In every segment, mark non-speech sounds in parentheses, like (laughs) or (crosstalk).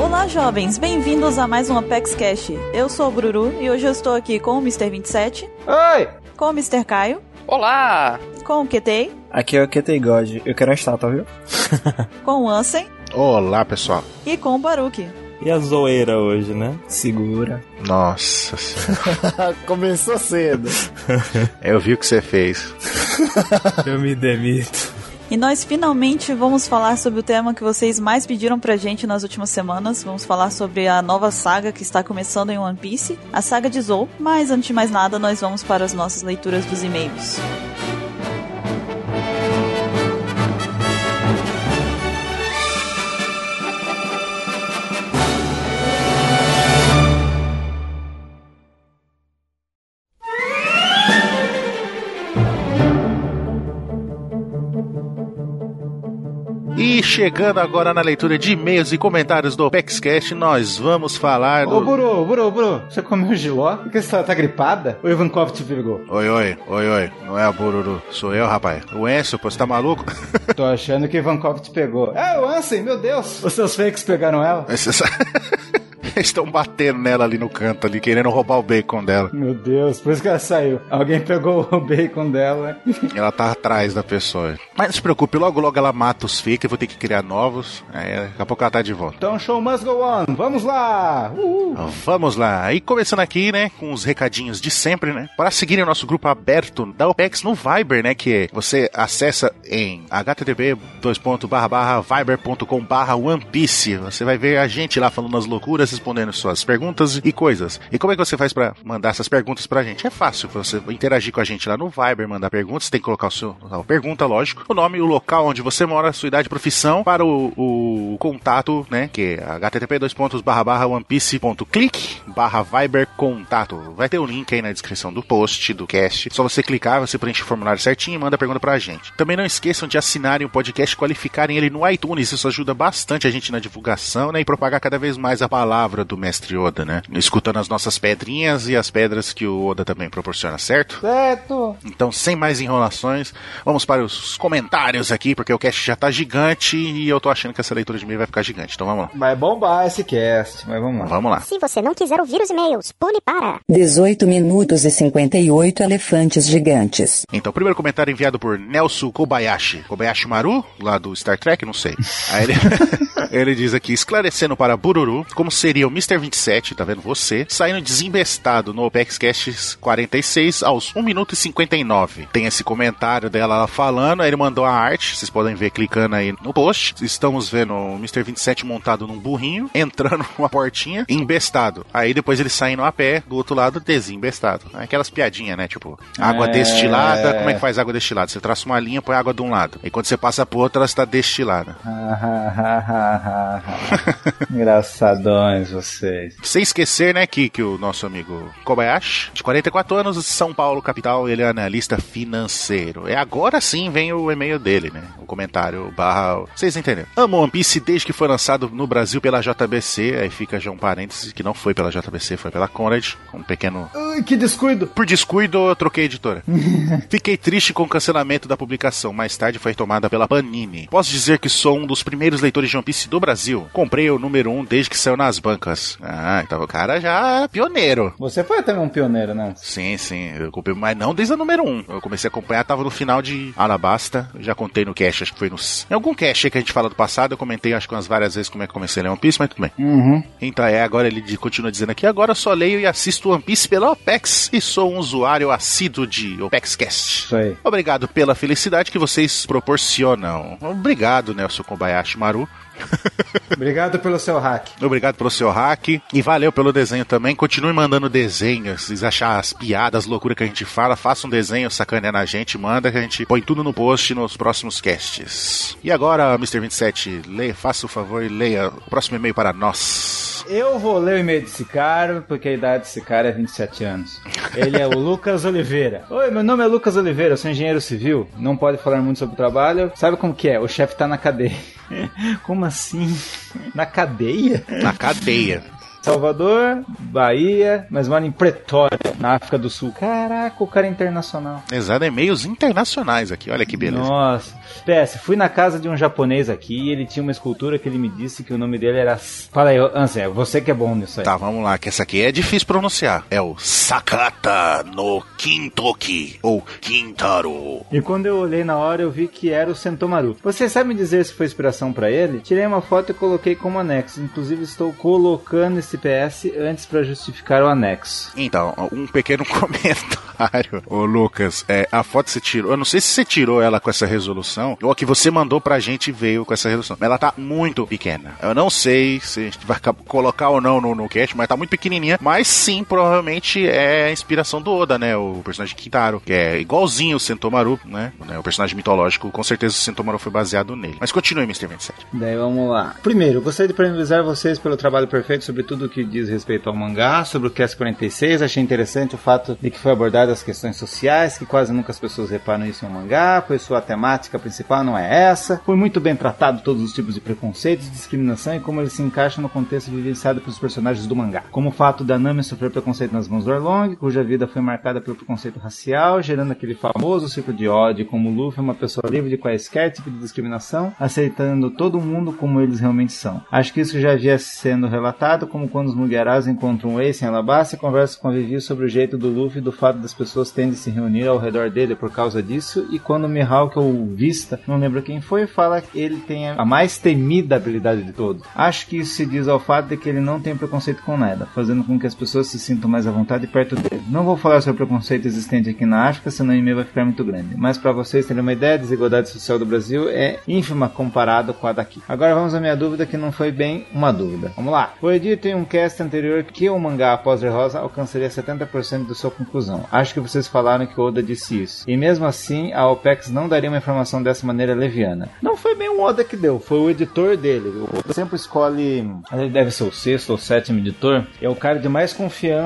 Olá, jovens! Bem-vindos a mais um Apex Cash. Eu sou o Bruru e hoje eu estou aqui com o Mr. 27, Oi! com o Mr. Caio, Olá! com o QT, Aqui é o QT God. Eu quero a estátua, viu? com o Ansem Olá, pessoal. e com o Baruque. E a zoeira hoje, né? Segura. Nossa senhora. (laughs) Começou cedo. (laughs) Eu vi o que você fez. Eu me demito. E nós finalmente vamos falar sobre o tema que vocês mais pediram pra gente nas últimas semanas. Vamos falar sobre a nova saga que está começando em One Piece, a saga de Zou. Mas antes de mais nada, nós vamos para as nossas leituras dos e-mails. E chegando agora na leitura de e-mails e comentários do PEXCast, nós vamos falar Ô, do. Buru, Buru, Buru, você comeu giló? Por que você tá, tá gripada? O Ivankov te pegou. Oi, oi, oi, oi. Não é a Bururu, sou eu, rapaz. O Enzo, pô, você tá maluco? (laughs) Tô achando que o Ivankov te pegou. É, o Ansem, meu Deus. Os seus fakes pegaram ela? Você sabe- (laughs) Eles estão batendo nela ali no canto, ali, querendo roubar o bacon dela. Meu Deus, por isso que ela saiu. Alguém pegou o bacon dela. Ela tá atrás da pessoa. Mas não se preocupe, logo logo ela mata os fake, eu vou ter que criar novos. Aí, daqui a pouco ela tá de volta. Então, show must go on. Vamos lá. Uh, Uhul. Então, Vamos lá, e começando aqui, né, com os recadinhos de sempre, né, para seguirem o nosso grupo aberto da OPEX no Viber, né, que você acessa em http viber.com One Piece. Você vai ver a gente lá falando as loucuras, respondendo suas perguntas e coisas. E como é que você faz para mandar essas perguntas pra gente? É fácil, você interagir com a gente lá no Viber, mandar perguntas, tem que colocar o seu, a pergunta, lógico, o nome, o local onde você mora, sua idade, profissão, para o, o contato, né, que é http dois pontos barra barra onepiece.click barra Viber contato. Vai ter o link aí na descrição do post, do cast. Só você clicar, você preenche o formulário certinho e manda a pergunta pra gente. Também não esqueçam de assinarem o podcast, qualificarem ele no iTunes. Isso ajuda bastante a gente na divulgação, né, e propagar cada vez mais a palavra do mestre Oda, né? Escutando as nossas pedrinhas e as pedras que o Oda também proporciona, certo? Certo. Então, sem mais enrolações, vamos para os comentários aqui, porque o cast já tá gigante e eu tô achando que essa leitura de e-mail vai ficar gigante. Então vamos lá. Vai bombar esse cast, mas vamos lá. Vamos lá. Se você não quiser ouvir os e-mails, pule para. 18 minutos e 58 elefantes gigantes. Então, primeiro comentário enviado por Nelson Kobayashi. Kobayashi Maru, lá do Star Trek, não sei. Aí ele, (laughs) ele diz aqui, esclarecendo para Bururu como seria o Mr. 27, tá vendo você, saindo desembestado no Opex Cash 46 aos 1 minuto e 59. Tem esse comentário dela lá falando, aí ele mandou a arte, vocês podem ver clicando aí no post. Estamos vendo o Mr. 27 montado num burrinho, (laughs) entrando numa portinha, embestado. Aí depois ele saindo a pé, do outro lado, desembestado. Aquelas piadinhas, né? Tipo, água É. destilada, como é que faz água destilada? Você traça uma linha, põe água de um lado. E quando você passa pro outro, ela está destilada. (laughs) Engraçadões vocês. Sem esquecer, né, que, que o nosso amigo Kobayashi, de 44 anos, de São Paulo, capital, ele é analista financeiro. É agora sim vem o e-mail dele, né? O comentário barra. Vocês entenderam. Amo One Piece desde que foi lançado no Brasil pela JBC. Aí fica já um parêntese que não foi pela JBC, foi pela Conrad. Um pequeno. Ai, que descuido. Por descuido, eu troquei a editora. Fiquei triste com o cancelamento da publicação. Mais tarde foi tomada pela Panini. Posso dizer que sou um dos primeiros leitores de One Piece do Brasil. Comprei o número 1 desde que saiu nas bancas. Ah, então o cara já é pioneiro. Você foi também um pioneiro, né? Sim, sim, eu comprei, mas não desde a número 1. Eu comecei a acompanhar, tava no final de Alabasta. Eu já contei no cast, acho que foi no. Em algum cast aí que a gente fala do passado, eu comentei acho que umas várias vezes como é que comecei a ler One Piece, mas tudo bem. Uhum. Então é, agora ele di- continua dizendo aqui, agora eu só leio e assisto One Piece pela OPEX e sou um usuário assíduo de OPEXcast. Isso aí. Obrigado pela felicidade que vocês proporcionam. Obrigado, Nelson Kobayashi Maru. Obrigado pelo seu hack. Obrigado pelo seu hack e valeu pelo desenho também. Continue mandando desenhos. Se vocês achar as piadas, loucura que a gente fala, faça um desenho sacaneando a gente, manda que a gente põe tudo no post nos próximos casts. E agora, Mr. 27, leia, faça o favor e leia o próximo e-mail para nós. Eu vou ler o e-mail desse cara, porque a idade desse cara é 27 anos. Ele é o Lucas Oliveira. Oi, meu nome é Lucas Oliveira, eu sou engenheiro civil. Não pode falar muito sobre o trabalho. Sabe como que é? O chefe (laughs) tá na cadeia. Como assim? Na cadeia? Na cadeia. Salvador, Bahia, mas mora em Pretória, na África do Sul. Caraca, o cara é internacional. Exato, e-mails internacionais aqui, olha que beleza. Nossa. PS, fui na casa de um japonês aqui e ele tinha uma escultura que ele me disse que o nome dele era. Fala aí, Ansel, você que é bom nisso aí. Tá, vamos lá, que essa aqui é difícil pronunciar. É o Sakata no Kintoki, ou Kintaro. E quando eu olhei na hora, eu vi que era o Sentomaru. Você sabe me dizer se foi inspiração pra ele? Tirei uma foto e coloquei como anexo. Inclusive, estou colocando esse PS antes pra justificar o anexo. Então, um pequeno (laughs) comentário. Ô, Lucas, é, a foto que você tirou, eu não sei se você tirou ela com essa resolução, ou a que você mandou pra gente veio com essa resolução. Mas ela tá muito pequena. Eu não sei se a gente vai acab- colocar ou não no, no cast, mas tá muito pequenininha. Mas sim, provavelmente é a inspiração do Oda, né? O personagem Kintaro, que é igualzinho o Sentomaru, né? O personagem mitológico, com certeza o Sentomaru foi baseado nele. Mas continue, Mr. 27. Daí vamos lá. Primeiro, gostaria de parabenizar vocês pelo trabalho perfeito sobre tudo o que diz respeito ao mangá, sobre o Cast 46. Achei interessante o fato de que foi abordado as questões sociais, que quase nunca as pessoas reparam isso em um mangá, pois sua temática principal não é essa. Foi muito bem tratado todos os tipos de preconceitos, discriminação e como eles se encaixam no contexto vivenciado pelos personagens do mangá. Como o fato da Nami sofrer preconceito nas mãos do Arlong, cuja vida foi marcada pelo preconceito racial, gerando aquele famoso ciclo de ódio, como Luffy é uma pessoa livre de quaisquer tipo de discriminação, aceitando todo mundo como eles realmente são. Acho que isso já havia sendo relatado, como quando os Mugiarás encontram um Ace em Alabasta e conversam com a Vivi sobre o jeito do Luffy e do fato das pessoas terem de se reunir ao redor dele por causa disso, e quando o Mihawk ou o Vista, não lembro quem foi, fala que ele tem a mais temida habilidade de todos. Acho que isso se diz ao fato de que ele não tem preconceito com nada, fazendo com que as pessoas se sintam mais à vontade perto dele. Não vou falar sobre o preconceito existente aqui na África, senão o e-mail vai ficar muito grande. Mas para vocês terem uma ideia, a desigualdade social do Brasil é ínfima comparada com a daqui. Agora vamos à minha dúvida, que não foi bem uma dúvida. Vamos lá. Foi dito em um cast anterior que o mangá após Red Rosa alcançaria 70% da sua conclusão. Acho que vocês falaram que o Oda disse isso. E mesmo assim, a OPEX não daria uma informação dessa maneira leviana. Não foi bem o Oda que deu, foi o editor dele. O Oda sempre escolhe. Ele deve ser o sexto ou sétimo editor. É o cara de mais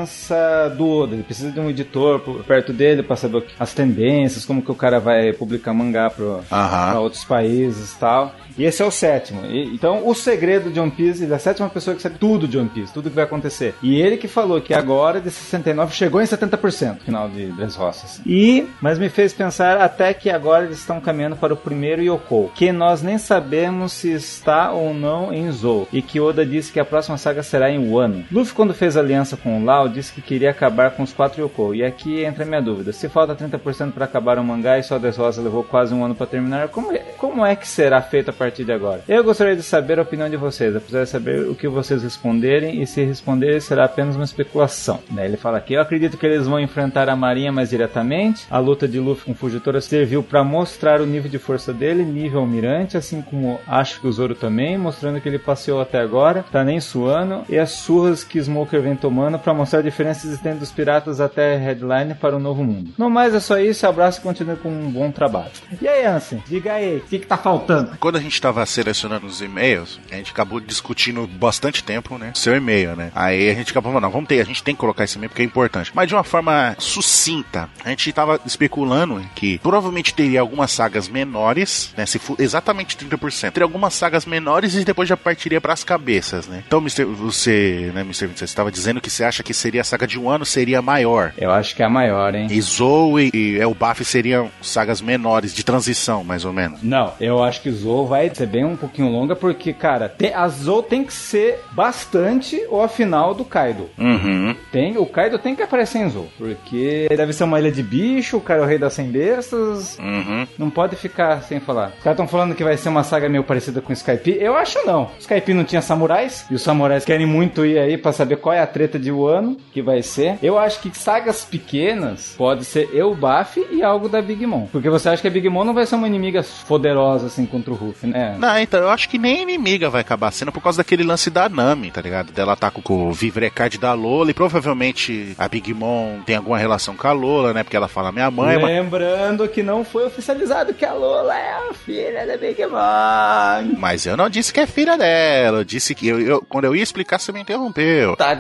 confiança do Oda. Ele precisa de um editor por- perto dele pra saber o que- as tendências, como que o cara vai publicar mangá pro, Aham. pra outros países e tal. E esse é o sétimo. E- então, o segredo de One Piece, ele é a sétima pessoa que sabe tudo de One Piece, tudo que vai acontecer. E ele que falou que agora, de 69, chegou em 70% no final de Dress Roças. E, mas me fez pensar até que agora eles estão caminhando para o primeiro Yoko, que nós nem sabemos se está ou não em Zou. E que Oda disse que a próxima saga será em Wano. Luffy, quando fez aliança com o Lau, disse que queria acabar com os quatro Yoko. E aqui entra a minha dúvida. Se falta 30% para acabar o mangá e só Dress Rosa levou quase um ano para terminar, como é, como é que será feito a partir de agora? Eu gostaria de saber a opinião de vocês, apesar de saber o que vocês responderem, e se responderem será apenas uma especulação. Daí ele fala aqui: Eu acredito que eles vão enfrentar a marinha mais diretamente. A luta de Luffy com Fugitora serviu para mostrar o nível de força dele, nível almirante, assim como acho que o Zoro também, mostrando que ele passeou até agora, tá nem suando, e as surras que Smoker vem tomando para mostrar a diferença existente dos piratas até Headline para o novo mundo. No mais é só isso, abraço e continue com um bom trabalho. E aí, Ansem, diga aí, o que, que tá faltando? Quando a gente tava selecionando os e-mails, a gente acabou discutindo bastante tempo, né? Seu e-mail, né? Aí a gente acabou falando, não, vamos ter, a gente tem que colocar esse e-mail porque é importante. Mas de uma forma sucinta, a gente tava especulando que provavelmente teria algumas sagas menores, né? Se for exatamente 30%. Teria algumas sagas menores e depois já partiria pras cabeças, né? Então, Mr. você, né, Mr. 27, você estava dizendo que você acha que seria a saga de um ano seria maior. Eu acho que é a maior, hein? E Zoe e Elbaf seriam sagas menores, de transição, mais ou menos. Não, eu acho que Zou vai ser bem um pouquinho longa, porque, cara, te- a Zou tem que ser bastante ou a final do Kaido. Uhum. Tem, o Kaido tem que aparecer em Zou, porque deve ser uma ilha de bicho, o cara é o rei das 100 bestas, Uhum. não pode ficar sem falar. Os caras estão falando que vai ser uma saga meio parecida com Skype. Eu acho não. Skype não tinha samurais, e os samurais querem muito ir aí pra saber qual é a treta de Wano que vai ser. Eu acho que sagas pequenas pode ser eu, Baf e algo da Big Mom. Porque você acha que a Big Mom não vai ser uma inimiga poderosa assim contra o Ruff, né? Não, então, eu acho que nem inimiga vai acabar sendo por causa daquele lance da Nami, tá ligado? Dela tá com- com o Vivrecard da Lola e provavelmente a Big Mom tem alguma relação com a Lola, né? Porque ela fala minha mãe, mas... Lembrando que não foi oficializado que a Lola é a filha da Big Mom. mas eu não disse que é filha dela, eu disse que... Eu, eu- quando eu ia explicar, você me interrompeu. Tá,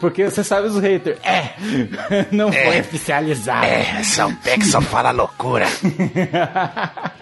porque você sabe os haters. É, (laughs) não foi oficializado. São Peck só fala loucura.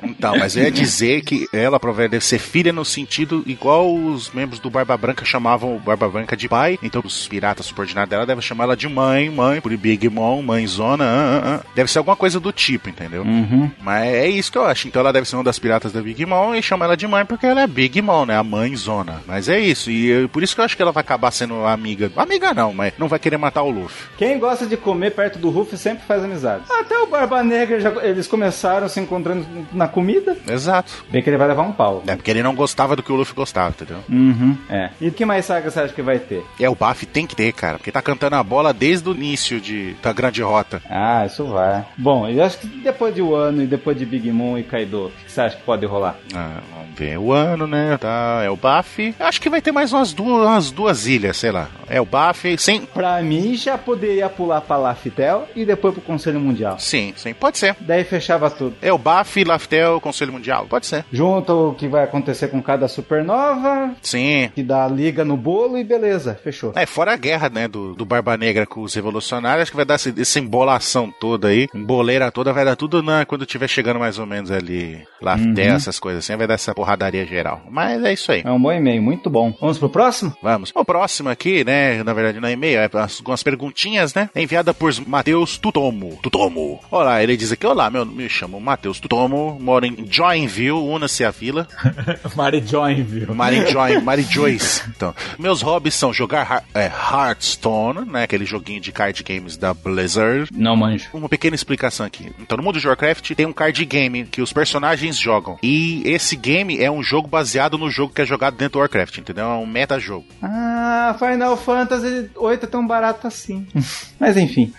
Então, mas eu ia dizer que ela provavelmente deve ser filha no sentido igual os membros do Barba Branca chamavam o Barba Branca de pai. Então, os piratas subordinados dela devem chamar ela de mãe, mãe, por Big Mom, mãezona. ah, ah, ah. Deve ser alguma coisa do tipo, entendeu? Uhum. Mas é isso que eu acho. Então ela deve ser uma das piratas da Big Mom e chama ela de mãe porque ela é Big Mom, né? A mãe zona. Mas é isso. E eu- por isso que eu acho que ela vai acabar sendo amiga. Amiga não, mas não vai querer matar o Luffy. Quem gosta de comer perto do Ruff sempre faz amizade. Até o Barba Negra, já, eles começaram se encontrando na comida. Exato. Bem que ele vai levar um pau. É porque ele não gostava do que o Luffy gostava, entendeu? Uhum. É. E que mais saga você acha que vai ter? É, o Baf tem que ter, cara. Porque tá cantando a bola desde o início de, da grande rota. Ah, isso vai. Bom, eu acho que depois de Wano e depois de Big Moon e Kaido, o que você acha que pode rolar? Ah, vamos ver. O ano, né? Tá, é o Baf. Acho que vai ter mais umas duas, umas duas ilhas, sei lá. É o Baf, sim. Pra mim, já poderia pular pra Laftel e depois pro Conselho Mundial. Sim, sim. Pode ser. Daí fechava tudo. É o Baf, Laftel, Conselho Mundial. Pode ser. Junta o que vai acontecer com cada supernova, Sim. que dá a liga no bolo e beleza, fechou. É, fora a guerra, né, do, do Barba Negra com os revolucionários, acho que vai dar esse- essa embolação toda aí, emboleira toda, vai dar tudo na, quando tiver chegando mais ou menos ali, lá até essas coisas assim, vai dar essa porradaria geral. Mas é isso aí. É um bom e-mail, muito bom. Vamos pro próximo? Vamos. O próximo aqui, né, na verdade não é e-mail, é as- algumas perguntinhas, né, é enviada por Matheus Tutomo. Tutomo. Olá, ele diz aqui, olá, meu, me chamo Matheus Tutomo, moro em Joinville, una-se à vila. Mari Joinville. Mary, Joy, Mary Joyce. Então, meus hobbies são jogar Har- é, Hearthstone, né, aquele joguinho de card games da Blizzard. Não manjo. Uma pequena explicação aqui. Então, no mundo de Warcraft tem um card game que os personagens jogam. E esse game é um jogo baseado no jogo que é jogado dentro do Warcraft, entendeu? É um metajogo. Ah, Final Fantasy VIII é tão barato assim. (laughs) Mas enfim.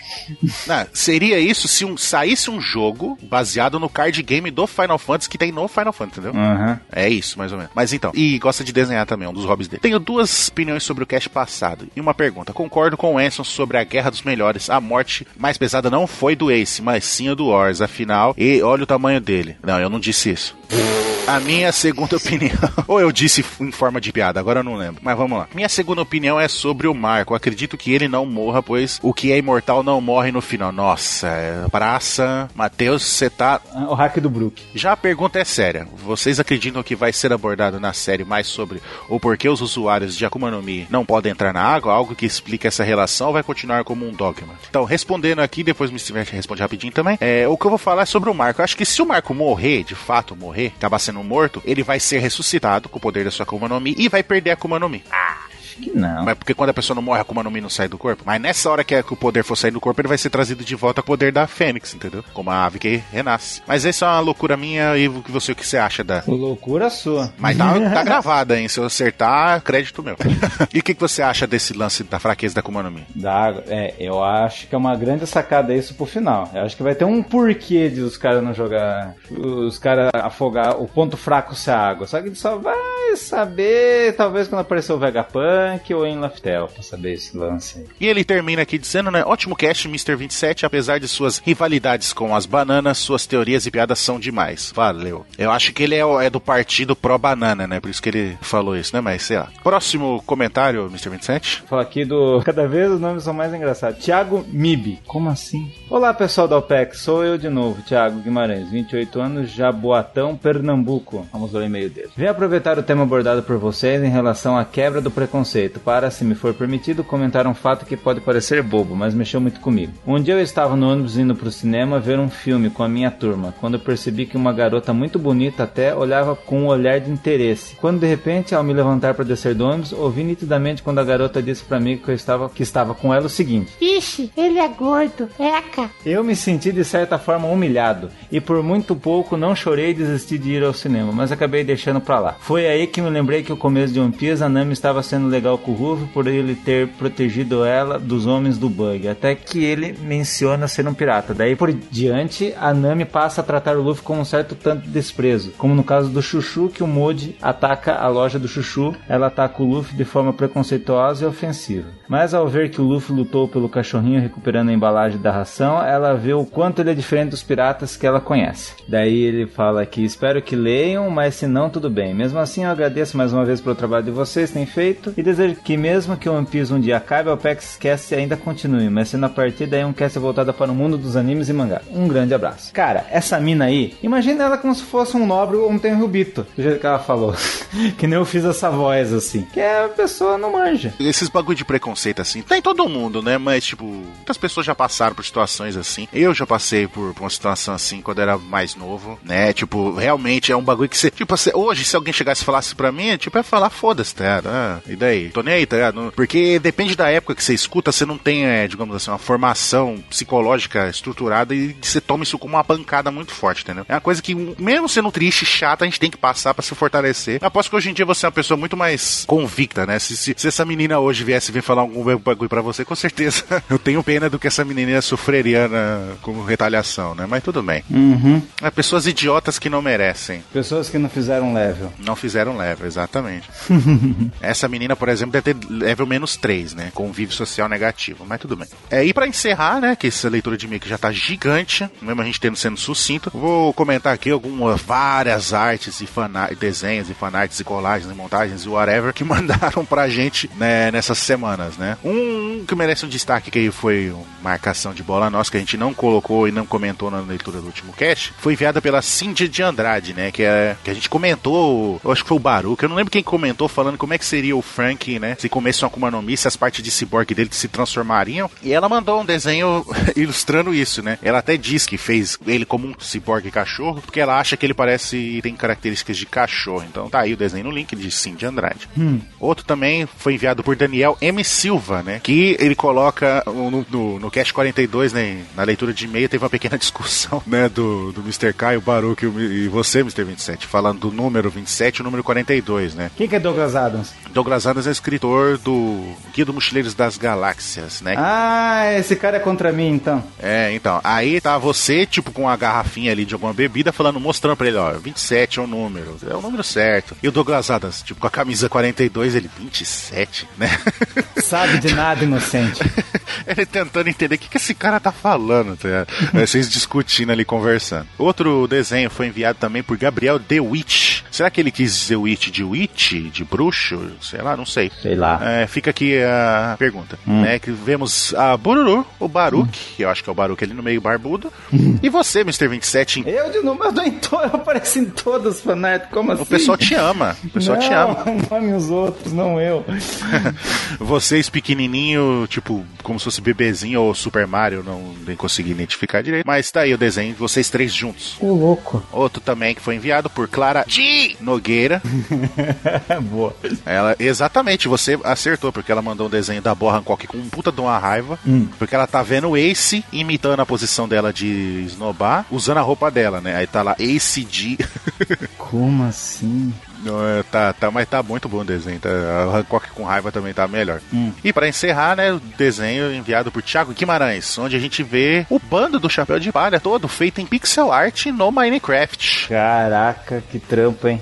Ah, seria isso se um, saísse um jogo baseado no card game do Final Fantasy que tem no Final Fantasy, entendeu? Aham. É isso, mais ou menos. Mas então, e gosta de desenhar também, é um dos hobbies dele. Tenho duas opiniões sobre o cast passado e uma pergunta. Concordo com o Enson sobre a guerra dos melhores. A morte mais pesada não foi do Ace, mas sim a do Ors, afinal. E olha o tamanho dele. Não, eu não disse isso. A minha segunda (laughs) opinião. Ou eu disse em forma de piada, agora eu não lembro. Mas vamos lá. Minha segunda opinião é sobre o Marco. Acredito que ele não morra, pois o que é imortal não morre no final. Nossa, é praça. Matheus, você tá O hack do Brook. já a pergunta é séria. Vocês acreditam que vai ser abordado na série mais sobre o porquê os usuários de Akuma no Mi não podem entrar na água? Algo que explica essa relação ou vai continuar como um dogma? Então, respondendo aqui, depois me estiver responde rapidinho também. É, o que eu vou falar é sobre o Marco. Eu acho que se o Marco morrer, de fato morrer, acabar sendo morto, ele vai ser ressuscitado com o poder da sua Akuma no Mi e vai perder a Akuma no Mi. Acho que não. Mas porque quando a pessoa não morre, a Akuma no Mi não sai do corpo. Mas nessa hora que, a- que o poder for sair do corpo, ele vai ser trazido de volta ao poder da Fênix, entendeu? Como a ave que renasce. Mas essa é uma loucura minha e o que você, o que você acha da. Loucura sua. Mas tá, tá gravada, hein? Se eu acertar, crédito meu. e o que, que você acha desse lance da fraqueza da Akuma no Mi? Da água. É, eu acho que é uma grande sacada isso pro final. Eu acho que vai ter um porquê de os caras não jogar. Os caras afogar o ponto fraco ser a água. Só que ele só vai saber, talvez quando aparecer o Vegapunk ou em Laftel, pra saber esse lance aí. E ele termina aqui dizendo, né? Ótimo cast, Mr. 27. Apesar de suas rivalidades com as bananas, suas teorias e piadas são demais. Valeu. Eu acho que ele é, o- é do partido pró-banana, né? Por isso que ele falou isso, né? Mas sei lá. Próximo comentário, Mr. 27. Fala aqui do. (laughs) Cada vez os nomes são mais engraçados. Thiago Mib. Como assim? Olá, pessoal da OPEC. Sou eu de novo, Thiago Guimarães, 28 anos, Jaboatão, Pernambuco. Vamos ler o e-mail dele. Vim aproveitar o tema abordado por vocês em relação à quebra do preconceito para, se me for permitido, comentar um fato que pode parecer bobo, mas mexeu muito comigo. Um dia eu estava no ônibus indo pro cinema ver um filme com a minha turma, quando eu percebi que uma garota muito bonita até olhava com um olhar de interesse. Quando de repente, ao me levantar para descer do ônibus, ouvi nitidamente quando a garota disse para mim que eu estava que estava com ela o seguinte: Ixi, ele é gordo, eca. eu me senti de certa forma humilhado e por muito pouco não chorei e desisti de ir ao cinema, mas acabei deixando pra lá. Foi aí que me lembrei que o começo de One Piece a Nami estava sendo legal com o Ruff por ele ter protegido ela dos homens do bug, até que ele menciona ser um pirata. Daí por diante, a Nami passa a tratar o Luffy com um certo tanto de desprezo, como no caso do Chuchu que o Moji ataca a loja do Chuchu, ela ataca o Luffy de forma preconceituosa e ofensiva. Mas ao ver que o Luffy lutou pelo cachorrinho recuperando a embalagem da ração, ela vê o quanto ele é diferente dos piratas que ela conhece. Daí ele fala que espero que leiam, mas se não, tudo bem. Mesmo assim, eu agradeço mais uma vez pelo trabalho de vocês, tem feito, e deseja que mesmo que o One Piece um dia acabe, a OPEX Cast ainda continue, mas sendo a partir daí um cast voltado para o mundo dos animes e mangá. Um grande abraço. Cara, essa mina aí, imagina ela como se fosse um nobre ou um tenrubito, do jeito que ela falou. (laughs) que nem eu fiz essa voz, assim. Que a pessoa não manja. Esses bagulho de preconceito, assim, tem todo mundo, né? Mas, tipo, muitas pessoas já passaram por situações assim. Eu já passei por, por uma situação assim quando era mais novo, né? Tipo, realmente é um bagulho que você. Tipo, assim, hoje, se alguém chegasse e falasse pra mim, tipo, é falar, foda-se, tá ligado? Ah, e daí? Tô nem aí, tá ligado? Não- Porque depende da época que você escuta, você não tem, é, digamos assim, uma formação psicológica estruturada e você toma isso como uma pancada muito forte, entendeu? É uma coisa que, mesmo sendo triste e chata, a gente tem que passar pra se fortalecer. Aposto que hoje em dia você é uma pessoa muito mais convicta, né? Se, se- se essa menina hoje viesse vir falar algum bagulho pra você, com certeza (laughs) eu tenho pena do que essa menina sofreria na- como retaliação, né? Mas tudo bem. Uhum. É pessoas idiotas que não merecem. Pessoas que não fizeram level. Não fizeram level, exatamente. Essa menina, por exemplo, deve ter level menos 3, né? Convívio social negativo, mas tudo bem. É, e pra encerrar, né? Que essa leitura de e-mail que já tá gigante, mesmo a gente tendo sendo sucinto, vou comentar aqui algumas várias artes e fanart, desenhos e fanarts e colagens e montagens e whatever que (laughs) mandaram pra gente né, nessas semanas, né? Um que merece um destaque que foi uma marcação de bola nossa que a gente não colocou e não comentou na leitura do último cast, foi enviada pela Cindy de Andrade, né? Que, é, que a gente comentou, eu acho que foi o Baruca, eu não lembro quem comentou falando como é que seria o Frank, né? Se comesse uma Akuma no Mi, se as partes de cyborg dele se transformariam. E ela mandou um desenho (laughs) ilustrando isso, né? Ela até diz que fez ele como um cyborg cachorro, porque ela acha que ele parece e tem características de cachorro. Então tá aí o desenho no link de Cindy Andrade. Outro também foi enviado por Daniel M. Silva, né? Que ele coloca no, no, no Cast 42, né? Na leitura de e-mail teve uma (laughs) pequena discussão, né? Do, do Mr. Kai, o Baruch e o- e você, Mr. 27, falando do número 27 e o número 42, né? Quem que é Douglas Adams? Douglas Adams é escritor do Guia do Mochileiros das Galáxias, né? Ah, esse cara é contra mim, então. É, então. Aí tá você, tipo, com uma garrafinha ali de alguma bebida, falando, mostrando pra ele, ó, 27 é o número, é o número certo. E o Douglas Adams, tipo, com a camisa 42, ele, 27, né? (laughs) Sabe de nada, inocente. Ele tentando entender o que, que esse cara tá falando, tá? ligado? Aí Vocês discutindo ali, conversando. Outro desenho foi enviado também por Gabriel The Witch. Será que ele quis dizer Witch de Witch? De bruxo? Sei lá, não sei. (laughs) Sei lá. É, fica aqui a pergunta. Hum. Né, que vemos a Bururu, o Baruque, que eu acho que é o Baruque ali no meio barbudo. E você, Mr. 27, em Hum. Eu de novo, eu tô em to... eu apareço em todas as fanart, como assim? O pessoal te ama. O pessoal te (laughs) ama. Não, não os outros, não eu. Vocês pequenininho, tipo, como se fosse bebezinho ou Super Mario, não nem consegui identificar direito. Mas tá aí o desenho de vocês três juntos. O louco. Outro também que foi enviado por Clara G. Nogueira. Boa. Ela, exatamente, você acertou, porque ela mandou um desenho da Borra Hancock com um puta de uma raiva. Porque ela tá vendo o Ace imitando a posição dela de esnobar, usando a roupa dela, né? Aí tá lá, Ace D. Como assim? (laughs) Não, é, tá, tá, mas tá muito bom o desenho. Tá, a Hancock com raiva também tá melhor. E pra encerrar, né, o desenho enviado por Thiago Guimarães, onde a gente vê o bando do Chapéu de Palha todo feito em pixel art no Minecraft. Caraca, que trampo, hein?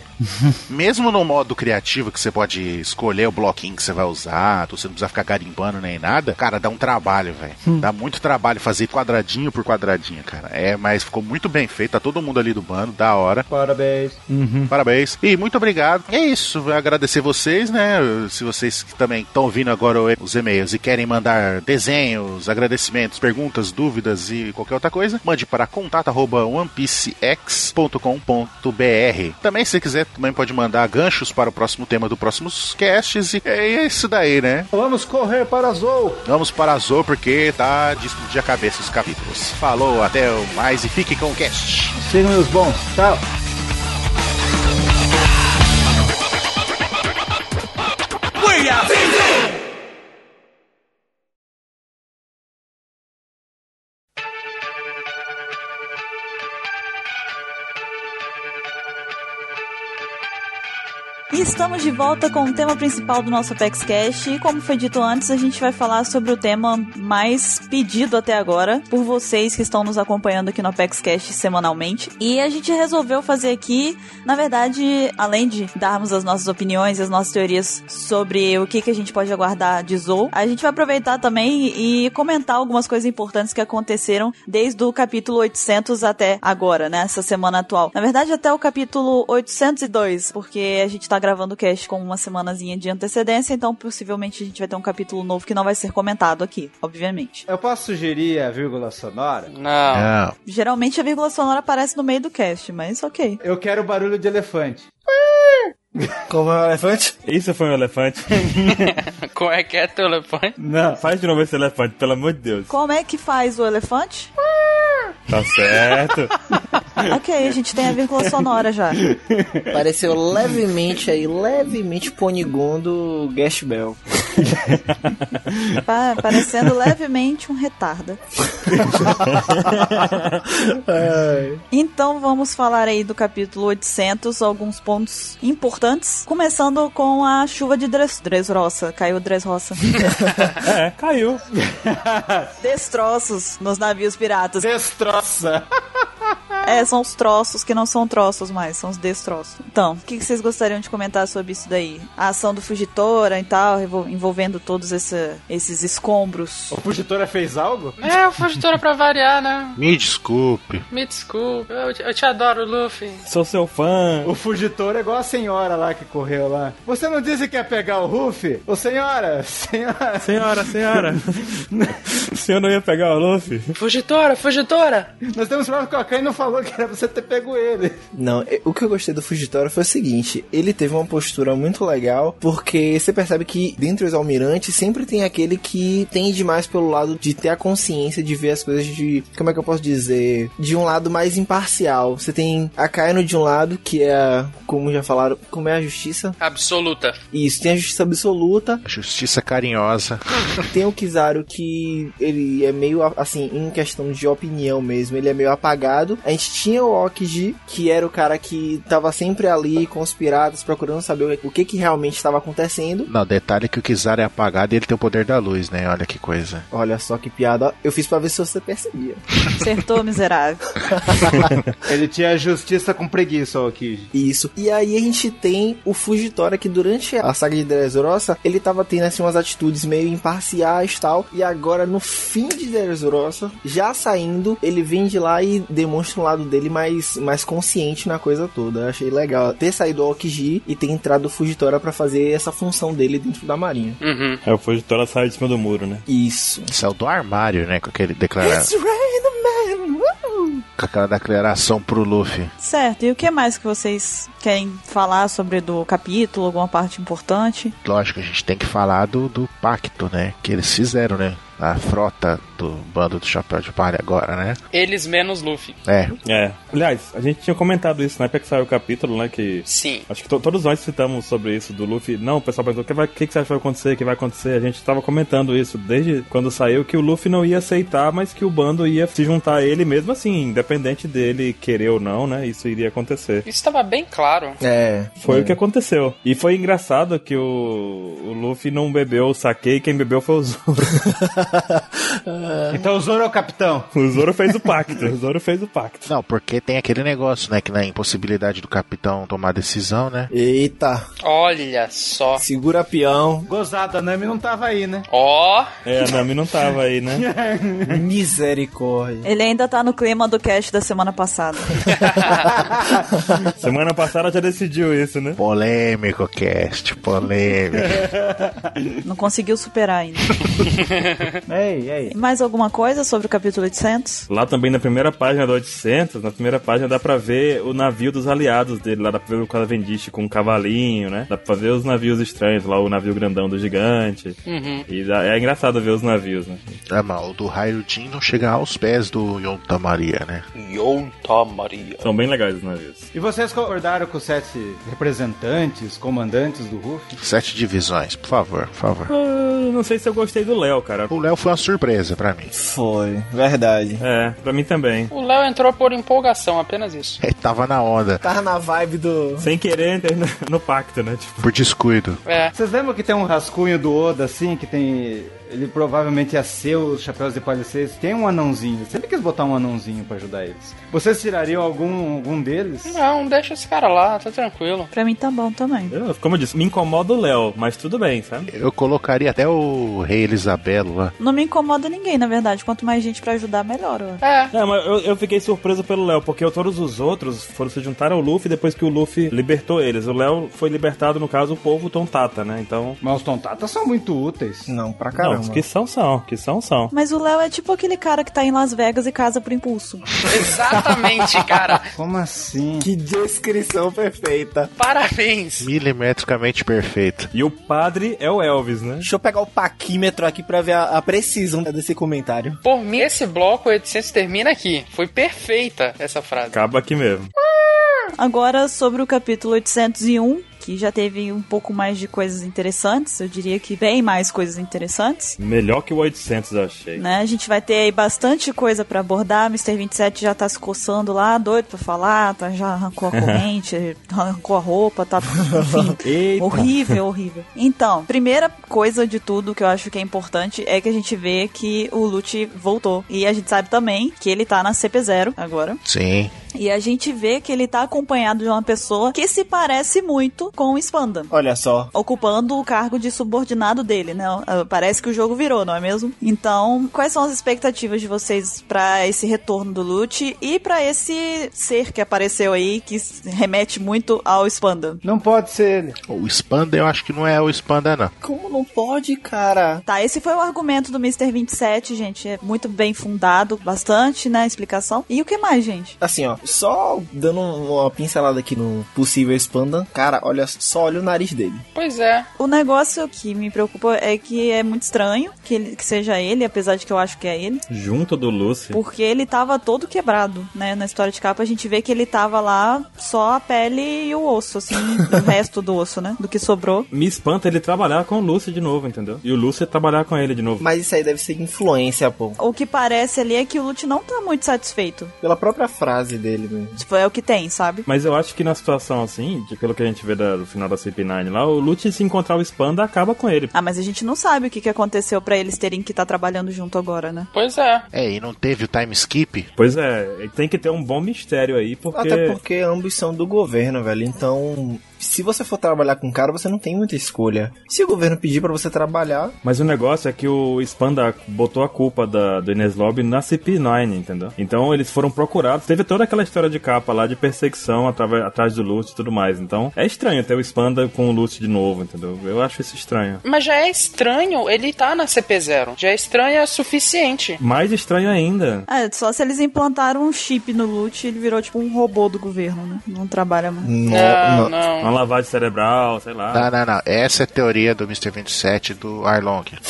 Mesmo no modo criativo, que você pode escolher o bloquinho que você vai usar, tu- você não precisa ficar garimpando nem nada, cara, dá um trabalho, velho. Dá muito trabalho fazer quadradinho por quadradinho, cara. É, mas ficou muito bem feito, tá todo mundo ali do bando, da hora. Parabéns. Uhum. Parabéns. E muito obrigado. É isso. Vou agradecer vocês, né? Se vocês que também estão ouvindo agora o e- os e-mails e querem mandar desenhos, agradecimentos, perguntas, dúvidas e qualquer outra coisa, mande para contato.onepiecex.com.br. Também, se quiser, também pode mandar ganchos para o próximo tema do próximos casts. E é isso daí, né? Vamos correr para Zou. Vamos para a Zo, porque tá de explodir a cabeça os capítulos. Falou, até o mais e fique com o cast. Sigam os bons. Tchau. E estamos de volta com o tema principal do nosso Apex Cash. E como foi dito antes, a gente vai falar sobre o tema mais pedido até agora por vocês que estão nos acompanhando aqui no Apex Cash semanalmente. E a gente resolveu fazer aqui, na verdade, além de darmos as nossas opiniões e as nossas teorias sobre o que, que a gente pode aguardar de Zou, a gente vai aproveitar também e comentar algumas coisas importantes que aconteceram desde o capítulo 800 até agora, né? Essa semana atual. Na verdade, até o capítulo 802, porque a gente tá tá gravando o cast com uma semanazinha de antecedência, então possivelmente a gente vai ter um capítulo novo que não vai ser comentado aqui, obviamente. Eu posso sugerir a vírgula sonora? Não. Não. Geralmente a vírgula sonora aparece no meio do cast, mas ok. Eu quero o barulho de elefante. Como é o elefante? Isso foi um elefante? (laughs) Como é que é teu elefante? Não, faz de novo esse elefante, pelo amor de Deus. Como é que faz o elefante? Tá certo. ok, a gente tem a vírgula sonora já. Pareceu levemente aí, levemente ponigondo o Gash Bell. Pa- Tá parecendo levemente um retarda. Então vamos falar aí do capítulo 800, alguns pontos importantes, começando com a chuva de Dres Dresroça, caiu Dresroça. É, caiu. Destroços nos navios piratas. Destroça! É, são os troços que não são troços mais, são os destroços. Então, o que que vocês gostariam de comentar sobre isso daí? A ação do Fugitora e tal, revol- envolvendo todos esse- esses escombros. O Fugitora fez algo? É, o fugitora pra variar, né? Me desculpe. Me desculpe. Eu, te- eu te adoro, Luffy. Sou seu fã. O Fugitora é igual a senhora lá que correu lá. Você não disse que ia pegar o Ruffy? Ô senhora, senhora. Senhora, (laughs) senhora. o senhor não ia pegar o Luffy? Fugitora, fugitora! Nós temos prova que o Akai não falou que era pra você ter pego ele. Não, e- o que eu gostei do Fugitório foi o seguinte: ele teve uma postura muito legal, porque você percebe que dentre os almirantes sempre tem aquele que tem demais pelo lado de ter a consciência de ver as coisas de. Como é que eu posso dizer? De um lado mais imparcial. Você tem a Kaino de um lado, que é. a- Como já falaram, como é a justiça? Absoluta. Isso, tem a justiça absoluta, Justiça carinhosa. Tem o Kizaru que ele é meio assim, em questão de opinião mesmo, ele é meio apagado. A gente tinha o Okiji, que era o cara que tava sempre ali com os piratas, procurando saber o que que realmente estava acontecendo. Não, detalhe que o Kizaru é apagado e ele tem o poder da luz, né? Olha que coisa. Olha só que piada, eu fiz pra ver se você percebia. Acertou, miserável. Ele tinha justiça com preguiça, o Kiji. Isso. E aí a gente tem o Fugitora que durante a saga de Dressrosa, ele tava tendo assim umas atitudes meio imparciais e tal, e agora no fim de Dressrosa, já saindo, ele vem de lá e demonstra um lado dele mais, mais consciente na coisa toda. Eu achei legal ter saído o Okiji e ter entrado o Fugitora pra fazer essa função dele dentro da marinha. Uhum. É, o Fugitora sai de cima do muro, né? Isso. Saiu do armário, né? Com, aquele declara... It's raining man. com aquela declaração pro Luffy. Certo, e o que mais que vocês querem falar sobre do capítulo, alguma parte importante? Lógico, a gente tem que falar do, do pacto, né? Que eles fizeram, né? A frota do bando do Chapéu de Palha agora, né? Eles menos Luffy. É, É. Aliás, a gente tinha comentado isso na época que saiu o capítulo, né? Que. Sim. Acho que to- todos nós citamos sobre isso do Luffy. Não, o pessoal perguntou o que, vai, o que, que você acha que vai acontecer, o que vai acontecer. A gente tava comentando isso desde quando saiu que o Luffy não ia aceitar, mas que o bando ia se juntar a ele mesmo assim, independente dele querer ou não, né? Isso iria acontecer. Isso tava bem claro. É. Foi o que aconteceu. E foi engraçado que o, o Luffy não bebeu o saque e quem bebeu foi o Zoro. (laughs) Então o Zoro é o capitão. O Zoro fez o pacto. (laughs) O Zoro fez o pacto. Não, porque tem aquele negócio, né? Que na impossibilidade do capitão tomar decisão, né? Eita, Olha só. segura peão. Gozado, a Nami não tava aí, né? Ó, É, a Nami não tava aí, né? (laughs) Misericórdia. Ele ainda tá no clima do cast da semana passada. Semana passada já decidiu isso, né? Polêmico, cast, (laughs) polêmico. Não conseguiu superar ainda. Ei, ei. Mais alguma coisa sobre o capítulo 800? Lá também na primeira página do 800, na primeira página dá pra ver o navio dos aliados dele, lá dá pra ver o Cavendish com um cavalinho, né? Dá pra ver os navios estranhos, lá o navio grandão do gigante. E dá- é engraçado ver os navios, né? é, mas o do Hairudin não chega aos pés do Yonta Maria, né? Yonta Tá, Maria. São bem legais os navios. E vocês concordaram com os sete representantes, comandantes do Ruffy? Sete divisões, por favor, por favor. Ah, não sei se eu gostei do Léo, cara. O Léo foi uma surpresa pra mim. (laughs) Foi, verdade. É, pra mim também. O Léo entrou por empolgação, apenas isso. Ele tava na onda, Tava na vibe do. Sem querer entrei no, no pacto, né? Tipo, por descuido. É. Vocês lembram que tem um rascunho do Oda assim, que tem Ele provavelmente ia ser os chapéus de palha seis. Tem um anãozinho. Você quis botar um anãozinho pra ajudar eles. Vocês tirariam algum, algum deles? Não, deixa esse cara lá, tá tranquilo. Pra mim tá bom também. Eu, como eu disse, me incomoda o Léo, mas tudo bem, sabe? Eu colocaria até o Rei Elisabelo lá. Não me incomoda ninguém, na verdade. Quanto mais gente pra ajudar, melhor. ó. É, É, mas eu, eu fiquei surpreso pelo Léo, porque todos os outros foram se juntar ao Luffy depois que o Luffy libertou eles. O Léo foi libertado, no caso, o povo Tom Tata, né? Então. Mas os tontatas são muito úteis. Não, pra Não, os caramba. que são, são. Que são, são. Mas o Léo é tipo aquele cara que tá em Las Vegas e casa por impulso. (laughs) exatamente, cara. Como assim? Que descrição perfeita. Parabéns. Milimetricamente perfeito. E o padre é o Elvis, né? Deixa eu pegar o paquímetro aqui pra ver a, a precisão desse comentário. Por mim, esse bloco 800 termina aqui. Foi perfeita essa frase. Acaba aqui mesmo. Agora sobre o capítulo 801, que já teve um pouco mais de coisas interessantes, eu diria que bem mais coisas interessantes. Melhor que o 800, eu achei. Né? A gente vai ter aí bastante coisa pra abordar. Mr. 27 já tá se coçando lá, doido pra falar, tá, já arrancou a corrente, arrancou a roupa, tá enfim, Eita. Horrível, horrível. Então, primeira coisa de tudo que eu acho que é importante é que a gente vê que o Lute voltou. E a gente sabe também que ele tá na CP0 agora. Sim. E a gente vê que ele tá acompanhado de uma pessoa que se parece muito com o Spanda. Olha só. Ocupando o cargo de subordinado dele, né? Ah, Parece que o jogo virou, não é mesmo? Então, quais são as expectativas de vocês pra esse retorno do Lute e pra esse ser que apareceu aí que s- remete muito ao Spanda? Não pode ser ele. O Spanda eu acho que não é o Spanda, não. Como não pode, cara? Tá, esse foi o argumento do Mr. 27, gente. É muito bem fundado, bastante, né? Explicação. E o que mais, gente? Assim, ó, só dando um, uma pincelada aqui no possível Spandan, cara, olha, só olha o nariz dele. Pois é. O negócio que me preocupa é que é muito estranho que, ele, que seja ele, apesar de que eu acho que é ele. Junto do Luffy. Porque ele tava todo quebrado, né? Na história de capa a gente vê que ele tava lá só a pele e o osso, assim, (laughs) o resto do osso, né? Do que sobrou. Me espanta ele trabalhar com o Luffy de novo, entendeu? E o Luffy trabalhar com ele de novo. Mas isso aí deve ser influência, pô. O que parece ali é que o Lute não tá muito satisfeito. Pela própria frase dele, né? mesmo. Tipo, é o que tem, sabe? Mas eu acho que na situação assim, de pelo que a gente vê da- do final da CP9 lá, o Lute se encontrar o Spanda acaba com ele. Ah, mas a gente não sabe o que, que aconteceu pra eles terem que estar trabalhando junto agora, né? Pois é. É, e não teve o time skip? Pois é, tem que ter um bom mistério aí, porque. Até porque ambos são do governo, velho. Então, se você for trabalhar com o cara, você não tem muita escolha. Se o governo pedir pra você trabalhar, Mas o negócio é que o Spanda botou a culpa da, do Ines Lobby na CP9, entendeu? Então eles foram procurados. Teve toda aquela história de capa lá de perseguição atrava- atrás do Lute e tudo mais. Então é estranho ter o Spanda com o Lute de novo, entendeu? Eu acho isso estranho. Mas já é estranho ele tá na CP0. Já é estranho o suficiente. Mais estranho ainda. É, só se eles implantaram um chip no Lute, ele virou tipo um robô do governo, né? Não trabalha mais. no, Não, no- não. Uma lavagem cerebral, sei lá. Não, não, não. Essa é a teoria do Mr. 27 do Arlong. (laughs)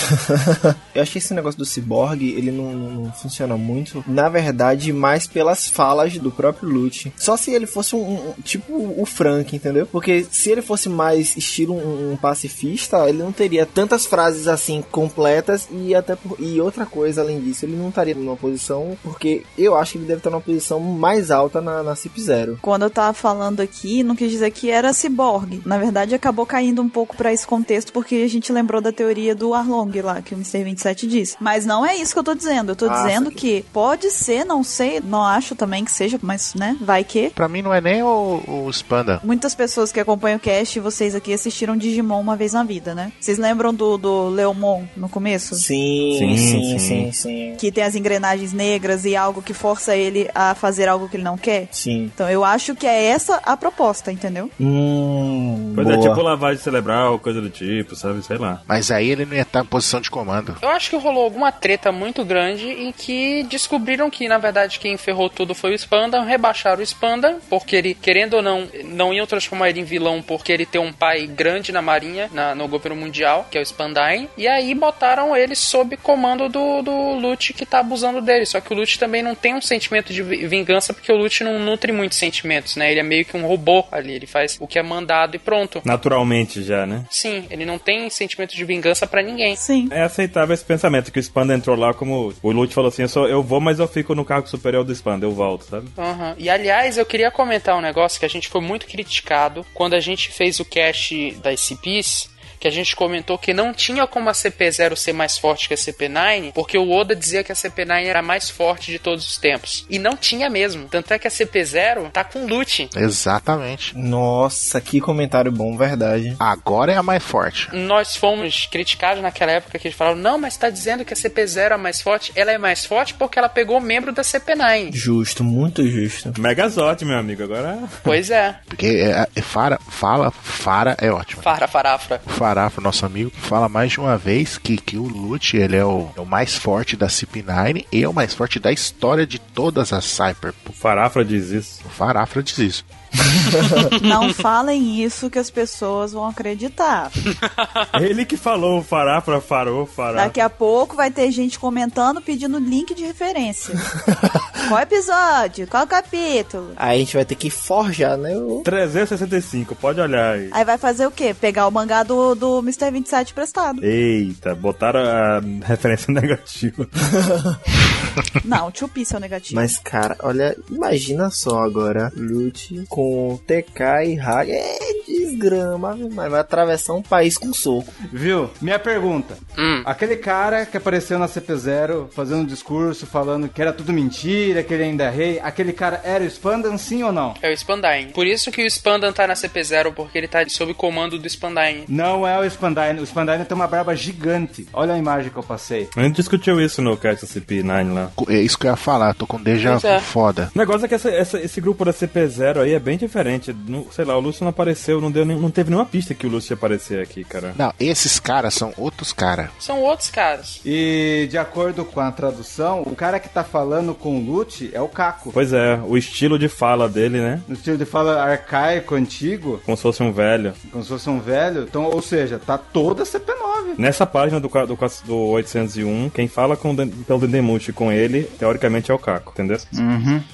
Eu acho que esse negócio do ciborgue, ele não, não- não funciona muito. Na verdade, mais pelas falas do próprio Lute. Só se ele fosse um, um- tipo o Frank, entendeu? Porque se ele fosse mais estilo um, um pacifista, ele não teria tantas frases assim completas e até por- e outra coisa além disso, ele não estaria numa posição porque eu acho que ele deve estar numa posição mais alta na, na CIP Zero. Quando eu tava falando aqui, não quis dizer que era ciborgue. Na verdade, acabou caindo um pouco pra esse contexto, porque a gente lembrou da teoria do Arlong lá, que o Mr. 27 disse. Mas não é isso que eu tô dizendo. Eu tô Ah, dizendo saquei. que pode ser, não sei, não acho também que seja, mas, né, vai que... Pra mim não é nem o, o Spanda. Muitas pessoas que acompanham o cast, vocês aqui assistiram Digimon uma vez na vida, né? Vocês lembram do, do Leomon no começo? Sim, Sim, sim, sim, sim. sim. sim. que tem as engrenagens negras e algo que força ele a fazer algo que ele não quer. Então eu acho que é essa a proposta, entendeu? Hum, Pois é, boa. tipo lavagem cerebral, coisa do tipo, sabe? Sei lá. Mas aí ele não ia estar em posição de comando. Eu acho que rolou alguma treta muito grande em que descobriram que, na verdade, quem ferrou tudo foi o Spanda, rebaixaram o Spanda, porque ele, querendo ou não, não iam transformar ele em vilão porque ele tem um pai grande na marinha, na- no governo mundial, que é o Spandine, e aí botaram ele sob comando do, do Lute que tá abusando dele. Só que o Lute também não tem um sentimento de vi- vingança, porque o Lute não nutre muitos sentimentos, né? Ele é meio que um robô ali, ele faz o que é mandado e pronto. Naturalmente já, né? Sim, ele não tem sentimento de vingança pra ninguém. Sim. É aceitável esse pensamento que o Spanda entrou lá como. O Lute falou assim: eu, só, eu vou, mas eu fico no cargo superior do Spanda, eu volto, sabe? Aham. E aliás, eu queria comentar um negócio que a gente foi muito criticado quando a gente fez o cast das CPs. que a gente comentou que não tinha como a CP0 ser mais forte que a CP9, porque o Oda dizia que a CP9 era a mais forte de todos os tempos. E não tinha mesmo. Tanto é que a CP0 tá com loot. Exatamente. tipo, Nossa, que comentário bom, verdade. Agora é a mais forte. Nós fomos criticados naquela época que eles falaram: não, mas tá dizendo que a CP0 é a mais forte. Ela é mais forte porque ela pegou membro da (laughs) CP9. Justo, muito justo. Megazord, meu amigo, agora. Pois é. Porque é, é, Fara, fala, Fara é ótimo. Fara, farafra. O Farafo, nosso amigo, fala mais de uma vez que, que o Lute ele é o, é o mais forte da CP9 e é o mais forte da história de todas as Cyper. O Farafra diz isso. O Farafra diz isso. Não falem isso que as pessoas vão acreditar. (laughs) Ele que falou Farafra, farou, fará. Daqui a pouco vai ter gente comentando pedindo link de referência. Qual episódio? Qual capítulo? Aí a gente vai ter que forjar, né? o- 365, pode olhar aí. Aí vai fazer o quê? Pegar o mangá do, do Mr. 27 (laughs) prestado. Eita, botaram a referência (laughs) negativa. Não, Tio Piece é o negativo. Mas, cara, olha, imagina só agora. Lute com TK e Rai. É desgrama, viu? mas vai atravessar um país com soco. Viu? Minha pergunta. Hum. Aquele cara que apareceu na CP0 fazendo um discurso falando que era tudo mentira, que ele ainda é rei, aquele cara era o Spandan, sim ou não? É o Spandine. Por isso que o Spandan tá na CP0, porque ele tá sob comando do Spandine. Não é o Spandine. O Spandine tem uma barba gigante. Olha a imagem que eu passei. A gente discutiu isso no Cast CP9 lá. É isso que eu ia falar, tô com déjà Pois é. vu foda. O negócio é que essa- essa- esse grupo da CP0 aí é bem diferente. Não- sei lá, o Lúcio não apareceu, não, deu, nem- não teve nenhuma pista que o Lúcio ia aparecer aqui, cara. Não, esses caras são outros caras. São outros caras. E de acordo com a tradução, o cara que tá falando com o Lute é o Caco. Pois é, o estilo de fala dele, né? No estilo de fala arcaico, antigo, Como se fosse um velho. como se fosse um velho. Então, ou seja, tá toda CP9. Nessa página do, qua- do, qua- do 801, quem fala com, o Den- pelo Dendemushi com ele, teoricamente é o Caco, entendeu?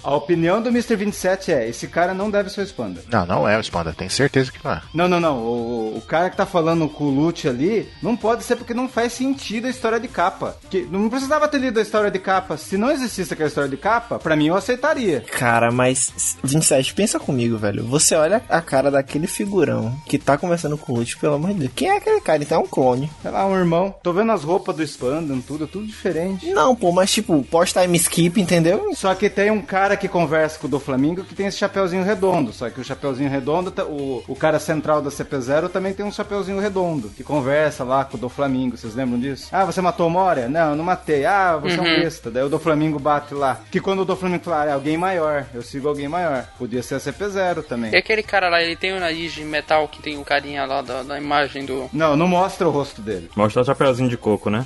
A opinião do Mr. 27 é: esse cara não deve ser o Spanda. Não, não é o Spanda, tenho certeza que não é. Não, não, não. O, o cara que tá falando com o Lute ali não pode ser porque não faz sentido a história de capa. Que não precisava ter lido a história de capa. Se não existisse aquela história de capa, pra mim eu aceitaria. Cara, mas 27, pensa comigo, velho. Você olha a cara daquele figurão que tá conversando com o Lute, pelo amor de Deus. Quem é aquele cara? Então é um clone. Sei lá, um irmão. Tô vendo as roupas do Spandam, tudo, tudo diferente. Não, pô, mas tipo, pós-time skip, entendeu? Só que tem um cara que conversa com o do Flamengo que tem esse chapeuzinho redondo. Só que o chapeuzinho redondo, tá- o, o cara central da CP0 também tem um chapeuzinho redondo que conversa lá com o do Flamengo. Vocês lembram disso? Ah, você matou o Moria? Não, eu não matei. Ah, você é um besta. Daí o do Flamengo bate lá. Que quando o do Flamengo fala, "Ah, é alguém maior, eu sigo alguém maior. Podia ser a CP0 também. E aquele cara lá, ele tem o nariz de metal que tem o carinha lá da, da imagem do. Não, não mostra o rosto dele. Mostrar o chapeuzinho de coco, né?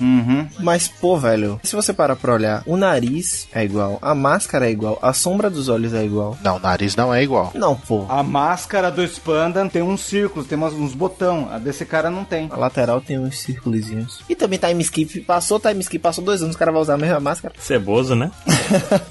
Mas, pô, velho, se você parar pra olhar, o nariz é igual, a máscara é igual, a sombra dos olhos é igual. Não, o nariz não é igual. Não, pô. A máscara do Spandan tem um círculo, tem umas- uns botão. A desse cara não tem. A lateral tem uns circulizinhos. E também time skip. Passou time skip, passou dois anos, o cara vai usar a mesma máscara. Ceboso, né?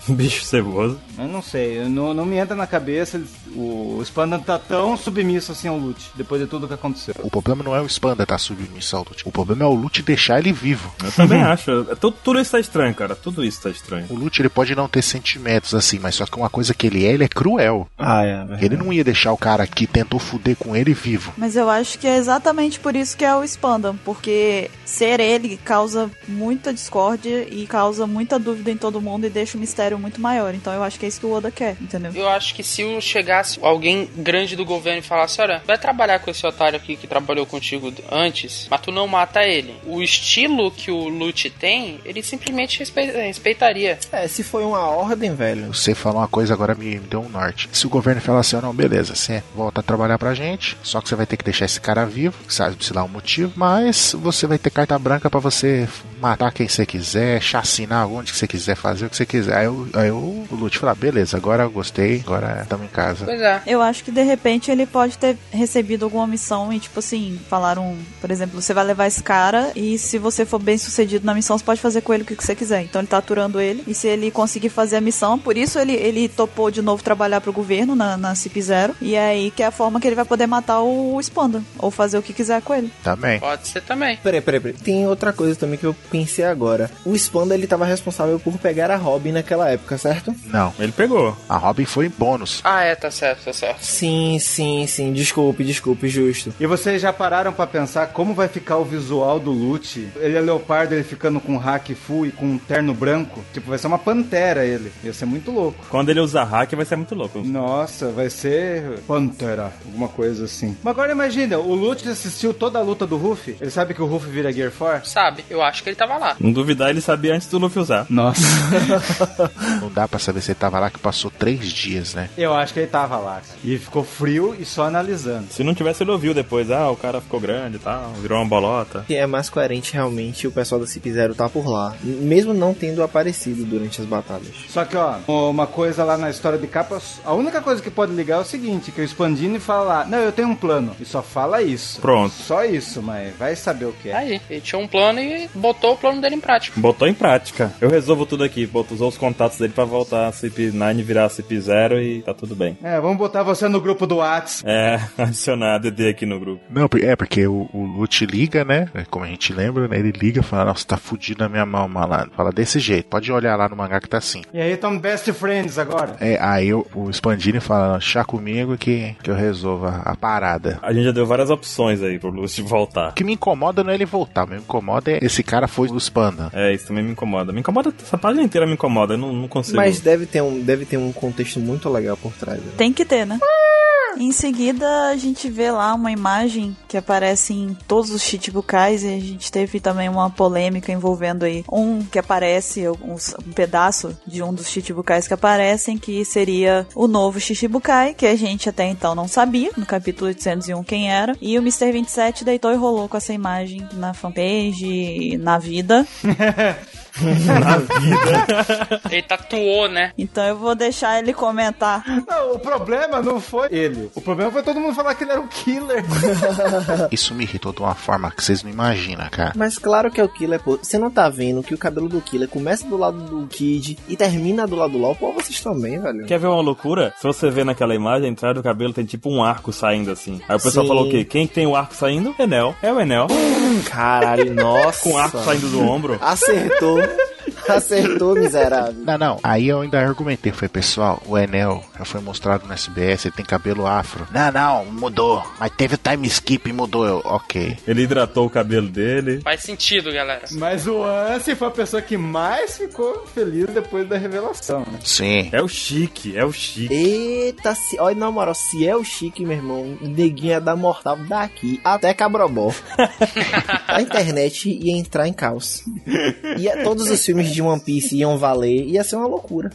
Bicho ceboso. Eu não sei, eu não, não me entra na cabeça. eles- O Spandam tá tão submisso assim ao Lute, depois de tudo que aconteceu. O problema não é o Spanda tá submissão ao Lute. O problema é o Lute deixar ele vivo. Eu também acho. Tudo, tudo isso tá estranho, cara. Tudo isso tá estranho. O Lute ele pode não ter sentimentos assim, mas só que uma coisa que ele é, ele é cruel. Ah, é, velho. Ele não ia deixar o cara que tentou fuder com ele vivo. Mas eu acho que é exatamente por isso que é o Spandam, porque ser ele causa muita discórdia e causa muita dúvida em todo mundo e deixa o mistério muito maior. Então eu acho que é isso que o Oda quer, entendeu? Eu acho que se o- chegasse alguém grande do governo e falasse: Olha, vai trabalhar com esse otário aqui que trabalhou contigo antes, mas tu não mata ele. O estilo que o Lute tem, ele simplesmente respe- respeitaria. É, se foi uma ordem, velho. Você falou uma coisa agora me, me deu um norte. Se o governo falar assim, ó, não, beleza, você volta a trabalhar pra gente, só que você vai ter que deixar esse cara vivo, sabe se lá o motivo, mas você vai ter carta branca pra você matar quem você quiser, chacinar onde que você quiser, fazer o que você quiser. Aí, eu, aí eu- o Lute falar, beleza, agora eu gostei, agora estamos em casa. Pois é. Eu acho que de repente ele pode ter recebido alguma missão e, tipo assim, falaram, por exemplo, você vai levar esse cara e se você for bem sucedido na missão, você pode fazer com ele o que você quiser. Então ele tá aturando ele e se ele conseguir fazer a missão, por isso ele, ele topou de novo trabalhar pro governo na, na CIP Zero. E é aí que é a forma que ele vai poder matar o Spanda, ou fazer o que quiser com ele. Também. Pode ser também. Peraí, peraí, peraí. Tem outra coisa também que eu pensei agora. O Spanda, ele tava responsável por pegar a Robin naquela época, certo? Não. Ele pegou. A Robin foi em bônus. Ah, é, tá certo, tá certo. Sim, sim, sim. Desculpe, desculpe, justo. E vocês já pararam pra pensar como vai ficar o visual do Lute? Ele é leopardo, ele ficando com hack full e com um terno branco. Tipo, vai ser uma pantera ele. Ia ser muito louco. Quando ele usar hack, vai ser muito louco. Nossa, vai ser pantera, alguma coisa assim. Mas agora imagina, o Lute assistiu toda a luta do Ruff. Ele sabe que o Ruff vira Gear 4? Sabe, eu acho que ele tava lá. Não duvidar, ele sabia antes do Luffy usar. Nossa. Não dá pra saber se ele tava lá que passou três dias, né? Eu acho que ele tava lá. cara. E ficou frio e só analisando. Se não tivesse, ele ouviu depois. Ah, o cara ficou grande e tal, virou uma bolota. E é mais coerente realmente o pessoal da Cip Zero tá por lá. Mesmo não tendo aparecido durante as batalhas. Só que, ó, uma coisa lá na história de capa, a única coisa que pode ligar é o seguinte, que o Spandini fala lá, não, eu tenho um plano. E só fala isso. Pronto. Só isso, mas vai saber o que é. Aí, ele tinha um plano e botou o plano dele em prática. Botou em prática. Eu resolvo tudo aqui. Botou, usou os contatos dele pra voltar a CP9, virar a CP0 e tá tudo bem. É, vamos botar você no grupo do Whats. É, (laughs) adicionar a DD aqui no grupo. Não, por- é porque o, o Lute liga, né? Como a gente lembra, né? Ele liga e fala, nossa, tá fudido na minha mão, malandro. Fala desse jeito, pode olhar lá no mangá que tá assim. E aí, estamos best friends agora. É, aí o, o Spandini fala, chá comigo que, que eu resolvo a, a parada. A gente já deu várias opções aí pro Lúcio voltar. O que me incomoda não é ele voltar, o que me incomoda é esse cara foi os panda. É, isso também me incomoda. Me incomoda, essa página inteira me incomoda, eu não, não consigo. Mas deve ter, um, deve ter um contexto muito legal por trás. né? Tem que ter, né? Em seguida, a gente vê lá uma imagem que aparece em todos os Chichibukais e a gente teve também uma polêmica envolvendo aí um que aparece, alguns- um pedaço de um dos Chichibukais que aparecem, que seria o novo Chichibukai, que a gente até então não sabia, no capítulo 801 quem era, e o Mr. 27 deitou e rolou com essa imagem na fanpage, e na vida, Ele tatuou, né? então eu vou deixar ele comentar. Não, o problema É, não foi ele. O problema foi todo mundo falar que ele era o killer. Isso me irritou de uma forma que vocês não imaginam, cara. Mas claro que é o Killer, pô. Você não tá vendo que o cabelo do Killer começa do lado do Kid e termina do lado do LOL? Pô, vocês também, velho. Quer ver uma loucura? Se você ver naquela imagem, atrás do cabelo tem tipo um arco saindo assim. Aí o pessoal Sim. falou o quê? Quem tem o arco saindo? Enel. É o Enel. Caralho, nossa. Com o arco saindo do ombro. Acertou. Acertou, miserável. Não, não. Aí eu ainda argumentei. Falei, pessoal, o Enel já foi mostrado no SBS, ele tem cabelo afro. Não, não, mudou. Mas teve o time skip e mudou. Eu, ok. Ele hidratou o cabelo dele. Faz sentido, galera. (laughs) Mas o Ansem foi a pessoa que mais ficou feliz depois da revelação, né? Sim. É o chique, é o chique. Eita, se... olha, na moral, se é o Chique, meu irmão, neguinha da mortal daqui até Cabrobó. a internet ia entrar em caos. Ia, todos os filmes de One Piece iam valer, ia ser uma loucura.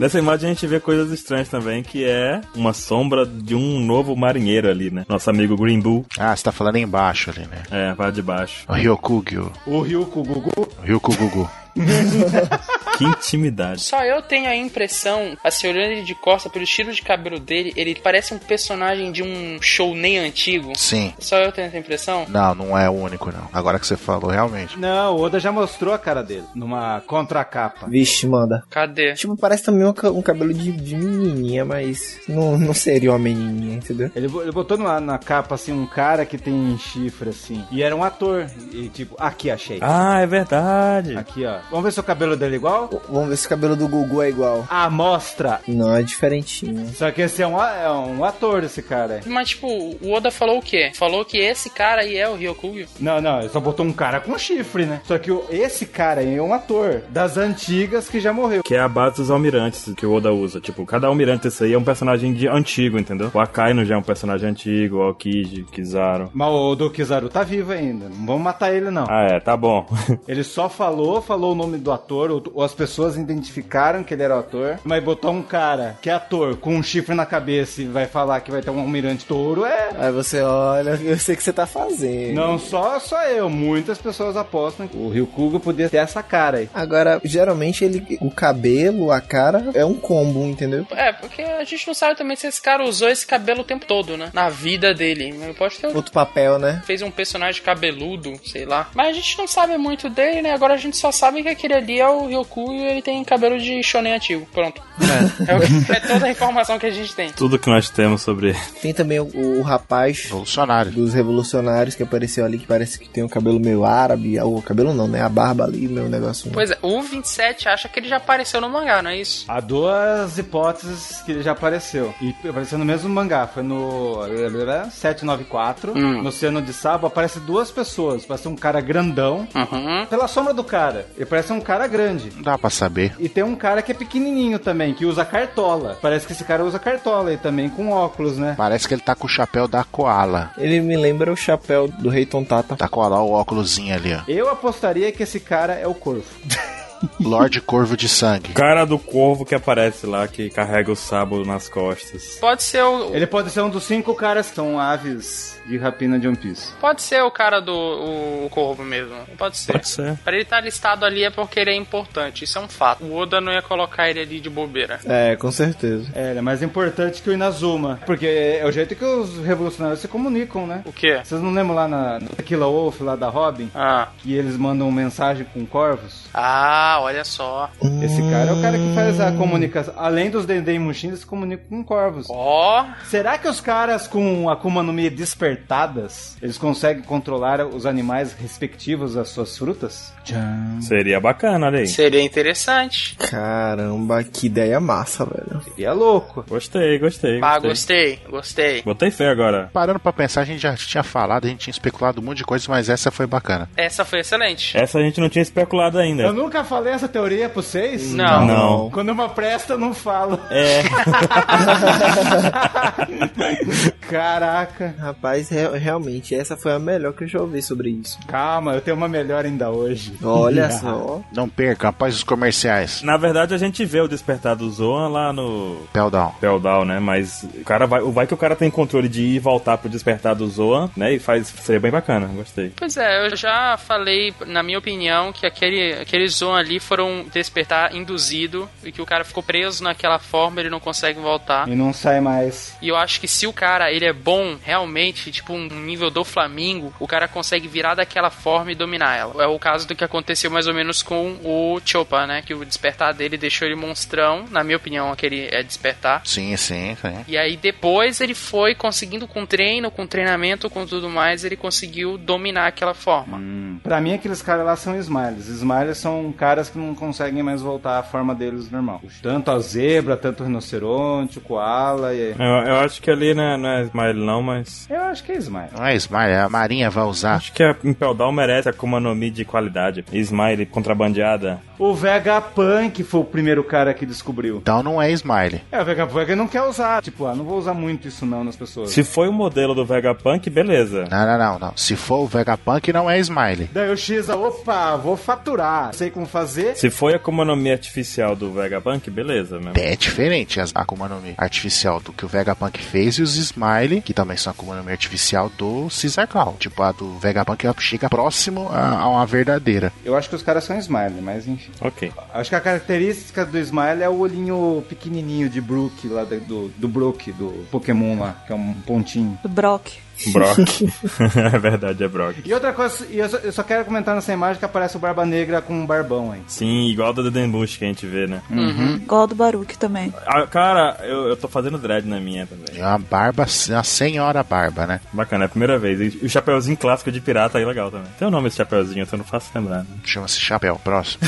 Nessa imagem a gente vê coisas estranhas também, que é uma sombra de um novo marinheiro ali, né? Nosso amigo Green Bull. Ah, você tá falando aí embaixo ali, né? É, vai de baixo. O Ryokugyu. O Ryuko Gugu. O Ryukugugu. Que intimidade. Só eu tenho a impressão, assim, olhando ele de costa, pelo estilo de cabelo dele, ele parece um personagem de um show nem antigo. Sim. Só eu tenho essa impressão? Não, não é o único, não. Agora que você falou, realmente. Não, o Oda já mostrou a cara dele numa contracapa. Vixe, manda. Cadê? Tipo, parece também um, ca- um cabelo de, de menininha, mas não, não seria uma menininha, entendeu? Ele, bo- ele botou na, na capa, assim, um cara que tem chifre, assim. E era um ator. E tipo, aqui, achei. Ah, é verdade. Aqui, ó. Vamos ver se o cabelo dele é igual? V- Vamos ver se o cabelo do Gugu é igual. A amostra. Não, é diferentinho. Só que esse é um, a- é um ator, esse cara. Mas, tipo, o Oda falou o quê? Falou que esse cara aí é o Ryokugyu. Não, não, ele só botou um cara com chifre, né? Só que o- esse cara aí é um ator das antigas que já morreu. Que é a base dos almirantes que o Oda usa. Tipo, cada almirante desse aí é um personagem de antigo, entendeu? O Akainu já é um personagem antigo, o Aokiji, o Kizaru. Mas o do Kizaru tá vivo ainda. Não vamos matar ele, não. Ah, é, tá bom. (laughs) Ele só falou, falou o nome do ator, ou, ou as pessoas identificaram que ele era o ator, mas botar um cara que é ator com um chifre na cabeça e vai falar que vai ter um almirante touro é. Aí você olha, eu sei o que você tá fazendo. Não só só eu, muitas pessoas apostam que o Ryukugo podia ter essa cara aí. Agora, geralmente ele, o cabelo, a cara, é um combo, entendeu? É, porque a gente não sabe também se esse cara usou esse cabelo o tempo todo, né? Na vida dele. Mas Pode ter Outro papel, né? fez um personagem cabeludo, sei lá. Mas a gente não sabe muito dele, né? Agora a gente só sabe que aquele ali é o Ryoku e ele tem cabelo de shonen antigo. Pronto. É, o- é toda a informação que a gente tem. Tudo que nós temos sobre. Tem também o, o rapaz Revolucionário. dos revolucionários que apareceu ali, que parece que tem o cabelo meio árabe. O cabelo não, né? A barba ali, meu negócio. Pois é, o 27 acha que ele já apareceu no mangá, não é isso? Há duas hipóteses que ele já apareceu. E apareceu no mesmo mangá. Foi no 794. Hum. No Oceano de Sabo aparece duas pessoas. Parece um cara grandão. Uhum. Pela sombra do cara. Ele parece um cara grande. Não dá pra saber. E tem um cara que é pequenininho também, que usa cartola. Parece que esse cara usa cartola e também com óculos, né? Parece que ele tá com o chapéu da Koala. Ele me lembra o chapéu do Rei Tontata. Tá com a- lá o óculosinho ali, ó. Eu apostaria que esse cara é o Corvo. Lorde Corvo de Sangue. Cara do corvo que aparece lá, que carrega o sábado nas costas. Pode ser o. Ele pode ser um dos cinco caras que são aves de rapina de One Piece. Pode ser o cara do o, o corvo mesmo. Pode ser. Pode ser. Pra ele estar listado ali é porque ele é importante, isso é um fato. O Oda não ia colocar ele ali de bobeira. É, com certeza. É, ele é mais importante que o Inazuma. Porque é o jeito que os revolucionários se comunicam, né? O quê? Vocês não lembram lá na Tequila Wolf, lá da Robin? Ah, Que eles mandam mensagem com corvos? ah olha só. Esse cara é o cara que faz a Hum, comunicação. Além dos Dendem Mushin, eles se comunicam com corvos. Ó, Será que os caras com Akuma no Mi despertadas, eles conseguem controlar os animais respectivos às suas frutas? Tchan. Seria bacana, olha aí. seria interessante. Caramba, que ideia massa, velho. Seria é louco. Gostei, gostei. Ah, gostei. gostei, gostei. Botei fé agora. Parando pra pensar, a gente já tinha falado, a gente tinha especulado um monte de coisa, mas essa foi bacana. Essa foi excelente. Essa a gente não tinha especulado Eu ainda. nunca falei essa teoria pra vocês? Não. Não. Quando uma presta, eu não falo. É. Caraca. Rapaz, re- realmente, essa foi a melhor que eu já ouvi sobre isso. Calma, eu tenho uma melhor ainda hoje. (laughs) (laughs) Olha só. Não perca, após os comerciais. Na verdade, a gente vê o despertar do Zoan lá no Pell down. Peldal, né? Mas o cara vai, vai que o cara tem controle de ir e voltar pro despertar do Zoan, né? E faz. Seria bem bacana, gostei. Pois é, eu já falei, na minha opinião, que aquele, aquele Zoan ali foram despertar induzido e que o cara ficou preso naquela forma, ele não consegue voltar. E não sai mais. E eu acho que se o cara, ele é bom realmente, tipo um nível do Flamengo, o cara consegue virar daquela forma e dominar ela. É o caso do que aconteceu mais ou menos com o Chopa, né? Que o despertar dele deixou ele monstrão, na minha opinião, aquele é despertar. Sim, sim, sim. E aí depois ele foi conseguindo com treino, com treinamento, com tudo mais, ele conseguiu dominar aquela forma. Pra mim, aqueles caras lá são smiles. Smiles são caras que não conseguem mais voltar à forma deles normal. Tanto a zebra, tanto o rinoceronte, o koala e... Eu, eu acho que ali né, não é Smile, não, mas. Eu acho que é smile. Não é Smile, a Marinha vai usar. Acho que a Impeldal merece a Akuma no Mi de qualidade. Smile contrabandeada. O Vegapunk foi o primeiro cara que descobriu. Então não é Smile. É, o Vegapunk não quer usar. Tipo, ah, não vou usar muito isso não nas pessoas. Se foi o modelo do Vegapunk, beleza. Não, não, não, não. Se for o Vegapunk, não é Smile. Daí o Xa, opa, vou faturar. Sei como fazer. Se foi a Akuma no Mi artificial do Vegapunk, beleza, né? É diferente as Akuma no Mi artificial do que o Vegapunk fez e os Smile, que também são Akuma no Mi artificial do Caesar Clown. Tipo, a do Vegapunk ela chega próximo a, a uma verdadeira. Eu acho que os caras são smile, mas enfim. Ok. Acho que a característica do smile é o olhinho pequenininho de Brook, lá da- do, do Brook, do Pokémon lá, que é um pontinho. Do Brock. Brock. é verdade, é Brock. E outra coisa, e eu só, eu só quero comentar nessa imagem que aparece o Barba Negra com um barbão aí. Sim, igual do Denbush que a gente vê, né? Igual do Baruque também. Ah, cara, eu, eu tô fazendo dread na minha também. É uma barba, uma senhora barba, né? Bacana, é a primeira vez. E o chapeuzinho clássico de pirata aí legal também. Tem o nome desse chapeuzinho, eu não faço lembrar. né? Chama-se Chapéu. Próximo.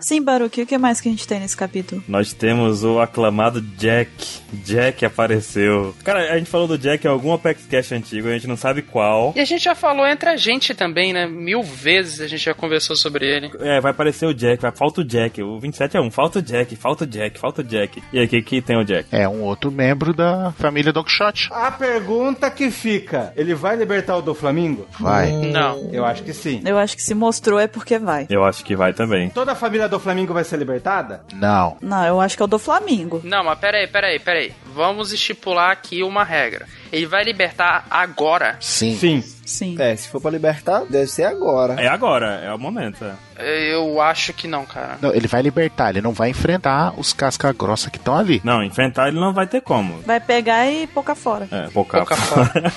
Sim, Baruque, o que mais que a gente tem nesse capítulo? Nós temos o aclamado Jack. Jack apareceu. Cara, a gente falou do Jack em algum Apex Cash antigo, a gente não sabe qual. E a gente já falou entre a gente também, né? Mil vezes a gente já conversou sobre ele. É, vai aparecer o Jack, vai, falta o Jack. O 27 é um, falta o Jack, falta o Jack, falta o Jack. E aí, que, que tem o Jack? É um outro membro da família Dogshot. A pergunta que fica, ele vai libertar o do Flamingo? Vai. Não. Eu acho que sim. Eu acho que se mostrou é porque vai. Eu acho que vai também. Toda a família do Flamingo vai ser libertada? Não. Não, eu acho que é o do Flamingo. Não, mas peraí, peraí, peraí. vamos estipular aqui uma regra. Ele vai libertar agora. Sim. Sim. Sim. É, se for pra libertar, deve ser agora. É agora, é o momento. é. Eu acho que não, cara. Não, ele vai libertar, ele não vai enfrentar os casca grossa que estão ali. Não, enfrentar ele não vai ter como. Vai pegar e pouca fora. É, pouca, Pouca fora.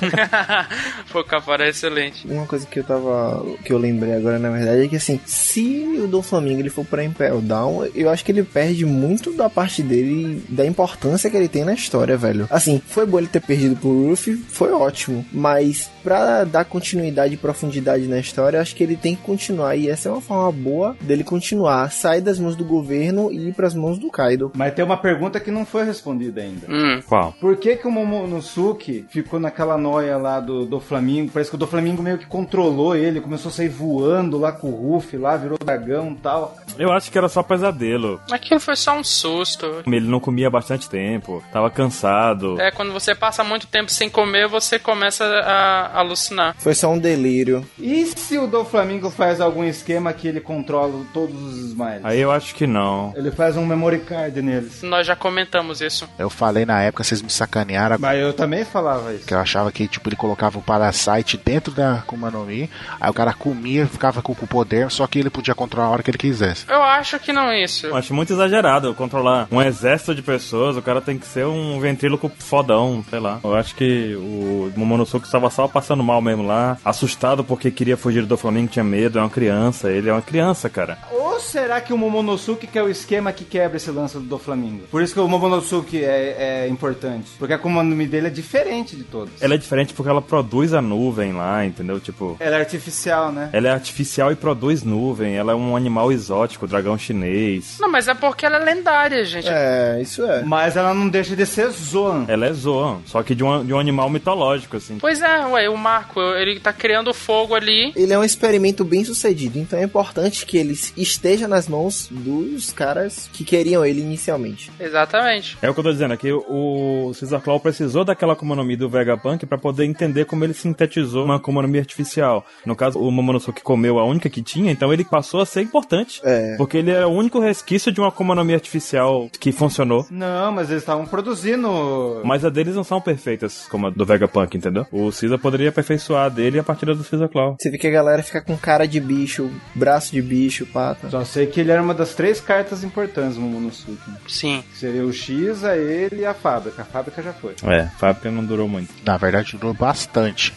Pouca fora é excelente. Uma coisa que eu tava. que eu lembrei agora, na verdade, é que assim, se o Dom Flamengo ele for pra Impel Down, eu acho que ele perde muito da parte dele, da importância que ele tem na história, velho. Assim, foi bom ele ter perdido pro Ruffy, foi ótimo. Mas pra dar continuidade e profundidade na história, eu acho que ele tem que continuar. E essa é uma forma boa dele continuar. Sair das mãos do governo e ir pras mãos do Kaido. Mas tem uma pergunta que não foi respondida ainda. Hum. Qual? Por que, que o Momonosuke ficou naquela noia lá do, do Flamingo? Parece que o do Flamingo meio que controlou ele, começou a sair voando lá com o Ruff, lá virou dragão e tal. Eu acho que era só pesadelo. Aquilo foi só um susto. Ele não comia há bastante tempo, tava cansado. É, quando você passa muito tempo sem comer, você começa a alucinar. Foi só um delírio. E se o do Flamingo faz algum esquema que ele controla todos os Smiles? Aí eu acho que não. Ele faz um memory card neles. Nós já comentamos isso. Eu falei na época, vocês me sacanearam Mas eu também falava isso. Que eu achava que, tipo, ele colocava o Parasite dentro da Akuma no Mi, aí o cara comia, ficava com o poder, só que ele podia controlar a hora que ele quisesse. Eu acho que não isso. Eu acho muito exagerado controlar um exército de pessoas, o cara tem que ser um ventríloco fodão, sei lá. Eu acho que o Momonosuke estava só passando mal mesmo lá, assustado porque queria fugir do Flamengo, tinha medo, é uma criança, ele é uma criança, cara. Ou será que o Momonosuke que é o esquema que quebra esse lance do Flamingo? Por isso que o Momonosuke é, é importante. Porque a Akuma no Mi dele é diferente de todos. Ela é diferente porque ela produz a nuvem lá, entendeu? Tipo, Ela é artificial, né? ela é artificial e produz nuvem, ela é um animal exótico, dragão chinês. Não, mas é porque ela é lendária, gente. É, isso é. Mas ela não deixa de ser Zoan. Ela é Zoan, só que de um, de um animal mitológico, assim. Pois é, ué, o Marco, ele tá criando fogo ali. Ele é um experimento bem sucedido, então é importante que ele esteja nas mãos dos caras que queriam ele inicialmente. Exatamente. É o que eu tô dizendo, é que o Caesar Claw precisou daquela Akuma no Mi do Vegapunk pra poder entender como ele sintetizou uma Akuma no Mi artificial. No caso, o Momonosuke comeu a única que tinha, então ele passou a ser importante. É. Porque ele era o único resquício de uma Akuma no Mi artificial que funcionou. Não, mas eles estavam produzindo. Mas a deles não são perfeitas como a do Vegapunk, entendeu? O Caesar poderia aperfeiçoar a dele a partir da do Caesar Claw. Você vê que a galera fica com cara de bicho, braço de bicho, pata. Só sei que ele era uma das três cartas importantes do Momonosuke. né? Sim. Que Seria o X, a ele e a fábrica. A fábrica já foi. É, fábrica não durou muito. Na verdade, durou bastante.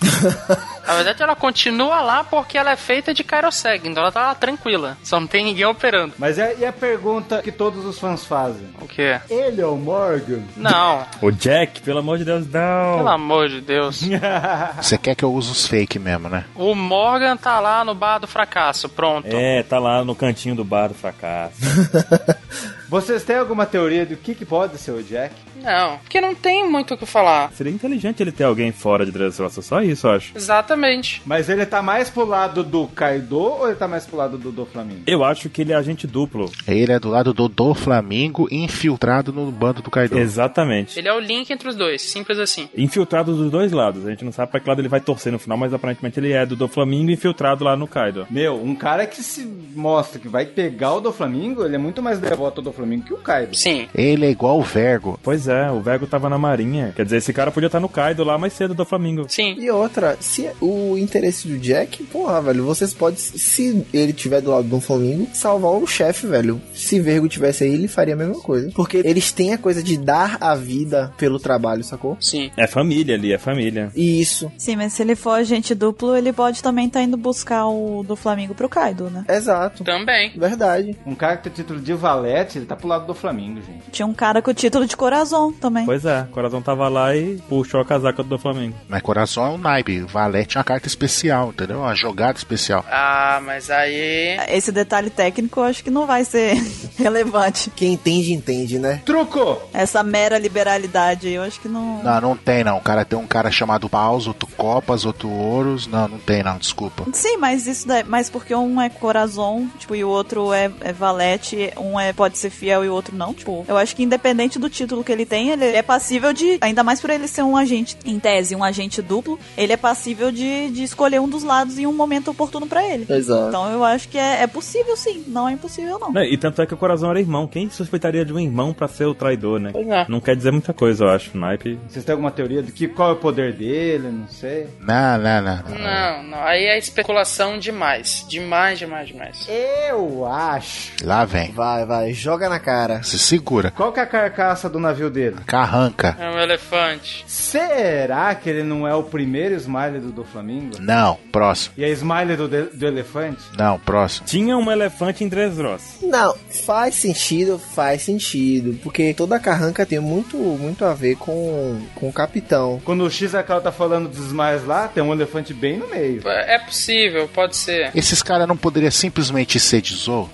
Na verdade, ela continua lá porque ela é feita de Kairoseg, então ela tá lá tranquila. Só não tem ninguém operando. Mas é, e a pergunta que todos os fãs fazem? O quê? Ele é o Morgan? Não, O Jack, pelo amor de Deus, não! pelo amor de (laughs) Deus. Você quer que eu use os fake mesmo, né? O Morgan tá lá no bar do fracasso, pronto. É, tá lá no cantinho do bar do fracasso. Vocês têm alguma teoria do que, que pode ser o Jack? Não, porque não tem muito o que falar. (laughs) Seria inteligente ele ter alguém fora de Dressrosa, só isso, eu acho. Exatamente. Mas ele tá mais pro lado do Kaido ou ele tá mais pro lado do Doflamingo? Eu acho que ele é agente duplo. Ele é do lado do Do Flamingo, infiltrado no bando do Kaido. Exatamente. Ele é o link entre os dois, simples assim. é Meu, um cara que se mostra que vai pegar o Doflamingo, ele é muito mais devoto ao Doflamingo que o Kaido. Sim. Ele é igual o Vergo. Pois é, o Vego tava na marinha. Quer dizer, esse cara podia estar no Kaido lá mais cedo do Flamengo. Sim. E outra, se o interesse do Jack, porra, velho, vocês podem, se ele tiver do lado do Flamengo, salvar o chefe, velho. Se Vergo tivesse aí, ele faria a mesma coisa. Porque eles têm a coisa de dar a vida pelo trabalho, sacou? Sim. É família ali, é família. E isso. Sim, mas se ele for agente duplo, ele pode também tá indo buscar o do Flamengo pro Kaido, né? Exato. Também. Verdade. Um cara que tem o título de Valete, ele tá pro lado do Flamengo, gente. Tinha um cara com o título de Corazon também. Pois é, o Corazão tava lá e puxou a casaca do Flamengo. Mas coração é um naipe. Valete é uma carta especial, entendeu? Uma jogada especial. Ah, mas aí. Esse detalhe técnico eu acho que não vai ser (laughs) relevante. Quem entende, entende, né? Truco! Essa mera liberalidade aí, eu acho que não. Não, não tem não. O cara tem um cara chamado Paus, outro Copas, outro Ouros. Não, não tem não, desculpa. Sim, mas isso daí. Mas porque um é corazon, tipo, e o outro é, é valete, um é pode ser fiel e o outro não. Tipo, eu acho que independente do título que ele tem, ele é passível de. Ainda mais por ele ser um agente, em tese, um agente duplo, ele é passível de, de escolher um dos lados em um momento oportuno pra ele. Exato. Então eu acho que é, é possível sim, não é impossível não. Né, E tanto é que o coração era irmão. Quem suspeitaria de um irmão pra ser o traidor, né? Pois é. Não quer dizer muita coisa, eu acho. Naipe. Vocês têm alguma teoria de que qual é o poder dele? Não sei. Não, não, não. não. Não, não. Aí é especulação demais. Demais, demais, demais. Eu acho. Lá vem. Vai, vai, joga na cara. Se segura. Qual que é a carcaça do navio dele? Carranca. É um elefante. Será que ele não é o primeiro Smiley do, do Flamingo? Não, próximo. E é Smiley do, de- do elefante? Não, próximo. Tinha um elefante em Dresdross. Não, faz sentido, faz sentido. Porque toda a carranca tem muito, muito a ver com, com o capitão. (laughs) Quando o Xacal tá falando dos Smiles lá, tem um elefante bem no meio. É possível, pode ser. Esses caras não poderiam simplesmente ser de Zou?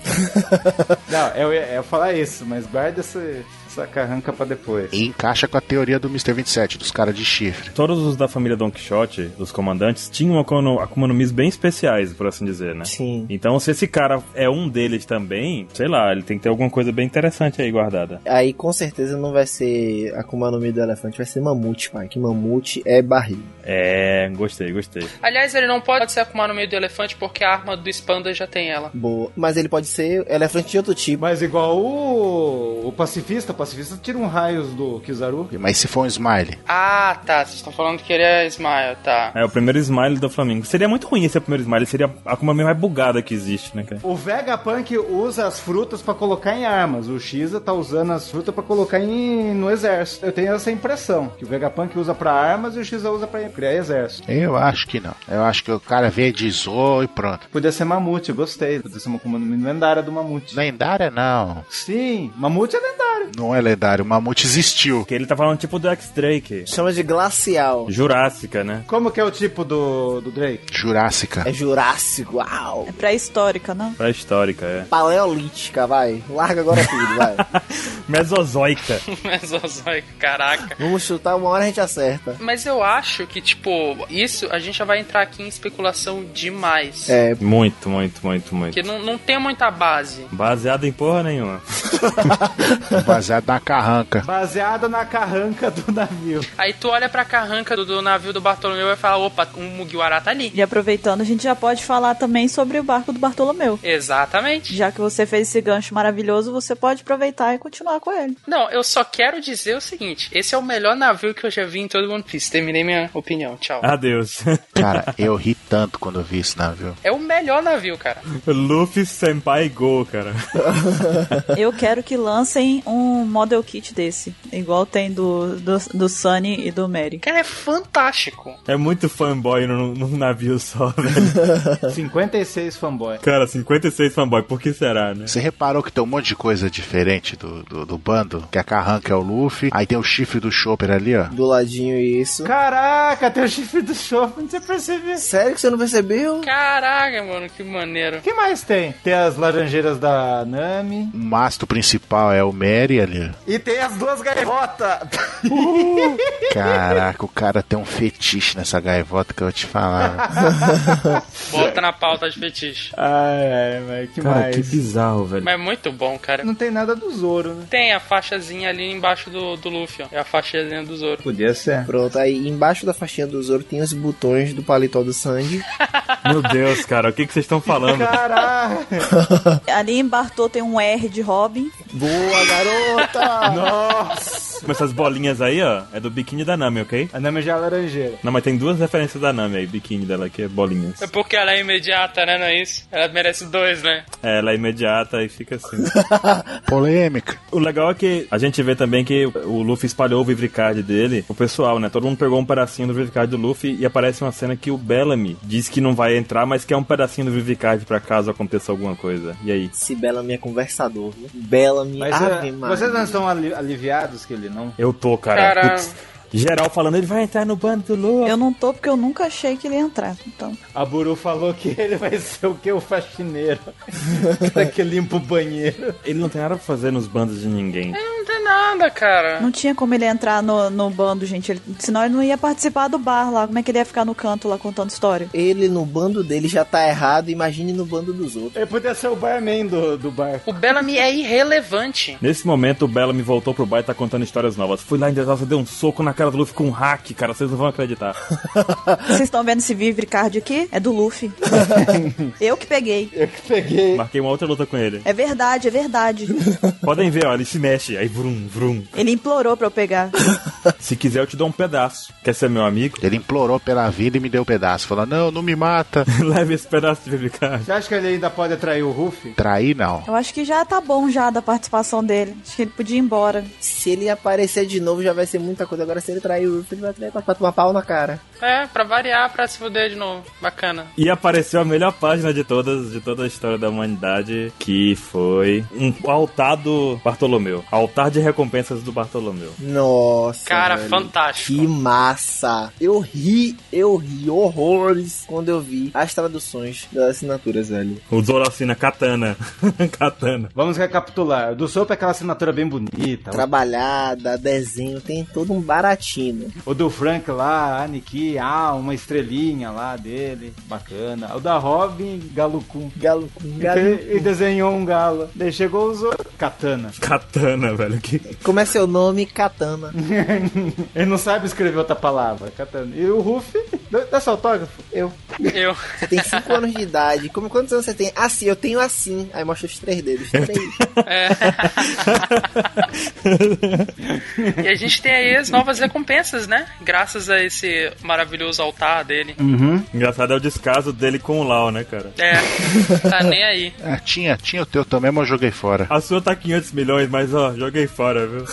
Não, eu ia, eu ia falar isso, mas guarda essa, essa carranca pra depois. E encaixa com a teoria do Mr. 27, dos caras de chifre. Todos os da família Don Quixote, dos comandantes, tinham Akuma no- Akuma no Mis bem especiais, por assim dizer, né? Sim. Então, se esse cara é um deles também, sei lá, ele tem que ter alguma coisa bem interessante aí guardada. Aí com certeza não vai ser Akuma no meio do elefante, vai ser mamute, pai. Que mamute é barril. É, gostei, gostei. Aliás, ele não pode se acumar no meio do elefante porque a arma do Spanda já tem ela. Boa. Mas ele pode ser elefante de outro tipo. Mas igual o, o pacifista, o pacifista tira um raios do Kizaru. Mas se for um smile, Ah, tá. Vocês estão falando que ele é Smile, (laughs) tá. É o primeiro smile do Flamengo. Seria muito ruim esse é o primeiro smile, seria a Akuma Mi mais bugada que existe, né, cara? O Vegapunk usa as frutas pra colocar em armas. O Shiza tá usando as frutas pra colocar em, no exército. Eu tenho essa impressão, que o Vegapunk usa pra armas e o Shiza usa pra criar exército. eu acho que não. Eu acho que o cara vê de Zou e pronto. Podia ser mamute, eu gostei. Podia ser uma comandante lendária do mamute. Lendária não. Sim, mamute é lendário. Não é lendário, o mamute existiu. Porque ele tá falando tipo do X-Drake. Chama de glacial. Jurássica, né? Como que é o tipo do, do Drake? Jurássica. É jurássico. Uau. É pré-histórica, não? Pré-histórica, é. Paleolítica, vai. Larga agora tudo, vai. Mesozoica. Mesozoico, é caraca. Vamos chutar, uma hora a gente acerta. Mas eu acho que, tipo, isso a gente já vai entrar aqui em especulação demais. É, muito, muito, muito, muito. Porque não, não tem muita base. Baseado em porra nenhuma. Baseado na carranca. Baseado na carranca do navio. Aí tu olha pra carranca do, do navio do Bartolomeu e vai falar: opa, um Mugiwara tá ali. E aproveitando, a gente já pode falar também sobre o barco do Bartolomeu. Exatamente. Já que você fez esse gancho maravilhoso, você pode aproveitar e continuar com ele. Não, eu só quero dizer o seguinte: esse é o melhor navio que eu já vi em todo One Piece. Terminei minha opinião, tchau. Adeus. (laughs) Cara, eu ri tanto quando eu vi isso, não, viu? É o melhor navio, cara. Luffy Senpai Go, cara. Eu quero que lancem um model kit desse, igual tem do, do, do Sunny e do Mary. Cara, é fantástico. É muito fanboy num, num navio só, (laughs) velho. 56 fanboy. Cara, 56 fanboy, por que será, né? Você reparou que tem um monte de coisa diferente do, do, do bando? Que a carranca é o Luffy, aí tem o chifre do Chopper ali, ó. do ladinho isso. Caraca, tem o chifre do Chopper, não você percebeu? Sério que você não percebeu? Caraca, mano, que maneiro. O que mais tem? Tem as laranjeiras da Nami. O mastro principal é o Mary ali. E tem as duas gaivotas. Caraca, o cara tem um fetiche nessa gaivota que eu vou te falar. Bota na pauta de fetiche. (laughs) ai, ai, mas que mais? bizarro, velho. Mas é muito bom, cara. Não tem nada do Zoro, né? Tem a faixazinha ali embaixo do, do Luffy, ó. É a faixazinha do Zoro. Podia ser. Pronto, aí embaixo da faixinha do Zoro tem os botões do paletó do Sandy. Meu Deus, cara, o que que vocês estão falando? (laughs) Caraca! Ali em Bartô tem um R de Robin. Boa, garota! Nossa! Mas essas bolinhas aí, ó, é do biquíni da Nami, ok? A Nami já é laranjeira. Não, mas tem duas referências da Nami aí, biquíni dela, que é bolinhas. É porque ela é imediata, né? Não é isso? Ela merece dois, né? É, ela é imediata e fica assim. Polêmica. O legal é que a gente vê também que o Luffy espalhou o Vivricard dele o pessoal, né? Todo mundo pegou um pedacinho do Vivricard do Luffy e aparece uma cena que o Bellamy diz que não vai entrar, mas que é um pedacinho do Vivricard pra caso aconteça alguma coisa. E aí? Esse Bellamy é conversador, né? Bellamy, Mas ave é, Maria. vocês não estão ali- aliviados que ele não? Eu tô, cara. Cara, Putz, geral falando, ele vai entrar no bando do Luffy. Eu não tô porque eu nunca achei que ele ia entrar. Então, A Buru falou que (laughs) ele vai ser o que? O (laughs) faxineiro. O cara que limpa o banheiro. Ele não tem nada pra fazer nos bandos de ninguém. não tem nada, cara. Não tinha como ele entrar no, no bando, gente. Ele- senão ele não ia participar do bar lá. Como é que ele ia ficar no canto lá contando história? Ele no bando dele já tá errado, imagine no bando dos outros. Ele podia ser o barman do, do bar. O Bellamy é irrelevante. Nesse momento, o Bellamy voltou pro bar e tá contando histórias novas. Fui lá em Desaster, deu um soco na cara do Luffy com um hack, cara. Vocês não vão acreditar. Vocês estão vendo esse Vivre Card aqui? É do Luffy. Eu que peguei. Eu que peguei. Marquei uma outra luta com ele. É verdade, é verdade. Podem ver, ó, ele se mexe. Aí, vrum, vrum. Ele implorou pra eu pegar. Se quiser, eu te dou um pedaço. Quer ser meu amigo? (laughs) Ele implorou pela vida e me deu um pedaço. Falou, não, não me mata. Leve esse pedaço de biblicagem. Você acha que ele ainda pode atrair o Ruffy? Trair, não. Eu acho que já tá bom já da participação dele. Acho que ele podia ir embora. Se ele aparecer de novo, já vai ser muita coisa. Agora, se ele trair o Ruff, ele vai trair pra, pra tomar pau na cara. É, pra variar, pra se fuder de novo. Bacana. E apareceu a melhor página de todas, de toda a história da humanidade, que foi um altar do Bartolomeu. Altar de recompensas do Bartolomeu. Nossa. Cara, velho. fantástico. Que massa! Eu ri, eu ri horrores quando eu vi as traduções das assinaturas, Então. velho. O Zoro assina katana. (laughs) katana. Vamos recapitular. O do Soap é aquela assinatura bem bonita. Trabalhada, desenho, tem todo um baratino. O do Frank lá, Aniki, ah, uma estrelinha lá dele. Bacana. O da Robin, Galucum. Galo, galo. E desenhou um galo. Daí chegou o Zoro. Katana. Katana, velho. Que... Como é seu nome? Katana. Ele não sabe escrever outra palavra. Katana. E o Ruffy, dá- dá seu autógrafo? Eu. Eu. Você tem 5 anos de idade. Como quantos anos você tem? Assim, eu tenho assim. Aí mostra os três dedos. Três. (laughs) E a gente tem aí as novas recompensas, né? Graças a esse maravilhoso altar dele. Engraçado é o descaso dele com o Lau, né, cara? É, tá nem aí. Ah, tinha, tinha o teu também, mas eu joguei fora. A sua tá 500 milhões, mas ó, joguei fora, viu?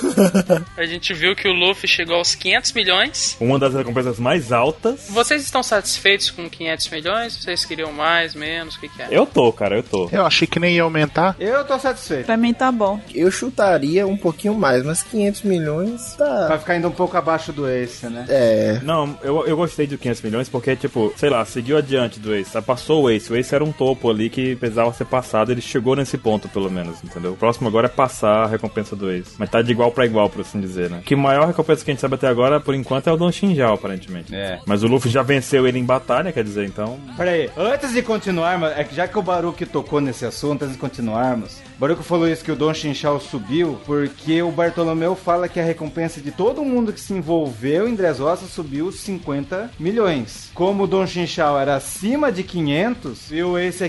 A gente viu que o Luffy chegou aos 500 milhões. Uma das recompensas mais altas. Vocês estão satisfeitos com 500 milhões? Vocês queriam mais, menos? O que, que é? Eu tô, cara, eu tô. Eu achei que nem ia aumentar. Eu tô satisfeito. Pra mim tá bom. Eu chutaria um pouquinho mais, mas 500 milhões tá. Vai ficar ainda um pouco abaixo do Ace, né? É. Não, eu, eu gostei do 500 milhões porque, tipo, sei lá, seguiu adiante do Ace. Passou o Ace. O Ace era um topo ali que precisava ser passado. Ele chegou nesse ponto, pelo menos, entendeu? O próximo agora é passar a recompensa do Ace. Mas tá de igual pra igual, por assim dizer, né? Que maior recompensa que a gente sabe até agora, por enquanto, é o Don Shinjal, aparentemente. É. Mas o Luffy já venceu ele em batalha, quer dizer, então. Peraí, antes de continuarmos, é que já que o Baruque tocou nesse assunto, antes de continuarmos, o Baruque falou isso que o Don Chinchal subiu, porque o Bartolomeu fala que a recompensa de todo mundo que se envolveu em Dressrosa subiu 50 milhões. Como o Don Chinchal era acima de 500 e o Ace é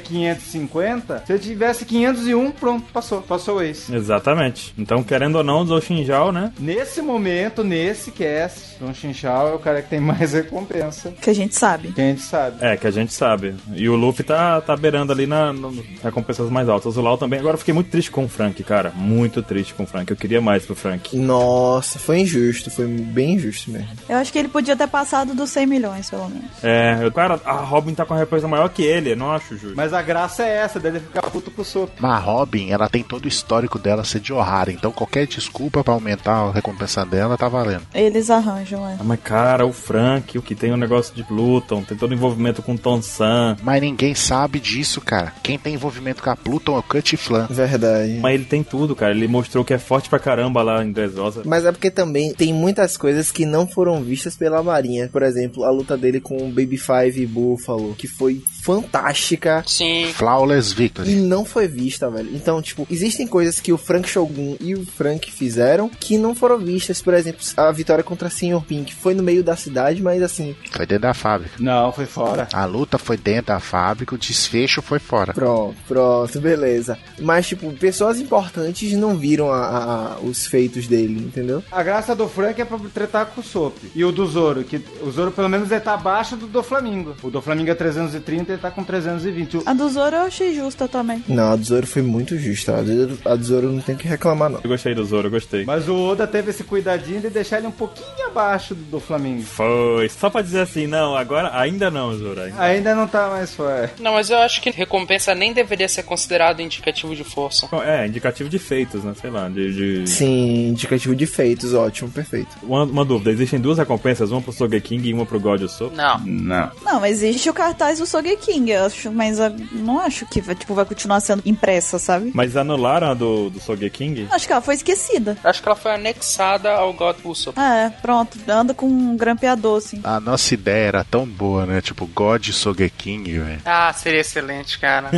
550, se ele tivesse 501, pronto, passou, passou o Ace. Exatamente. Então, querendo ou não, o Don Shinjal, né? Nesse momento, nesse cast, Don Chinchal é o cara que tem mais recompensa. Que a gente sabe. Que a gente sabe. É, que a gente sabe. E o Luffy tá, tá beirando ali na, na recompensas mais altas. O Lau também. Agora eu fiquei muito triste com o Frank, cara. Muito triste com o Frank. Eu queria mais pro Frank. Nossa, foi injusto, foi bem injusto mesmo. Eu acho que ele podia ter passado dos 100 milhões, pelo menos. É, eu- cara, a Robin tá com uma represa maior que ele, eu não acho justo. Mas a graça é essa, dele ficar puto com o Soap. Mas a Robin, ela tem todo o histórico dela ser de O'Hara, então qualquer desculpa pra aumentar a recompensa dela tá valendo. Eles arranjam, é. Ah, mas cara, o Frank, o que tem o negócio de Pluton, tem todo o envolvimento com o Tom San. Mas ninguém sabe disso, cara. Quem tem envolvimento com a Pluton é o Cut Flan. Verdade. Mas ele tem tudo, cara. Ele mostrou que é forte pra caramba lá em Dressrosa. Mas é porque também tem muitas coisas que não foram vistas pela Marinha. Por exemplo, a luta dele com o Baby Five e Buffalo, que foi fantástica. Sim. Flawless E Victory. não foi vista, velho. Então, tipo, existem coisas que o Frank Shogun e o Frank fizeram que não foram vistas. Por exemplo, a vitória contra Sr. Pink foi no meio da cidade, mas assim, Foi dentro da fábrica. Não, foi fora. A luta foi dentro da fábrica, o desfecho foi fora. Pronto, pronto, beleza. Mas, tipo, pessoas importantes não viram a- a- a- os feitos dele, entendeu? A graça do Frank é pra tretar com o Sop. E o do Zoro, que o Zoro pelo menos ele tá abaixo do do Flamingo. O do Flamingo é 330 ele tá com 320. O- A do Zoro eu achei justa também. Não, a do Zoro foi muito justa. A do Zoro, a do Zoro não tem o que reclamar, não. Eu gostei do Zoro, eu gostei. Mas o Oda teve esse cuidadinho de deixar ele um pouquinho abaixo do do Flamingo. Foi. Só pra dizer assim, não, agora ainda não, Zoro. ainda. Ainda não tá mais fora. Não, mas eu acho que recompensa nem deveria ser considerado indicativo de força. É, indicativo de feitos, né? Sei lá, de. de- Sim, indicativo de feitos, ótimo, perfeito. Uma, uma dúvida, existem duas recompensas, uma pro Sogeking e uma pro God Soul. Não. Não. Não, existe o cartaz do Sogeking King, eu acho, mas eu não acho que vai, tipo, vai continuar sendo impressa, sabe? Mas anularam a do, (laughs) do Sogeking? Acho que ela foi esquecida. Acho que ela foi anexada ao God Usopp. É, pronto, anda com um grampeador, assim. A nossa ideia era tão boa, né? Tipo, God Sogeking, velho. Ah, seria excelente, cara.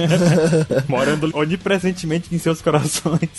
Morando onipresentemente em seus corações.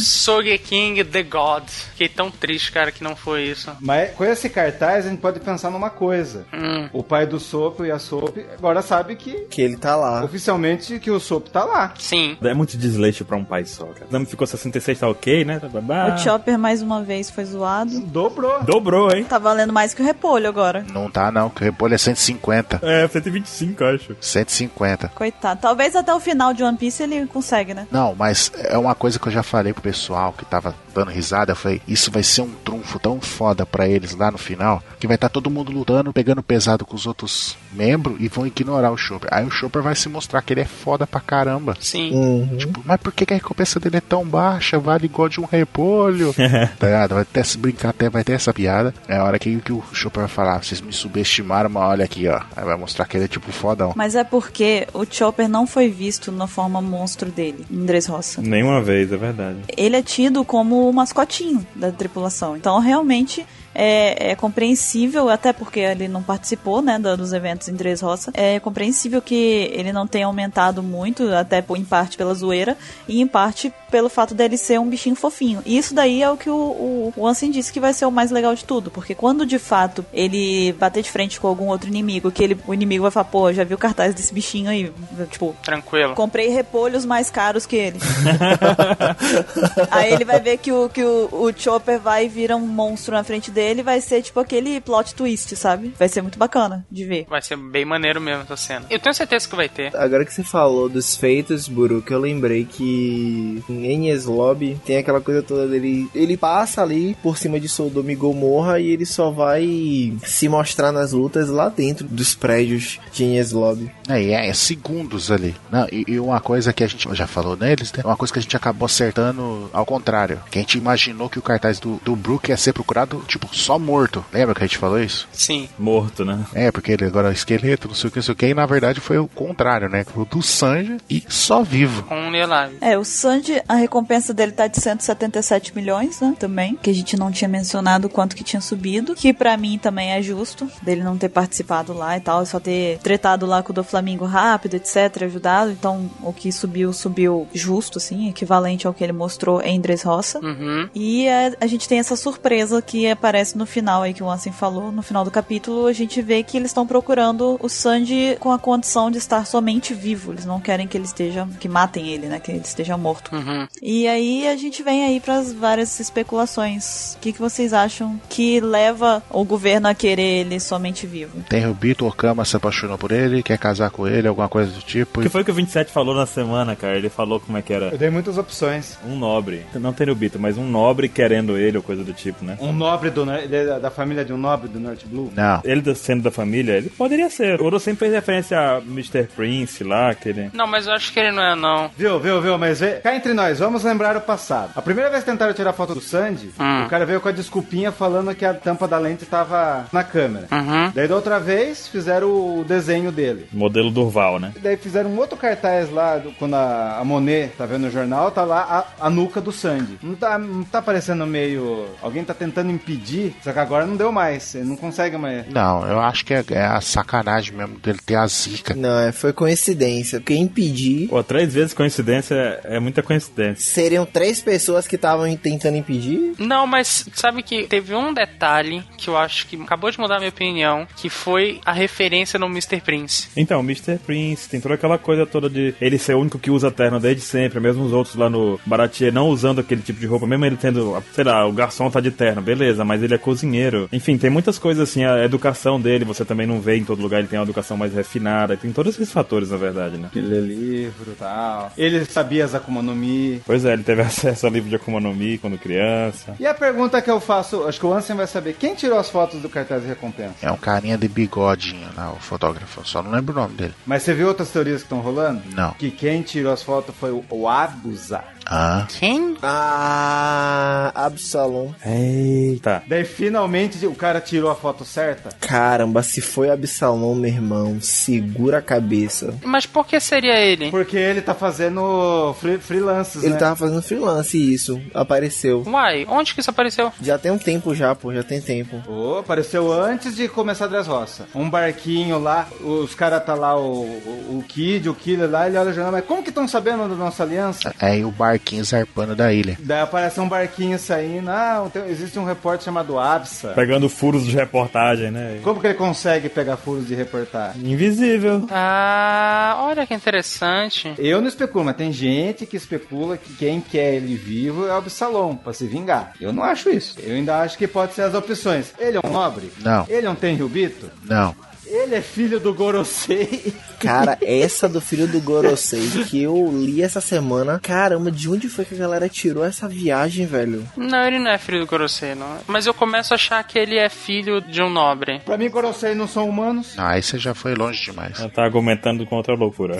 Sogeking The God. Fiquei tão triste, cara, que não foi isso. Mas com esse cartaz a gente pode pensar numa coisa. Hum. O pai do Sop e a Sop agora sabe que Que ele tá lá. oficialmente que o Sop tá lá. Sim. É muito desleixo pra um pai só, cara. Não ficou 66, tá ok, né? Tá babá. O Chopper, mais uma vez, foi zoado. Dobrou. Dobrou, hein? Tá valendo mais que o repolho agora. Não tá, não, que o repolho é 150. É, 125, acho. 150. Coitado. Talvez até o final de One Piece ele consegue, né? Não, mas é uma coisa que eu já falei pro pessoal que tava dando risada, eu falei, isso vai ser um trunfo tão foda pra eles lá no final, que vai estar todo mundo lutando, pegando pesado com os outros membros e vão ignorar o Chopper. Aí o Chopper vai se mostrar que ele é foda pra caramba. Sim. Uhum. Tipo, mas por que, que a recompensa dele é tão baixa? Vale igual de um repolho. tá ligado? Vai até se brincar, até vai ter essa piada. É a hora que, que o Chopper vai falar, vocês me subestimaram, mas olha aqui, ó. Aí vai mostrar que ele é tipo fodão. Mas é porque o Chopper não foi visto na forma monstro dele, em Dressrosa. Nenhuma vez, é verdade. Ele é tido como o mascotinho da tripulação. Então, realmente, é, é compreensível, até porque ele não participou, né, da- dos eventos em Três Roça, é compreensível que ele não tenha aumentado muito, até por- em parte pela zoeira e em parte pelo fato dele ser um bichinho fofinho. E isso daí é o que o, o, o Ansem disse que vai ser o mais legal de tudo, porque quando de fato ele bater de frente com algum outro inimigo, que ele, o inimigo vai falar, pô, já viu o cartaz desse bichinho aí, tipo, Tranquilo. Comprei repolhos mais caros que ele. Aí ele vai ver que o, que o, o Chopper vai e vira um monstro na frente dele e vai ser tipo aquele plot twist, sabe? Vai ser muito bacana de ver. Vai ser bem maneiro mesmo essa cena. Eu tenho certeza que vai ter. Agora que você falou dos feitos, Buru, que eu lembrei que em Enies Lobby tem aquela coisa toda dele. Ele passa ali por cima de Sodoma e Gomorra e ele só vai se mostrar nas lutas lá dentro dos prédios de Enies Lobby. É, e é, é segundos ali. Não, e, e uma coisa que a gente já falou neles, né? Uma coisa que a gente acabou acertando ao contrário. Que a gente imaginou que o cartaz do, do Brook ia ser procurado, tipo, só morto. Lembra que a gente falou isso? Sim. Morto, né? É, porque ele agora é esqueleto, não sei o que, não sei o que. E na verdade foi o contrário, né? O do Sanji e só vivo. Com um o Neilab. É, o Sanji, a recompensa dele tá de 177 milhões, né? Também. Que a gente não tinha mencionado quanto que tinha subido. Que pra mim também é justo. Dele não ter participado lá e tal. Só ter tretado lá com o do Flamengo rápido, etc. Ajudado. Então, o que subiu, subiu justo, assim. Equivalente ao que ele mostrou em Dres Roça. Uhum. E é, a, gente tem essa surpresa que aparece no final aí que o Ansem falou, no final do capítulo, a gente vê que eles estão procurando o Sanji com a condição de estar somente vivo. Eles não querem que ele esteja, que matem ele, né, que ele esteja morto. Uhum. E aí a gente vem aí para várias especulações. O que, que vocês acham que leva o governo a querer ele somente vivo? Tem o Bito, Okama se apaixonou por ele, quer casar com ele, alguma coisa do O tipo. que E... foi que o 27 falou na semana, cara? Ele falou como é que era. Eu dei muitas opções. Um nobre. Não tem Bito, mas um nobre querendo ele ou coisa do tipo, né? Um nobre do nor- ele é da- da família de um nobre do Norte Blue. Não. Ele do- sendo da família, ele poderia ser. Ouro sempre fez referência a Mr. Prince lá, aquele. Não, mas eu acho que ele não é, não. Viu, viu, viu, mas vê. Cá entre nós, vamos lembrar o passado. A primeira vez que tentaram tirar foto do Sandy, Hum. o cara veio com a desculpinha falando que a tampa da lente tava na câmera. Uhum. Daí da outra vez fizeram o desenho dele. Modelo Durval, né? Daí fizeram um outro cartaz lá, do- quando a, a Monet tá vendo o jornal, tá lá a, a nuca do Sandy. Não tá, não tá parecendo meio. Alguém tá tentando impedir, só que agora não deu mais, ele não consegue mais. Não, eu acho que é, é a sacanagem mesmo dele ter a zica. Não, é, foi coincidência. Porque impedir. Pô, três vezes coincidência é, é muita coincidência. Seriam três pessoas que estavam tentando impedir? Não, mas sabe que teve um detalhe que eu acho que acabou de mudar minha opinião, que foi a referência no Mr. Prince. Então, Mr. Prince tem toda aquela coisa toda de ele ser o único que usa terno desde sempre, mesmo os outros lá no Baratier não usando aquele tipo de roupa, mesmo ele tendo, sei lá, o garçom tá de terno, beleza, mas ele é cozinheiro. Enfim, tem muitas coisas assim, a educação dele, você também não vê em todo lugar, ele tem uma educação mais refinada, tem todos esses fatores, na verdade, né? Ele lê livro e tal. Ele sabia as Akuma no Mi. Pois é, ele teve (laughs) acesso a livro de Akuma no Mi quando criança. E a pergunta que eu faço, acho que o Ansem vai saber, quem tirou as fotos do cartaz de recompensa? É um carinha de bigodinho lá, o fotógrafo. Só não lembro o nome dele. Mas você viu outras teorias que estão rolando? Não. Que quem tirou as fotos foi o, o Abusa. Ah. Quem? Ah, Absalom. Eita. Daí finalmente o cara tirou a foto certa. Caramba, se foi Absalom, meu irmão, segura a cabeça. Mas por que seria ele? Porque ele tá fazendo free, freelances, Ele tá- né? tava fazendo freelance e isso apareceu. Uai, onde que isso apareceu? Já tem um tempo já, pô, já tem tempo. Ô, apareceu antes de começar a Dress Roça. Um barquinho lá, os caras tá lá, o, o, o Kid, o Killer lá, ele olha o jornal, mas como que estão sabendo da nossa aliança? Aí É, o barquinho zarpando da ilha. Daí aparece um barquinho saindo, ah, tem- existe um repórter chamado Absa. Pegando furos de reportagem, né? Como que ele consegue pegar furos de reportagem? Invisível. Ah, olha que interessante. Eu não especulo, mas tem gente que especula que quem quer ele vivo é o Absalom, pra se vingar. Eu não acho isso. Eu ainda acho que pode ser as opções. Ele é um nobre? Não. Ele é um tenryubito? Não. Ele é filho do Gorosei? (laughs) Cara, essa do filho do Gorosei que eu li essa semana. Caramba, de onde foi que a galera tirou essa viagem, velho? Não, ele não é filho do Gorosei, não. Mas eu começo a achar que ele é filho de um nobre. pra mim, Gorosei não são humanos. Não, aí você já foi longe demais. Ela tá argumentando contra a loucura.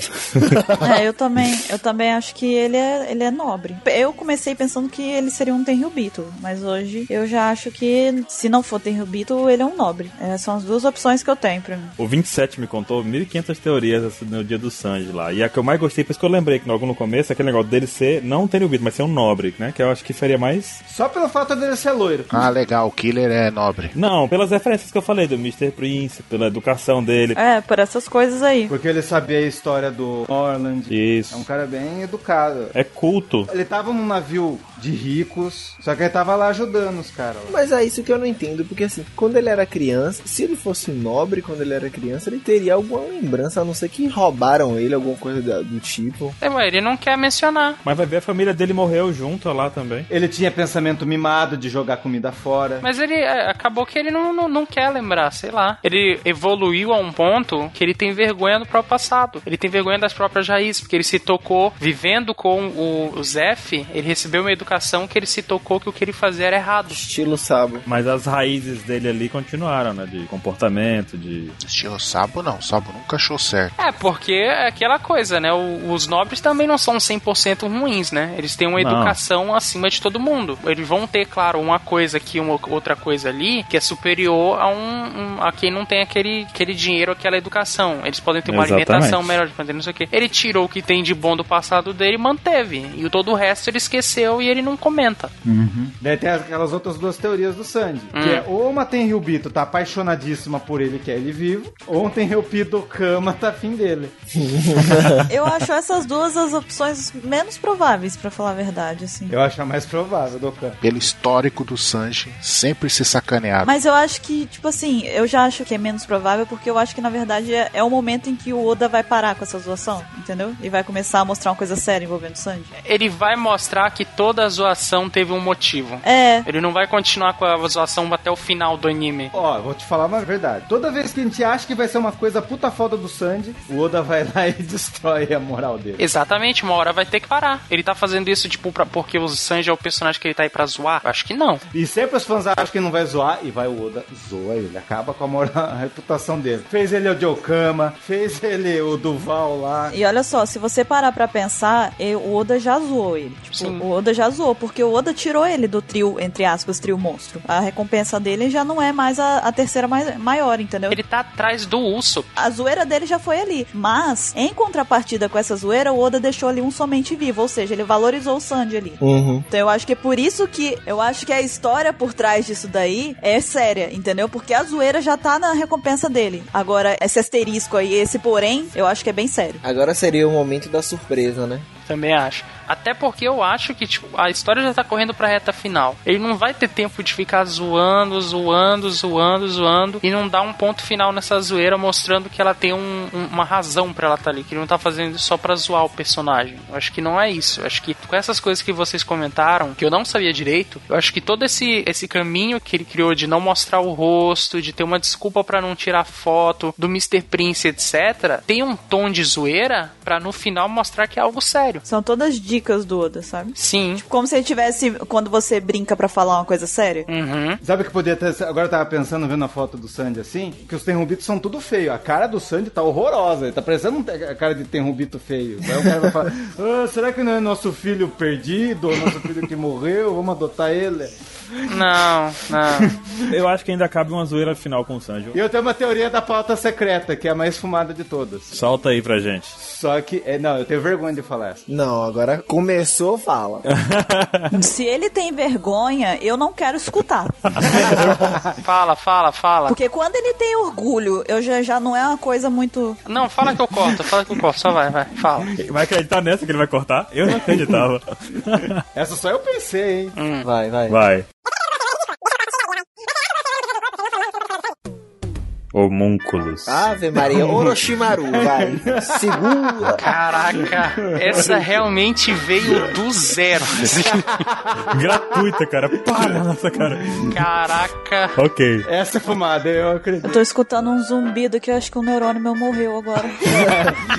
É, eu também, eu também acho que ele é, ele é nobre. Eu comecei pensando que ele seria um Tenryubito, mas hoje eu já acho que se não for Tenryubito, ele é um nobre. É, são as duas opções que eu tenho pra mim. O 27 me contou 1500 teorias assim, no dia do Sanji lá. E a que eu mais gostei, por isso que eu lembrei que logo no começo, aquele negócio dele ser, não ter ouvido, mas ser um nobre, né? Que eu acho que seria mais. Só pelo fato dele ser loiro. Ah, legal, o Killer é nobre. Não, pelas referências que eu falei do Mr. Prince, pela educação dele. É, por essas coisas (laughs) aí. Porque ele sabia a história do Orland. É um Isso. cara bem educado. É culto. Ele tava num navio de ricos, só que ele tava lá ajudando os caras. lá. Mas é isso que eu não entendo, porque assim, quando ele era criança, se ele fosse nobre quando ele era criança, ele teria alguma lembrança, a não ser que roubaram ele, alguma coisa da- do tipo. É, ué, ele não quer mencionar. Mas vai ver, a família dele morreu junto lá também. Ele tinha pensamento mimado de jogar comida fora. Mas ele é, acabou que ele não, não, não quer lembrar, sei lá. Ele evoluiu a um ponto que ele tem vergonha do próprio passado. Ele tem vergonha das próprias raízes, porque ele se tocou vivendo com o, o Zef, ele recebeu uma educação que ele se tocou que o que ele fazia era errado. Estilo Sabo. Mas as raízes dele ali continuaram, né? De comportamento, de. Estilo Sabo não, Sabo nunca achou certo. É, porque é aquela coisa, né? O- os nobres também não são 100% ruins, né? Eles têm uma Não. educação acima de todo mundo. Eles vão ter, claro, uma coisa aqui, uma outra coisa ali, que é superior a um, um- a quem não tem aquele, aquele dinheiro, aquela educação. Eles podem ter uma Exatamente. alimentação melhor, eles podem ter não sei o quê. Ele tirou o que tem de bom do passado dele e manteve. E o todo o resto ele esqueceu e ele não comenta. Daí tem aquelas outras duas teorias do Sandy. Que é ou uma Tenryubito tá apaixonadíssima por ele, quer ele vivo, ou um Tenryubito Kama tá afim dele. Eu acho essas duas as opções menos prováveis, pra falar a verdade, assim. Eu acho a mais provável do Kama. Pelo histórico do Sanji, sempre se sacanearam. Mas eu acho que, tipo assim, eu já acho que é menos provável, porque eu acho que na verdade é, é o momento em que o Oda vai parar com essa zoação, entendeu? E vai começar a mostrar uma coisa séria envolvendo o Sanji. Ele vai mostrar que toda a zoação teve um motivo. É, Ele não vai continuar com a zoação até o final do anime. Ó, vou te falar uma verdade. Toda vez que a gente acha que vai ser uma coisa puta foda do Sandy, o Oda vai lá (laughs) e destrói a moral dele. Exatamente, uma hora vai ter que parar. Ele tá fazendo isso, tipo, pra, porque o Sanji é o personagem que ele tá aí pra zoar? Acho que não. E sempre os fãs acham que não vai zoar, e vai o Oda, zoa ele, acaba com a, moral, (laughs) a reputação dele. Fez ele o Jokama, fez ele o Duval lá. e olha só, se você parar pra pensar, eh, o Oda já zoou ele. Tipo, Sim. o Oda já zoou, porque o Oda tirou ele do trio, entre aspas, trio monstro. A recompensa dele já não é mais a, a terceira mai- maior, entendeu? Ele tá atrás do Uso. A zoeira dele já foi ali. Mas, em contrapartida com essa zoeira, o Oda deixou ali um somente vivo, ou seja, ele valorizou o Sanji ali. Uhum. Então eu acho que é por isso que eu acho que a história por trás disso daí é séria, entendeu? Porque a zoeira já tá na recompensa dele. Agora, esse asterisco aí, esse porém, eu acho que é bem sério. Agora seria o momento da surpresa, né? Também acho. Até porque eu acho que, tipo, a história já tá correndo pra reta final. Ele não vai ter tempo de ficar zoando, zoando, zoando, zoando e não dar um ponto final nessa zoeira mostrando que ela tem um- um- uma razão pra ela tá ali. Que ele não tá fazendo isso só pra zoar o personagem. Eu acho que não é isso. Eu acho que com essas coisas que vocês comentaram, que eu não sabia direito, eu acho que todo esse, esse caminho que ele criou de não mostrar o rosto, de ter uma desculpa pra não tirar foto, do Mr. Prince, etc., tem um tom de zoeira pra no final mostrar que é algo sério. São todas dicas do Oda, sabe? Tipo, Sim. Como se ele tivesse quando você brinca pra falar uma coisa séria. Uhum. Sabe o que podia ter. Agora eu tava pensando, vendo a foto do Sandy assim, que os Tenrubitos são tudo feio. A cara do Sandy tá horrorosa. Ele tá parecendo um te- a cara de Tenrubito feio. Aí o cara vai falar: (laughs) "Ah, será que não é nosso filho perdido? Ou nosso filho que morreu? Vamos adotar ele? Não, não. Eu acho que ainda cabe uma zoeira final com o Sanjo. E eu tenho uma teoria da pauta secreta, que é a mais fumada de todas. Solta aí pra gente. Só que. É, não, eu tenho vergonha de falar essa. Não, agora começou, fala. Se ele tem vergonha, eu não quero escutar. Fala, fala, fala. Porque quando ele tem orgulho, eu já, já não é uma coisa muito. Não, fala que eu corto, fala que eu corto, só vai, vai, fala. Vai acreditar nessa que ele vai cortar? Eu não acreditava. (laughs) Essa só eu pensei, hein? Vai, vai. Vai. Homúnculos. Ave Maria, Orochimaru, vai. Segura. Caraca, essa realmente veio do zero. Gratuita, cara. Para, nossa cara. Caraca. Ok. Essa é fumada, eu acredito. Eu tô escutando um zumbido que eu acho que o neurônio meu morreu agora.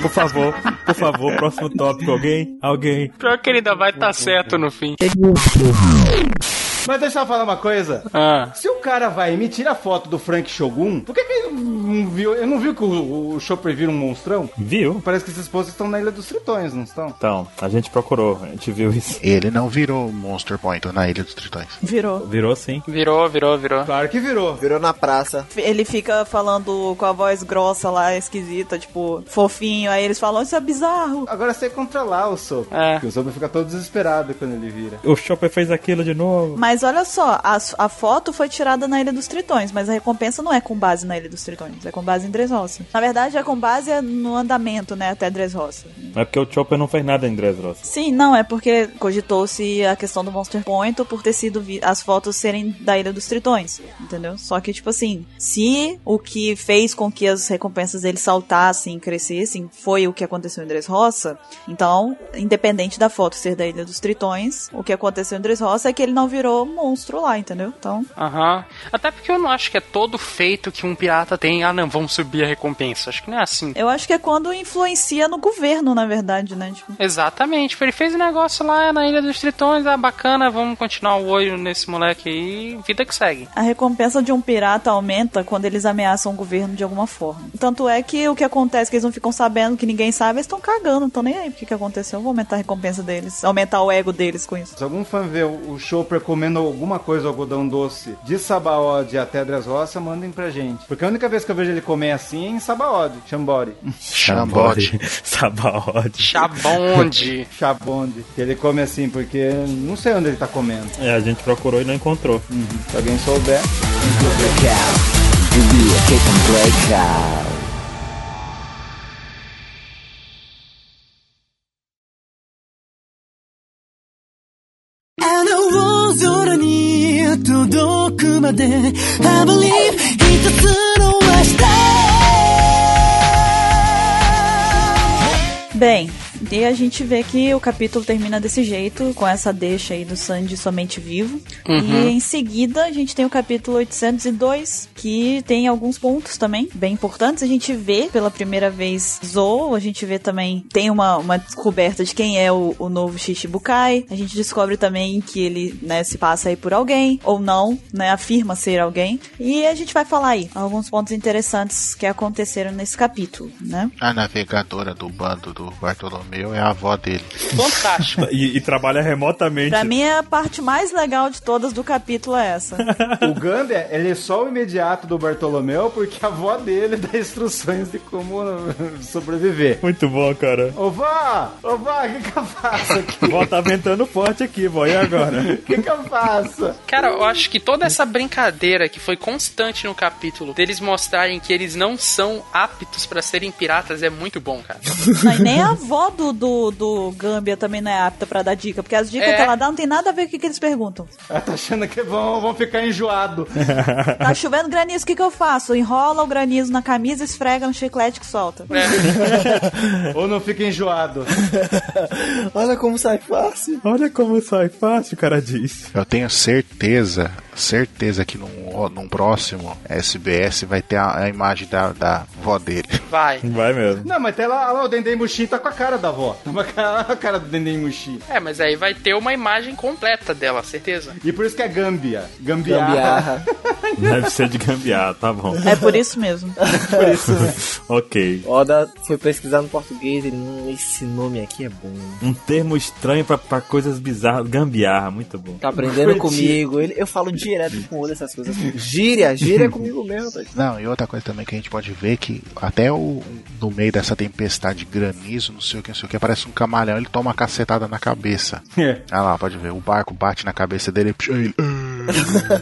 Por favor, por favor, próximo tópico. Alguém? Alguém. Pior que ele ainda vai estar tá certo no fim. Mas deixa eu falar uma coisa. Ah. Se o cara vai e me tira a foto do Frank Shogun, por que, que ele não viu? Eu não vi que o, o Chopper vira um monstrão? Viu? Parece que esses postos estão na Ilha dos Tritões, não estão? Então, a gente procurou, a gente viu isso. Ele não virou Monster Point na Ilha dos Tritões. Virou. Virou sim. Virou, virou, virou. Claro que virou. Virou na praça. Ele fica falando com a voz grossa lá, esquisita, tipo, fofinho. Aí eles falam, isso é bizarro. Agora você controlar o Sop. É. Porque o Sop fica todo desesperado quando ele vira. O Chopper fez aquilo de novo. Mas olha só, a, a foto foi tirada na Ilha dos Tritões, mas a recompensa não é com base na Ilha dos Tritões, é com base em Dressrosa. Na verdade, é com base no andamento, né, até Dressrosa. É porque o Chopper não fez nada em (laughs) Dressrosa. Sim, não, é porque cogitou-se a questão do Monster Point por ter sido vi- as fotos serem da Ilha dos Tritões, entendeu? Só que, tipo assim, se o que fez com que as recompensas dele saltassem, crescessem, foi o que aconteceu em Dressrosa, então, independente da foto ser da Ilha dos Tritões, o que aconteceu em Dressrosa é que ele não virou monstro lá, entendeu? Então, Aham. Até porque eu não acho que é todo feito que um pirata tem. Ah, não, vamos subir a recompensa. Acho que não é assim. eu acho que é quando influencia no governo, na verdade, né? Tipo, Exatamente, tipo, ele fez um negócio lá na Ilha dos Tritões, ah, bacana, vamos continuar o olho nesse moleque aí, vida que segue. A recompensa de um pirata aumenta quando eles ameaçam o governo de alguma forma. Tanto é que o que acontece, que eles não ficam sabendo, que ninguém sabe, eles estão cagando, não estão nem aí porque que aconteceu. Vou aumentar a recompensa deles, aumentar o ego deles com isso. Se algum fã vê o o Chopper comendo alguma coisa, algodão doce, de Sabaody até Dressrosa, mandem pra gente. Porque a única vez que eu vejo ele comer assim é em Sabaody, Chambori, (laughs) Chambote. Sabaote. Chabonde. Chabonde. Que ele come assim, porque não sei onde ele tá comendo. É, a gente procurou e não encontrou. Se alguém souber... Bem, e a gente vê que o capítulo termina desse jeito, com essa deixa aí do Sandy somente vivo. E em seguida a gente tem o capítulo 802, que tem alguns pontos também bem importantes. A gente vê pela primeira vez Zou, a gente vê também, tem uma, uma descoberta de quem é o, o novo Shishibukai. A gente descobre também que ele né, se passa aí por alguém, ou não, né, afirma ser alguém. E a gente vai falar aí alguns pontos interessantes que aconteceram nesse capítulo, né? A navegadora do bando do Bartolomeu é a avó dele. Fantástico. E, e trabalha remotamente. Pra mim, é a parte mais legal de todas do capítulo é essa. O Gambia, ele é só o imediato do Bartolomeu, porque a avó dele dá instruções de como (laughs) sobreviver. Muito bom, cara. Ô vó! Ô vó, o que que eu faço aqui? Vó, tá ventando forte aqui, vó. E agora? O que que eu faço? Cara, eu acho que toda essa brincadeira que foi constante no capítulo, deles mostrarem que eles não são aptos pra serem piratas, é muito bom, cara. Não, e nem a avó do, do, do Gambia também não é apta pra dar dica, porque as dicas É. que ela dá não tem nada a ver com o que, que eles perguntam. Ela tá achando que vão, vão ficar enjoado. Tá chovendo granizo, o que, que eu faço? Enrola o granizo na camisa, esfrega no chiclete que solta. É. Ou não fica enjoado. Olha como sai fácil. Olha como sai fácil, o cara diz. Eu tenho certeza, certeza que num, num próximo SBS vai ter a, a imagem da, da vó dele. (laughs) Vai. Vai mesmo. (laughs) Não, mas até lá, lá o Dendem Mushi tá com a cara da avó. Tá com a cara- a cara do Dendem Mushi. É, mas aí vai ter uma imagem completa dela, certeza. E por isso que é Gâmbia. Gambiarra. Gambiarra. Deve ser de gambiarra, tá bom. É por isso mesmo. Por isso. Ok. Oda foi pesquisar no português e hum, esse nome aqui é bom. Um termo estranho pra, pra coisas bizarras. Gambiarra, muito bom. Tá aprendendo Coitado. comigo. Ele, eu falo direto com o Oda essas coisas. Gíria, gíria é comigo mesmo. velho. Não, e outra coisa também que a gente pode ver que até o, no meio dessa tempestade de granizo, não sei o que, não sei o que, parece um camalhão, ele toma uma cacetada na cabeça. É. Ah lá, pode ver, o barco bate na cabeça dele, puxa ele. (laughs)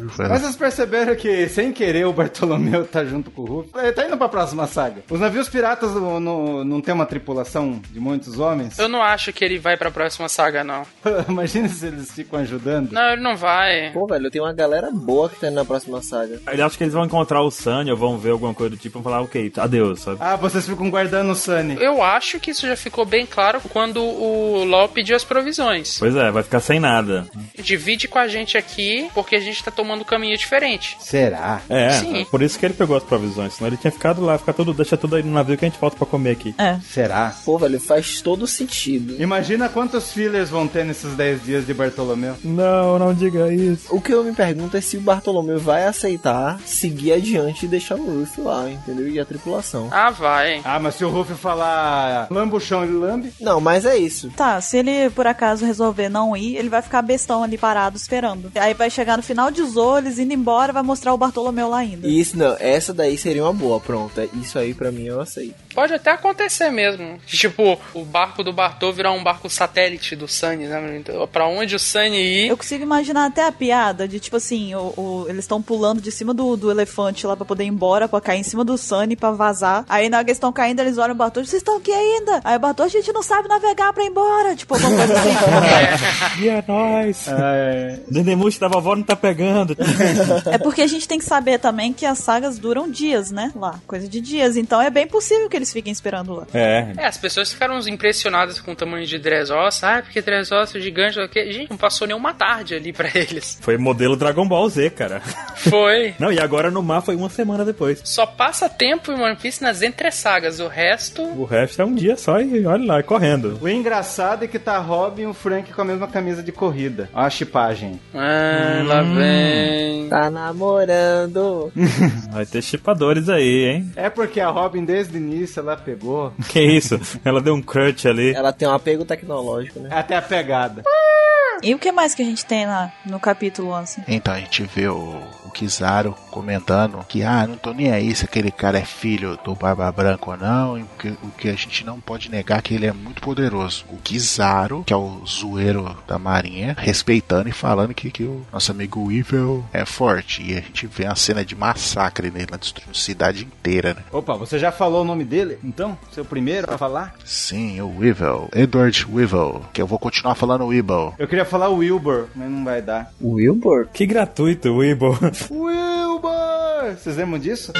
Foi lá. (laughs) Mas vocês perceberam que, sem querer, o Bartolomeu tá junto com o Ruff. Ele tá indo pra próxima saga. Os navios piratas no- no- não tem uma tripulação de muitos homens? (laughs) Eu não acho que ele vai pra próxima saga, não. Imagina se eles ficam ajudando. Não, ele não vai. Pô, velho, eu tenho uma galera boa que tá indo na próxima saga. Eu acho que eles vão encontrar o Sunny ou vão ver alguma coisa do tipo e vão falar, ok, adeus, sabe? Ah, vocês ficam guardando o Sunny. Eu acho que isso já ficou bem claro quando o LOL pediu as provisões. Pois é, vai ficar sem nada. Divide com a gente aqui, porque a gente tá tomando um caminho diferente. Será? É, Sim. por isso que ele pegou as provisões, senão ele tinha ficado lá, ficar tudo, deixa tudo aí no navio que a gente volta pra comer aqui. É. Será? Pô, velho, faz todo sentido. Imagina quantos fillers vão ter nesses 10 dias de Bartolomeu. Não, não diga isso. O que eu me pergunto é se o Bartolomeu vai aceitar seguir adiante e deixar o Ruff lá, entendeu? E a tripulação. Ah, vai. Ah, mas se o Ruff falar lambuchão, ele lambe? Não, mas é isso. Tá, se ele por acaso resolver não ir, ele vai ficar bestão ali parado esperando. Aí vai chegar no final de Zorro, eles indo embora, vai mostrar o Bartolomeu lá ainda. E Isso não, essa daí seria uma boa, pronta. Isso aí pra mim eu aceito. Pode até acontecer mesmo. Tipo, o barco do Bartô virar um barco satélite do Sunny, né? Então, Pra onde o Sunny ir. Eu consigo imaginar até a piada de tipo assim, o, o- eles estão pulando de cima do, do elefante lá pra poder ir embora, pra cair em cima do Sunny pra vazar. Aí na hora que eles estão caindo, eles olham o Bartô, vocês estão aqui ainda? Aí o Bartô, a gente não sabe navegar pra ir embora. Tipo, alguma coisa assim. E é nóis. Dendemush da vovó não tá pegando. é porque a gente tem que saber também que as sagas duram dias, né? Lá, coisa de dias. Então é bem possível que eles fiquem esperando lá. É, É, as pessoas ficaram impressionadas com o tamanho de Dressrosa. Ah, porque Dressrosa é gigante. não sei o quê. Gente, não passou nenhuma tarde ali pra eles. foi modelo Dragon Ball Z, cara. Foi. Não, e agora no mar foi uma semana depois. Só passa tempo em One Piece nas entre-sagas. O resto. O resto é um dia só e olha lá, correndo. O engraçado é que tá Robin e o Frank com a mesma camisa de corrida. Ó a chipagem. Ah, lá vem. Tá namorando. Vai ter chipadores aí, hein? É porque a Robin desde o início ela pegou (laughs) Que isso? Ela deu um crunch ali. Ela tem um apego tecnológico, né? até a pegada. E o que mais que a gente tem lá no capítulo assim? 11? Então a gente vê o, o Kizaru comentando que, ah, não tô nem aí se aquele cara é filho do Barba Branca ou não, e o que, o que a gente não pode negar é que ele é muito poderoso. O Kizaru, que é o zoeiro da marinha, respeitando e falando que, que o nosso amigo Weevil é forte. E a gente vê uma cena de massacre nele, na destruindo cidade inteira, né? Opa, você já falou o nome dele? Então, seu primeiro a falar? Sim, o Weevil, Edward Weevil, que eu vou continuar falando Weevil. Eu queria falar o Wilbur, mas não vai dar. Wilbur? Que gratuito, Weeble. Wilbur! Vocês lembram disso?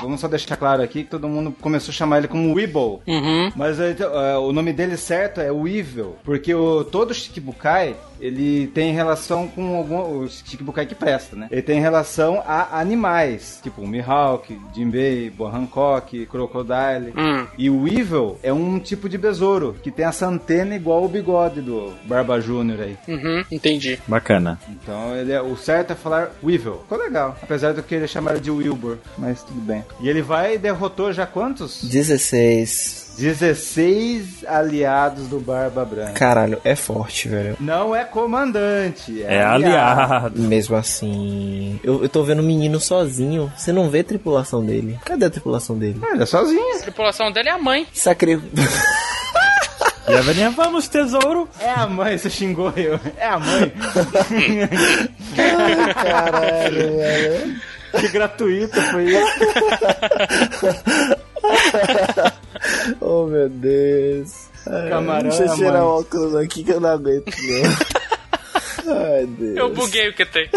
Vamos só deixar claro aqui que todo mundo começou a chamar ele como Weeble. Uhum. Mas é, então, é, o nome dele certo é Weevil, porque o, todo Shikibukai, ele tem relação com algum... O Shikibukai que presta, né? Ele tem relação a animais, tipo Mihawk, Jinbei, Boa Hancock, Crocodile. Hum. E o Weevil é um tipo de besouro, que tem essa antena igual o bigode do Barba Júnior aí. Uhum. Entendi. (laughs) Bacana. Então ele é, o certo é falar Weevil. Ficou legal, apesar do que ele chamaram de Wilbur, mas tudo bem. E ele vai e derrotou já quantos? 16. 16 aliados do Barba Branca. Caralho, é forte, velho. Não é comandante, é, É aliado. Mesmo assim, eu, eu tô vendo o menino sozinho. Você não vê a tripulação dele. Cadê a tripulação dele? Ele é sozinho. A tripulação dele é a mãe. Sacri... (laughs) E a velhinha, vamos, tesouro. É a mãe, você xingou eu. É a (laughs) mãe. Caralho, velho. que gratuito foi isso. (laughs) Oh, meu Deus. Ai, Camarão Deixa é a eu tirar mãe. (laughs) o óculos aqui que eu não aguento, não. Ai, Ai, Deus. Eu buguei o que tem.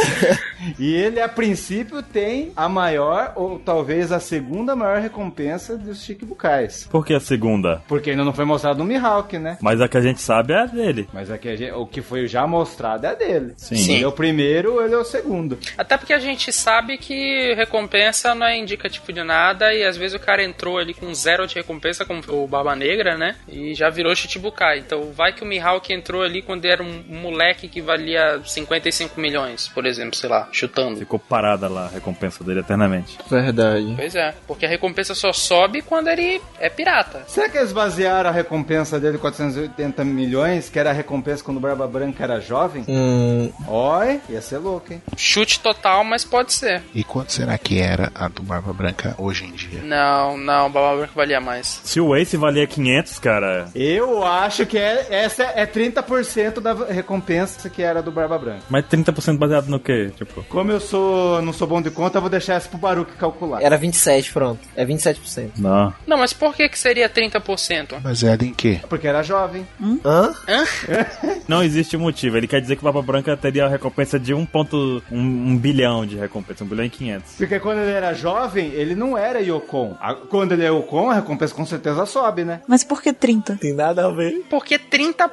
E ele, a princípio, tem a maior, ou talvez a segunda maior recompensa dos Chiquibukais. Por que é a segunda? Porque ainda não foi mostrado no Mihawk, né? Mas a que a gente sabe é a dele. Mas aqui a gente- o que foi já mostrado é a dele. Sim. Sim. Ele é o primeiro, ele é o segundo. (laughs) Até porque a gente sabe que recompensa não é indicativo de nada e às vezes o cara entrou ali com zero de recompensa, como o Barba Negra, né? E já virou Chichibukai. Então vai que o Mihawk entrou ali quando era um moleque que valia 55 milhões, por exemplo, sei lá, chutando. Ficou parada lá a recompensa dele eternamente. Verdade. Pois é, porque a recompensa só sobe quando ele é pirata. Será que eles basearam a recompensa dele, 480 milhões, que era a recompensa quando o Barba Branca era jovem? Hum, Oi, ia ser louco, hein? Chute total, mas pode ser. E quanto será que era a do Barba Branca hoje em dia? Não, não, o Barba Branca valia mais. Se o Ace valia 500, cara. Eu acho que é, essa é 30% da recompensa que era do Barba Branca. Mas 30% baseado no quê? Tipo. Como eu sou, não sou bom de conta, eu vou deixar isso pro Baruque calcular. era 27, pronto. É 27%. Não. Não, mas por que que seria 30%? Baseado em quê? Porque era jovem. Hã? Não existe motivo. Ele quer dizer que o Barba Branca teria a recompensa de 1, ponto, um, um bilhão de recompensa. 1 bilhão e 500. Porque quando ele era jovem, ele não era Yokon. A- Quando ele é Yokon, a recompensa com certeza sobe, né? Mas por que 30? Tem nada a ver. (laughs) Por que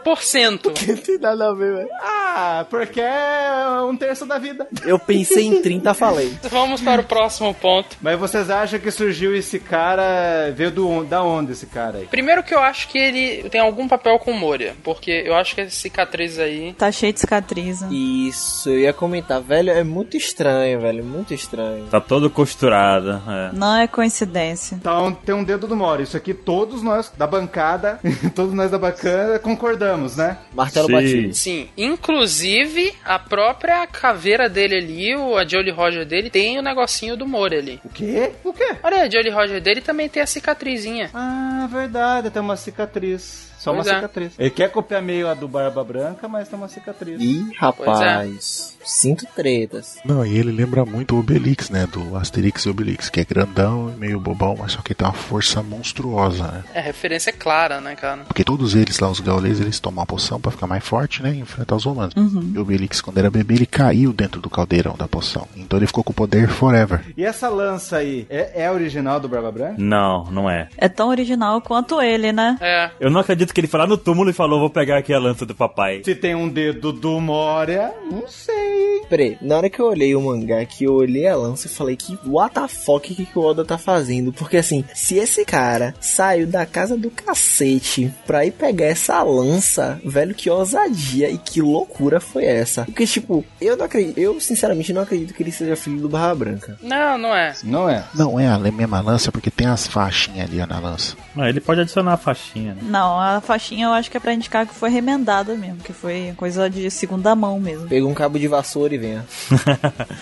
30%? Tem nada a ver, velho. Ah, porque é um terço da vida. Eu pensei em 30, falei. Vamos para o próximo ponto. Mas vocês acham que surgiu esse cara. Veio do, on- da onde esse cara aí? Primeiro que eu acho que ele tem algum papel com o Moria, porque eu acho que esses cicatrizes aí. Tá cheio de cicatriz. né? Isso, eu ia comentar, velho, é muito estranho, velho, muito estranho. Tá todo costurado. É. Não é coincidência. Então tem um dedo do Mori. Isso aqui todos nós da bancada, (laughs) todos nós da bancada concordamos, né? Martelo Sim. batido. Sim, inclusive a própria caveira dele ali, o- a Jolly Roger dele, tem o negocinho do Moria ali. O quê? O quê? Olha, aí, a Jolly Roger dele também tem a cicatrizinha. Ah, verdade, tem uma cicatriz. Só Pois uma é. cicatriz. Ele quer copiar meio a do Barba Branca, mas tem uma cicatriz. Ih, rapaz, sinto tretas. Não, e ele lembra muito o Obelix, né? Do Asterix e Obelix, que é grandão e meio bobão, mas só que tem uma força monstruosa, né? É, a referência é clara, né, cara? Porque todos eles lá, os gaulês, eles tomam a poção pra ficar mais forte, né? E enfrentar os romanos. E o Obelix, quando era bebê, ele caiu dentro do caldeirão da poção. Então ele ficou com o poder forever. E essa lança aí, é, é original do Barba Branca? Não, não é. É tão original quanto ele, né? É. Eu não acredito que ele foi lá no túmulo e falou: vou pegar aqui a lança do papai. Se tem um dedo do Moria, não sei. Peraí, na hora que eu olhei o mangá, que eu olhei a lança e falei que what the fuck que, que o Oda tá fazendo? Porque assim, se esse cara saiu da casa do cacete pra ir pegar essa lança, velho, que ousadia e que loucura foi essa? Porque, tipo, eu não acredito, eu sinceramente não acredito que ele seja filho do Barra Branca. Não, não é. Não é? Não é a mesma lança, porque tem as faixinhas ali ó, na lança. Não, ele pode adicionar a faixinha, né? Não, a faixinha eu acho que é pra indicar que foi remendada mesmo, que foi coisa de segunda mão mesmo. Pega um cabo de vassoura e venha.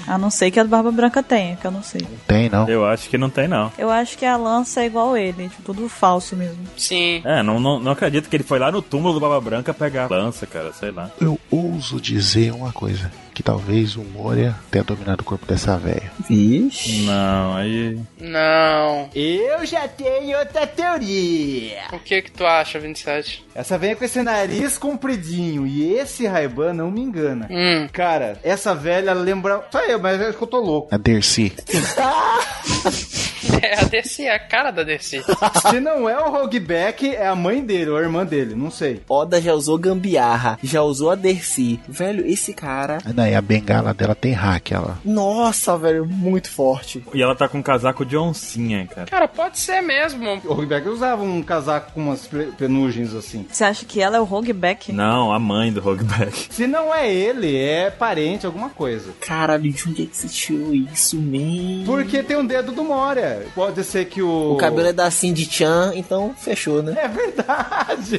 A não ser que a Barba Branca tenha, que eu não sei. Não tem, não. Eu acho que não tem, não. Eu acho que a lança é igual ele, tipo, tudo falso mesmo. Sim. É, não, não, não acredito que ele foi lá no túmulo do Baba Branca pegar a lança, cara, sei lá. Eu ouso dizer uma coisa: que talvez o Moria tenha dominado o corpo dessa velha. Vixe. Não, aí. Não. Eu já tenho outra teoria. O que que tu acha, 27? Essa vem com esse nariz compridinho e esse Raiban não me engana. Hum. Cara, essa velha lembra. Só eu, mas acho que eu tô (laughs) louco. A Dercy. (laughs) É a Dercy, é a cara da Dercy. Se não é o Hogback, é a mãe dele ou a irmã dele, não sei. Oda já usou gambiarra, já usou a Dercy. Velho, esse cara. Ah, Não, e a bengala dela tem hack, ela. Nossa, velho, muito forte. E ela tá com um casaco de oncinha, cara. Cara, pode ser mesmo. O Hogback usava um casaco com umas pe- penugens assim. Você acha que ela é o Rogueback? Não, a mãe do Hogback. Se não é ele, é parente, alguma coisa. Caralho, de onde é que você tirou isso, man? Porque tem um dedo do Moria. Pode ser que o. O cabelo é da Cindy Chan, então fechou, né? É verdade!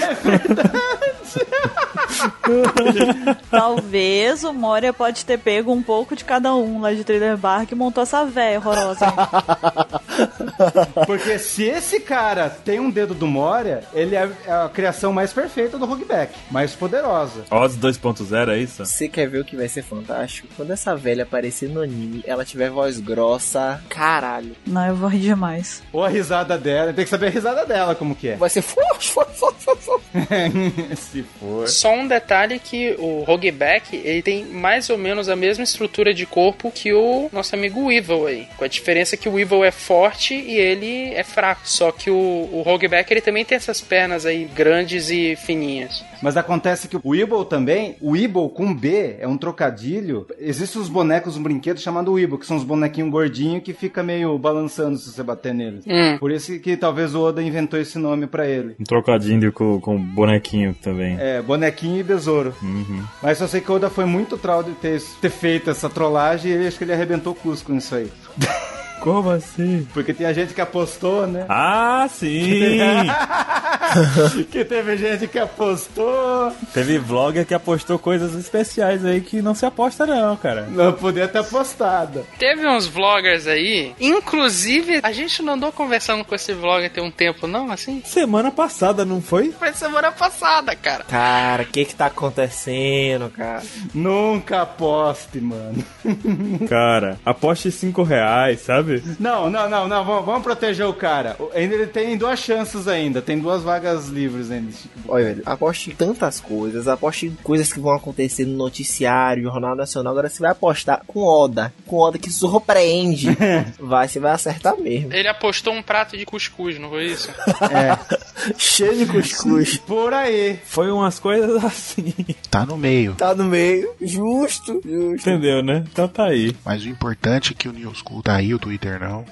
É verdade! (laughs) Talvez o Moria pode ter pego um pouco de cada um lá de Trailer Park e montou essa véia horrorosa. aí. Porque se esse cara tem um dedo do Moria, ele é a criação mais perfeita do Hogback, mais poderosa. Oz 2.0, é isso? Você quer ver o que vai ser fantástico? Quando essa velha aparecer no anime, ela tiver voz grossa, caralho. Não, eu vou rir demais. Ou a risada dela, tem que saber a risada dela como que é. Vai ser forte, forte, forte, forte, forte. (laughs) se for. Só um detalhe que o Rogueback, ele tem mais ou menos a mesma estrutura de corpo que o nosso amigo Weevil aí. Com a diferença que o Weevil é forte e ele é fraco. Só que o, o Rogueback, ele também tem essas pernas aí grandes e fininhas. Mas acontece que o Weeble também, o Weeble com B é um trocadilho. Existem os bonecos, um brinquedo chamado Weeble, que são os bonequinhos gordinhos que fica meio balançando se você bater neles. Hum. Por isso que talvez o Oda inventou esse nome pra ele. Um trocadinho com, com bonequinho também. É, bonequinho e besouro. Uhum. Mas só sei que o Oda foi muito trau de ter, ter feito essa trollagem e ele- acho que ele arrebentou o Cusco nisso aí. Como assim? Porque tem a gente que apostou, né? Ah, sim! que teve gente que apostou. Teve vlogger que apostou coisas especiais aí que não se aposta não, cara. Não podia ter apostado. Teve uns vloggers aí, inclusive, a gente não andou conversando com esse vlogger tem um tempo, não, assim? Semana passada, não foi? Foi semana passada, cara. Cara, o que que tá acontecendo, cara? Nunca aposte, mano. Cara, aposte 5 reais, sabe? Não, não, não, não. Vamos, vamos proteger o cara. O- Ainda ele tem duas chances ainda. Tem duas vagas livres ainda. Olha, velho, aposte em tantas coisas, aposte em coisas que vão acontecer no noticiário, jornal nacional. Agora você vai apostar com Oda, com Oda que (laughs) surpreende. vai, você vai acertar mesmo. Ele apostou um prato de cuscuz, não foi isso? Cheio de cuscuz. Por aí. Foi umas coisas (laughs) assim. Tá no meio. Tá no meio. (laughs) Justo, justo. Entendeu, né? Então tá aí. Mas o importante é que o New School tá aí, o Twitter não.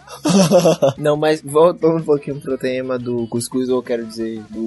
Não, mas voltando um pouquinho pro tema do Cuscuz, ou quero dizer, do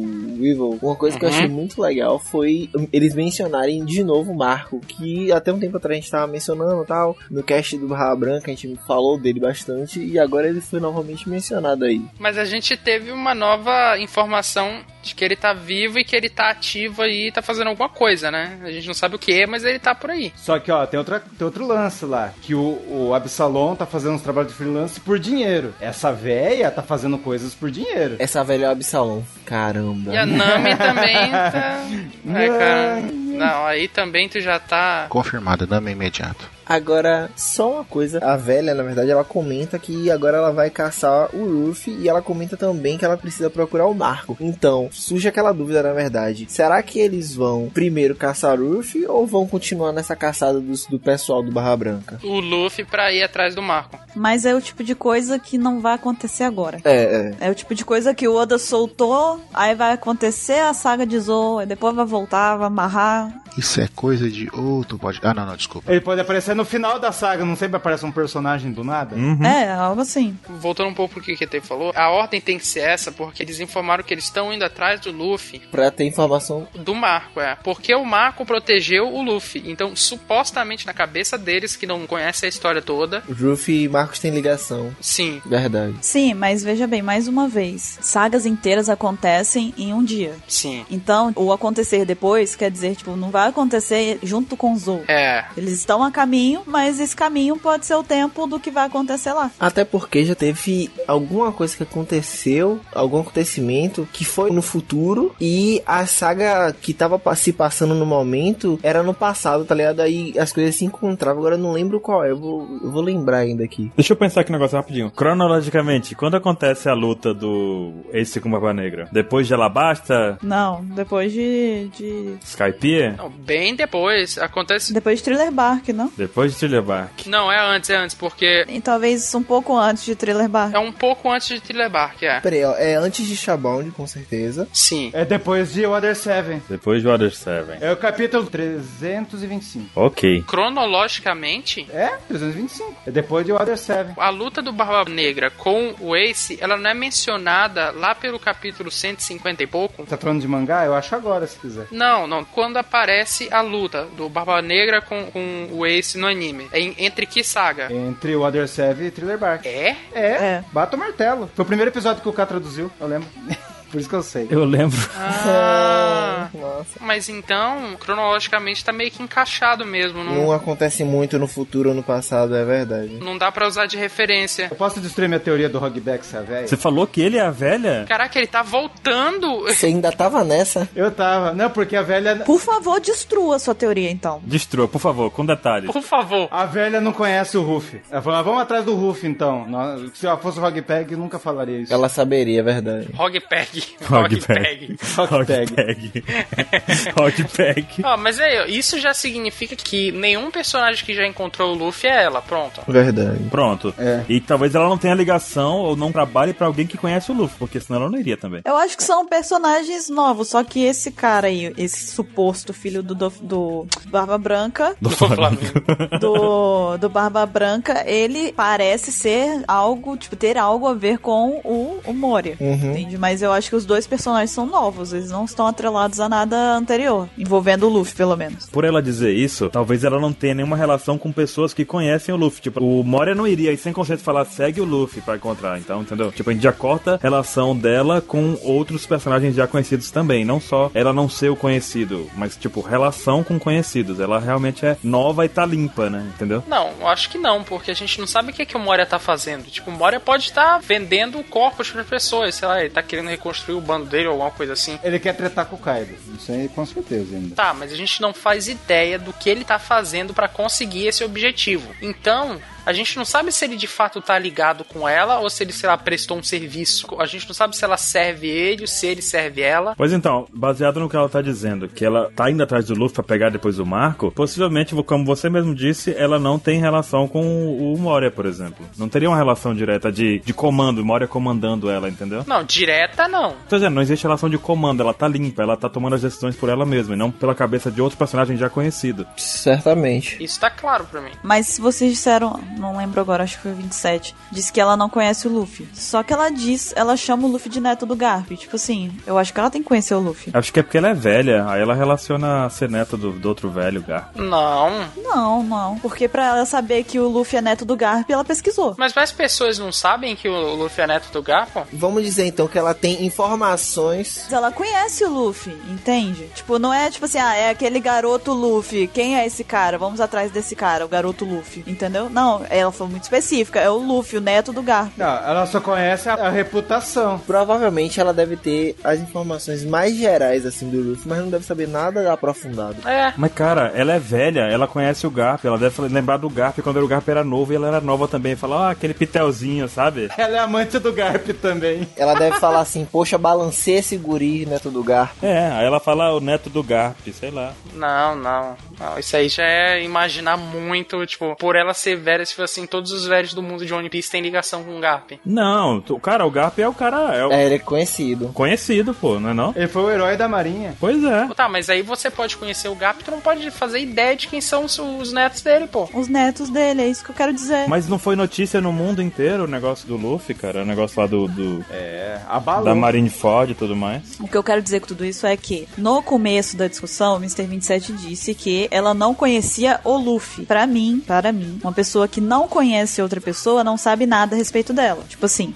Weevil, uma coisa que eu achei muito legal foi eles mencionarem de novo o Marco, que até um tempo atrás a gente tava mencionando e tal, no cast do Barra Branca a gente falou dele bastante, e agora ele foi novamente mencionado aí. Mas a gente teve uma nova informação de que ele tá vivo e que ele tá ativo aí, tá fazendo alguma coisa, né? A gente não sabe o que, mas ele tá por aí. Só que, ó, tem, outra, tem outro lance lá. Que o, o Absalom tá fazendo uns trabalhos de freelance por dinheiro. Essa véia tá fazendo coisas por dinheiro. Essa velha é o Absalom. Caramba. E a Nami também tá. É, cara. Não, aí também tu já tá. Confirmado, dama imediato. Agora, só uma coisa. A velha, na verdade, ela comenta que agora ela vai caçar o Ruffy e ela comenta também que ela precisa procurar o Marco. Então, surge aquela dúvida, na verdade. Será que eles vão primeiro caçar o Ruffy ou vão continuar nessa caçada dos- do, pessoal do Barra Branca? O Luffy pra ir atrás do Marco. Mas é o tipo de coisa que não vai acontecer agora. É, é. É o tipo de coisa que o Oda soltou, aí vai acontecer a saga de Zou, aí depois vai voltar, vai amarrar. Isso é coisa de outro pode. Ah, não, não, desculpa. Ele pode aparecer no final da saga, não sempre aparece um personagem do nada. É, algo assim. Voltando um pouco pro que o QT falou, a ordem tem que ser essa, porque eles informaram que eles estão indo atrás do Luffy Pra ter informação. do Marco, é. Porque o Marco protegeu o Luffy. Então, supostamente, na cabeça deles, que não conhece a história toda, Ruffy e Marcos têm ligação. sim. Verdade. Sim, mas veja bem, mais uma vez, sagas inteiras acontecem em um dia. Sim. Então, o acontecer depois quer dizer, tipo, não vai acontecer junto com o Zou. É. Eles estão a caminho, mas esse caminho pode ser o tempo do que vai acontecer lá. Até porque já teve alguma coisa que aconteceu, algum acontecimento que foi no futuro e a saga que tava pa- se passando no momento era no passado, tá ligado? Aí as coisas se encontravam, agora eu não lembro qual é, eu vou, eu vou lembrar ainda aqui. Deixa eu pensar aqui um negócio rapidinho. Cronologicamente, quando acontece a luta do Ace com Barba Negra? Depois de Alabasta, Não, depois de. de- Skypiea? Não, bem depois, acontece. depois de Thriller Bark, não? Depois de Thriller Bark. Não, é antes, é antes, porque E talvez um pouco antes de Thriller Bark. é um pouco antes de Thriller Bark, é. Peraí, ó, é antes de Shabound, com certeza. Sim. É depois de Water 7. Depois de Water 7. É o capítulo 325. Ok. Cronologicamente, É, 325. É depois de Water 7. a luta do Barba Negra com o Ace, ela não é mencionada lá pelo capítulo 150 e pouco. Tá falando de mangá? Eu acho agora, se quiser. Não, não. Quando aparece a luta do Barba Negra com, com o Ace no anime. É em- entre que saga? Entre Water 7 e Thriller Bark. É? É, É. bata o martelo. Foi o primeiro episódio que o K traduziu, eu lembro. (laughs) Por isso que eu sei. Eu lembro. Ah. Nossa. Mas então, cronologicamente, tá meio que encaixado mesmo. Não, é. Não acontece muito no futuro ou no passado, é verdade. não dá pra usar de referência. Eu posso destruir minha teoria do Hogback, essa velha? Você falou que ele é a velha? Caraca, ele tá voltando. Você ainda tava nessa? Eu tava. Não, porque a velha. Por favor, destrua sua teoria então. Destrua, por favor, com (laughs) detalhes. Por favor. A velha não conhece o Ruff. Ela falou, "Ah, vamos atrás do Ruff então. Nó- Se eu fosse o Hogback, eu nunca falaria isso. Ela saberia, é verdade. Hogpeg. Hogpeg. Hogpeg. (laughs) Hogback. Hogpeg. Rockpack. Ó, mas é, isso já significa que nenhum personagem que já encontrou o Luffy é ela, (laughs) pronto. Verdade. Pronto. É. E talvez ela não tenha ligação ou não trabalhe pra alguém que conhece o Luffy, porque senão ela não iria também. Eu acho que são personagens novos, só que esse cara aí, esse suposto filho do, do, do Barba Branca, Do Flamengo. do, do Barba Branca, ele parece ser algo, tipo, ter algo a ver com o, o Mori. Uhum. Entende? Mas eu acho que os dois personagens são novos, eles não estão atrelados a nada anterior, envolvendo o Luffy, pelo menos. Por ela dizer isso, talvez ela não tenha nenhuma relação com pessoas que conhecem o Luffy. Tipo, o Moria não iria aí sem conceito falar segue o Luffy pra encontrar, então, entendeu? Tipo, a gente já corta a relação dela com outros personagens já conhecidos também. Não só ela não ser o conhecido, mas, tipo, relação com conhecidos. Ela realmente é nova e tá limpa, né? Entendeu? Não, eu acho que não, porque a gente não sabe o que, que o Moria tá fazendo. Tipo, o Moria pode estar vendendo corpos para pessoas, sei lá, ele tá querendo reconstruir o bando dele ou alguma coisa assim. Ele quer tretar com o Kaido. Isso aí com certeza ainda. Tá, mas a gente não faz ideia do que ele tá fazendo pra conseguir esse objetivo. Então, a gente não sabe se ele de fato tá ligado com ela ou se ele, sei lá, prestou um serviço. A gente não sabe se ela serve ele, se ele serve ela. Pois então, baseado no que ela tá dizendo, que ela tá indo atrás do Luffy pra pegar depois o Marco, possivelmente, como você mesmo disse, ela não tem relação com o Moria, por exemplo. Não teria uma relação direta de, de comando, Moria comandando ela, entendeu? Não, direta não. Tô dizendo, não existe relação de comando, ela tá limpa, ela tá tomando as decisões por ela mesma e não pela cabeça de outro personagem já conhecido. Certamente. Isso tá claro pra mim. Mas se vocês disseram, não lembro agora, acho que foi 27, disse que ela não conhece o Luffy. Só que ela diz, ela chama o Luffy de neto do Garp. Tipo assim, eu acho que ela tem que conhecer o Luffy. Acho que é porque ela é velha, aí ela relaciona a ser neta do, do outro velho, Gar. Não. Não, não. Porque pra ela saber que o Luffy é neto do Garp, ela pesquisou. Mas mais pessoas não sabem que o Luffy é neto do Garpon? Vamos dizer então que ela tem informações. Mas ela conhece o Luffy, entende? Tipo, não é tipo assim, ah, é aquele garoto Luffy. Quem é esse cara? Vamos atrás desse cara, o garoto Luffy. Entendeu? Não, ela foi muito específica. É o Luffy, o neto do Garp. Não, ela só conhece a, a reputação. Provavelmente ela deve ter as informações mais gerais assim do Luffy, mas não deve saber nada aprofundado. É. Mas cara, ela é velha, ela conhece o Garp, ela deve lembrar do Garp quando o Garp era novo e ela era nova também. Fala, ah, aquele pitelzinho, sabe? Ela é amante do Garp também. Ela deve falar assim, poxa, balancei esse guri neto do gar. É, aí ela fala o neto do Garp, sei lá. Não, não, não. Isso aí já é imaginar muito, tipo, por ela ser velha, se for assim, todos os velhos do mundo de One Piece têm ligação com o Garp. Não, tu- cara, o Garp é o cara, é o É, ele é conhecido. conhecido, pô, não é não? Ele foi o herói da marinha. Pois é. Tá, mas aí você pode conhecer o Garp, tu não pode fazer ideia de quem são os, os netos dele, pô. Os netos dele, é isso que eu quero dizer. Mas não foi notícia no mundo inteiro o negócio do Luffy, cara? O negócio lá do, do- É, abalou. da Marineford e tudo mais. O que eu quero dizer com tudo isso é que, no começo da discussão, o Mr. 27 disse que ela não conhecia o Luffy. Pra mim, para mim, uma pessoa que não conhece outra pessoa não sabe nada a respeito dela. Tipo assim,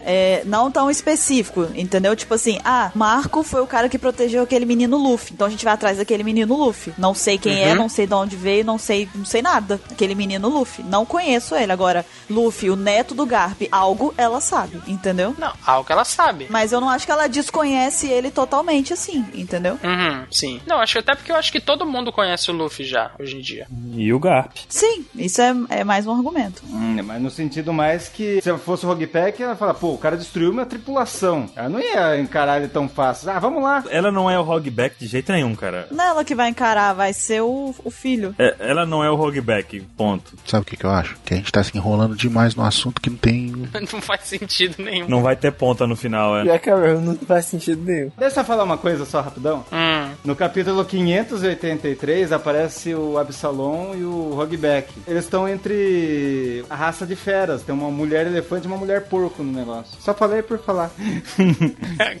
é, não tão específico, entendeu? Tipo assim, ah, Marco foi o cara que protegeu aquele menino Luffy. Então a gente vai atrás daquele menino Luffy. Não sei quem é, não sei de onde veio, não sei, não sei nada. Aquele menino Luffy. Não conheço ele. Agora, Luffy, o neto do Garp, algo ela sabe, entendeu? Não, algo ela sabe. Mas eu não acho que ela desconhece ele totalmente assim, entendeu? Uhum, sim. Não, acho até porque eu acho que todo mundo conhece o Luffy já, hoje em dia. (laughs) E o Garp. Sim, isso é, é mais um argumento. Hum, mas no sentido mais que se eu fosse o Rogpack, ela fala, pô, o cara destruiu minha tripulação. Ela não ia encarar ele tão fácil. Ah, vamos lá. Ela não é o Hogback de jeito nenhum, cara. Não é ela que vai encarar, vai ser o, o filho. É, ela não é o Hogback, ponto. Sabe o que, que eu acho? Que a gente tá se enrolando demais num assunto que não tem. Não faz sentido nenhum. Não vai ter ponta no final, é. Já que eu- não faz sentido nenhum. Deixa eu falar uma coisa só rapidão. Hum, (laughs) No capítulo 583 aparece o Absalom e o Hogback. Eles estão entre a raça de feras. Tem uma mulher elefante e uma mulher porco no negócio. Só falei por falar.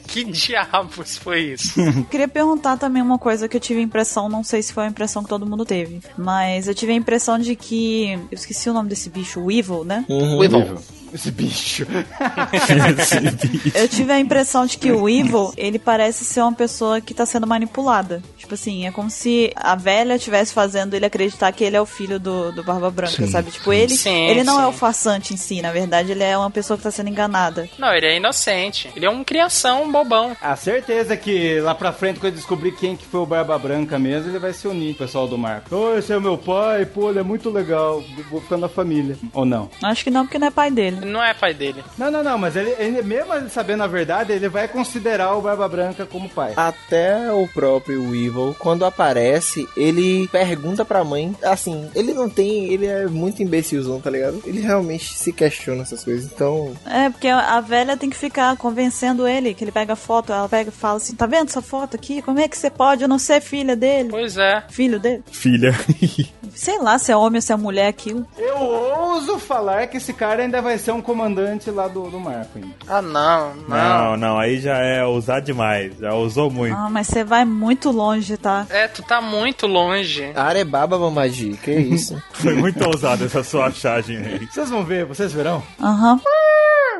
que diabos foi isso? (laughs) Queria perguntar também uma coisa que eu tive a impressão, não sei se foi a impressão que todo mundo teve, mas eu tive a impressão de que. Eu esqueci o nome desse bicho, o Evil, né? Weevil. Uhum. Esse bicho. Eu tive a impressão de que o Evil, ele parece ser uma pessoa que tá sendo manipulada. Tipo assim, é como se a velha estivesse fazendo ele acreditar que ele é o filho do, do Barba Branca, Sim, sabe? Tipo, sim. ele, Sim, ele não sim. é o farsante em si, na verdade, ele é uma pessoa que tá sendo enganada. Não, ele é inocente. Ele é um criação bobão. A certeza que lá pra frente, quando eu descobrir quem que foi o Barba Branca mesmo, ele vai se unir, o pessoal do Marco. Oh, esse é o meu pai, pô, ele é muito legal. Vou ficar na família. Ou não. Acho que não, porque não é pai dele. Ele não é pai dele. Não, não, não, mas ele, ele- mesmo ele sabendo a verdade, ele vai considerar o Barba Branca como pai. Até o próprio Weevil, quando aparece, ele pergunta pra mãe, assim, ele não tem, ele é muito imbecilzão, tá ligado? Ele realmente se questiona essas coisas, então... É, porque a a velha tem que ficar convencendo ele, que ele pega a foto, ela pega e fala assim, tá vendo essa foto aqui? Como é que você pode? Eu não ser filha dele. Pois é. Filho dele? Filha. Sei lá se é homem ou se é mulher aquilo. Eu ouso falar que esse cara ainda vai ser um comandante lá do, do Marco. ainda. Ah, não, não. Não, não, aí já é usar demais. Já usou muito. Ah, mas você vai muito longe, tá? É, tu tá muito longe. Arebaba Mamadi, que (laughs) isso? Foi muito ousada essa sua achagem aí. Vocês vão ver, vocês verão. Aham.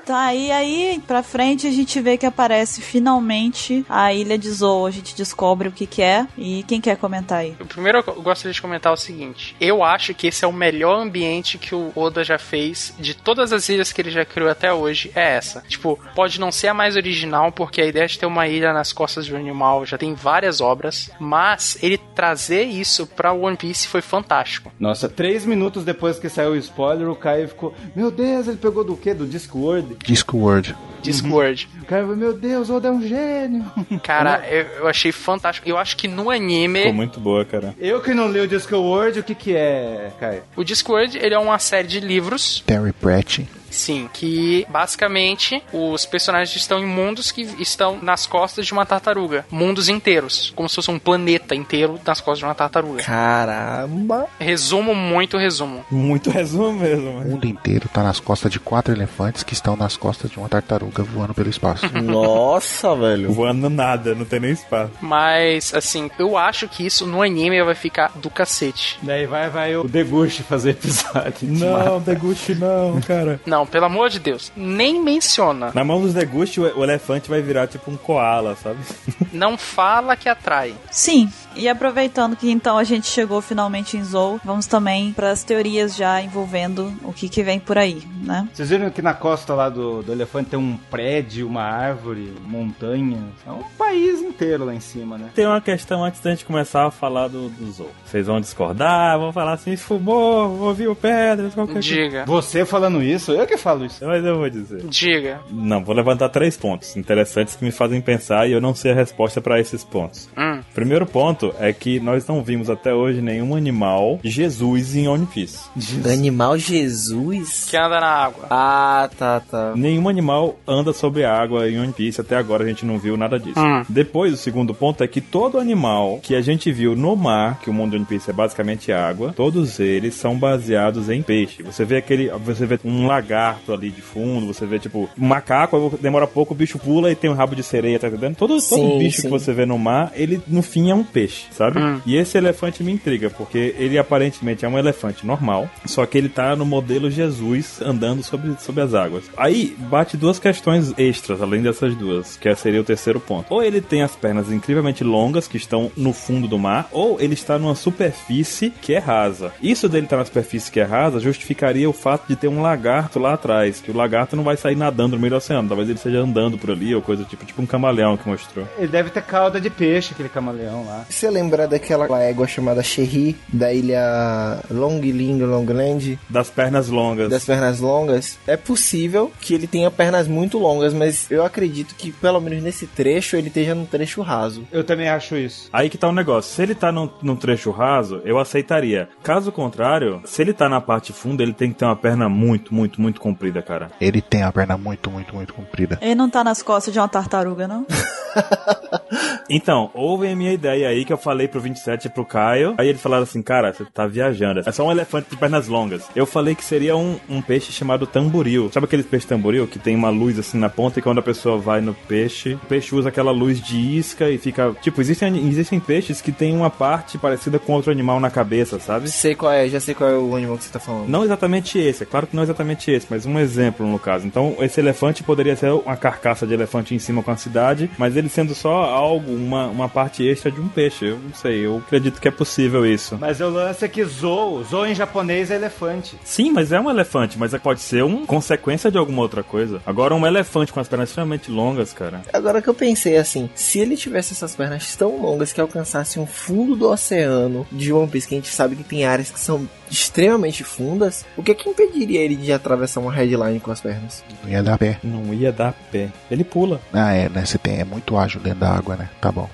Tá, e aí pra frente a gente vê que aparece finalmente a ilha de Zou. A gente descobre o que que é. E quem quer comentar aí? O Primeiro eu gostaria de comentar o seguinte: eu acho que esse é o melhor ambiente que o Oda já fez de todas as ilhas que ele já criou até hoje. É essa. Tipo, pode não ser a mais original, porque a ideia de ter uma ilha nas costas de um animal já tem várias obras, mas ele trazer isso pra One Piece foi fantástico. Nossa, três minutos depois que saiu o spoiler, o Caio ficou: Meu Deus, ele pegou do quê? Do Discord? Discworld. Discord. Uhum. O Caio falou: Meu Deus, o Oda é um gênio. (laughs) Cara, eu, eu achei fantástico. Eu acho que no anime. é? Ficou muito boa, cara. Eu que não li o Discworld, o que que é, Caio? O Discord ele é uma série de livros, Terry Pratchett. sim, que basicamente os personagens estão em mundos que estão nas costas de uma tartaruga, mundos inteiros, como se fosse um planeta inteiro nas costas de uma tartaruga. Caramba! Resumo muito resumo. Muito resumo mesmo. O mas- mundo inteiro tá nas costas de quatro elefantes que estão nas costas de uma tartaruga voando pelo (laughs) espaço. Nossa, velho! Voando nada, não tem nem espaço. Mas assim, eu acho que isso no anime vai ficar do cacete. Daí vai, vai o Degushi fazer episódio. Não, Degusti não, cara. Não, pelo amor de Deus, nem menciona. Na mão dos Degusti, o o elefante vai virar tipo um koala, sabe? Não fala que atrai. Sim, e aproveitando que então a gente chegou finalmente em Zou, vamos também pras teorias já envolvendo o que que vem por aí, né? Vocês viram que na costa lá do, do elefante tem um prédio, uma árvore, montanha. É um país inteiro lá em cima, né? Tem uma questão antes da gente começar a falar do, do Zou. Vocês vão discordar, vão falar assim, esfumou, ouviu pedras, qualquer coisa. Diga, Você falando isso, eu que falo isso. Mas eu vou dizer. diga. Não, vou levantar três pontos interessantes que me fazem pensar e eu não sei a resposta pra esses pontos. Hum. Primeiro ponto é que nós não vimos até hoje nenhum animal Jesus em One Piece. Animal Jesus? Que anda na água. Ah, tá, tá. Nenhum animal anda sobre a água em One Piece, até agora a gente não viu nada disso. Ah. Hum. Depois, o segundo ponto é que todo animal que a gente viu no mar, que o mundo de One Piece é basicamente água, todos eles são baseados em peixe. Você vê aquele, você vê um lagarto ali de fundo, você vê tipo um macaco, aí demora pouco, o bicho pula e tem um rabo de sereia, tá entendendo? Todo, todo Sim, bicho sim. que você vê no mar, ele no fim é um peixe, sabe? E esse elefante me intriga, porque ele aparentemente é um elefante normal, só que ele tá no modelo Jesus andando sobre, sobre as águas. Aí bate duas questões extras, além dessas duas, que é, seria o terceiro ponto. Ou ele tem as pernas incrivelmente longas, que estão no fundo do mar, ou ele está numa superfície que é rasa. Isso dele estar na superfície que é rasa justificaria o fato de ter um lagarto lá atrás, que o lagarto não vai sair nadando no meio do oceano, talvez ele esteja andando por ali, ou coisa do tipo, tipo um camaleão que mostrou. Ele deve ter cauda de peixe, aquele camaleão lá. Você lembra daquela égua chamada Sherry, da ilha Longling, Longland, Das pernas longas. das pernas longas? É possível que ele tenha pernas muito longas, mas eu acredito que pelo menos nesse trecho ele esteja num trecho raso. Eu também acho isso. Aí que tá o negócio. Se ele tá num, num trecho raso, eu aceitaria. Caso contrário, se ele tá na parte funda, ele tem que ter uma perna muito, muito, muito comprida, cara. Ele tem a perna muito, muito, muito comprida. Ele não tá nas costas de uma tartaruga, não? (laughs) Então, houve a minha ideia aí que eu falei pro 27 e pro Caio. Aí eles falaram assim: cara, você tá viajando. É só um elefante de pernas longas. Eu falei que seria um, um peixe chamado tamboril. Sabe aqueles peixes tamboril que tem uma luz assim na ponta e quando a pessoa vai no peixe, o peixe usa aquela luz de isca e fica. Tipo, existem, existem peixes que tem uma parte parecida com outro animal na cabeça, sabe? Sei qual é, já sei qual é o animal que você tá falando. Não exatamente esse, é claro que não exatamente esse, mas um exemplo no caso. Então, esse elefante poderia ser uma carcaça de elefante em cima com a cidade, mas ele sendo só algo, uma, uma parte extra de um peixe. Eu não sei, eu acredito que é possível isso. Mas o lance é que Zou, Zou em japonês é elefante. Sim, mas é um elefante, mas pode ser uma consequência de alguma outra coisa. Agora, um elefante com as pernas extremamente longas, cara. Agora que eu pensei assim, se ele tivesse essas pernas tão longas que alcançassem um fundo do oceano de One Piece, que a gente sabe que tem áreas que são extremamente fundas, o que é que impediria ele de atravessar uma headline com as pernas? Não ia dar pé. Não ia dar pé. Ele pula. Ah, é, né? Você tem, é muito ágil dentro da água, né? Tá bom.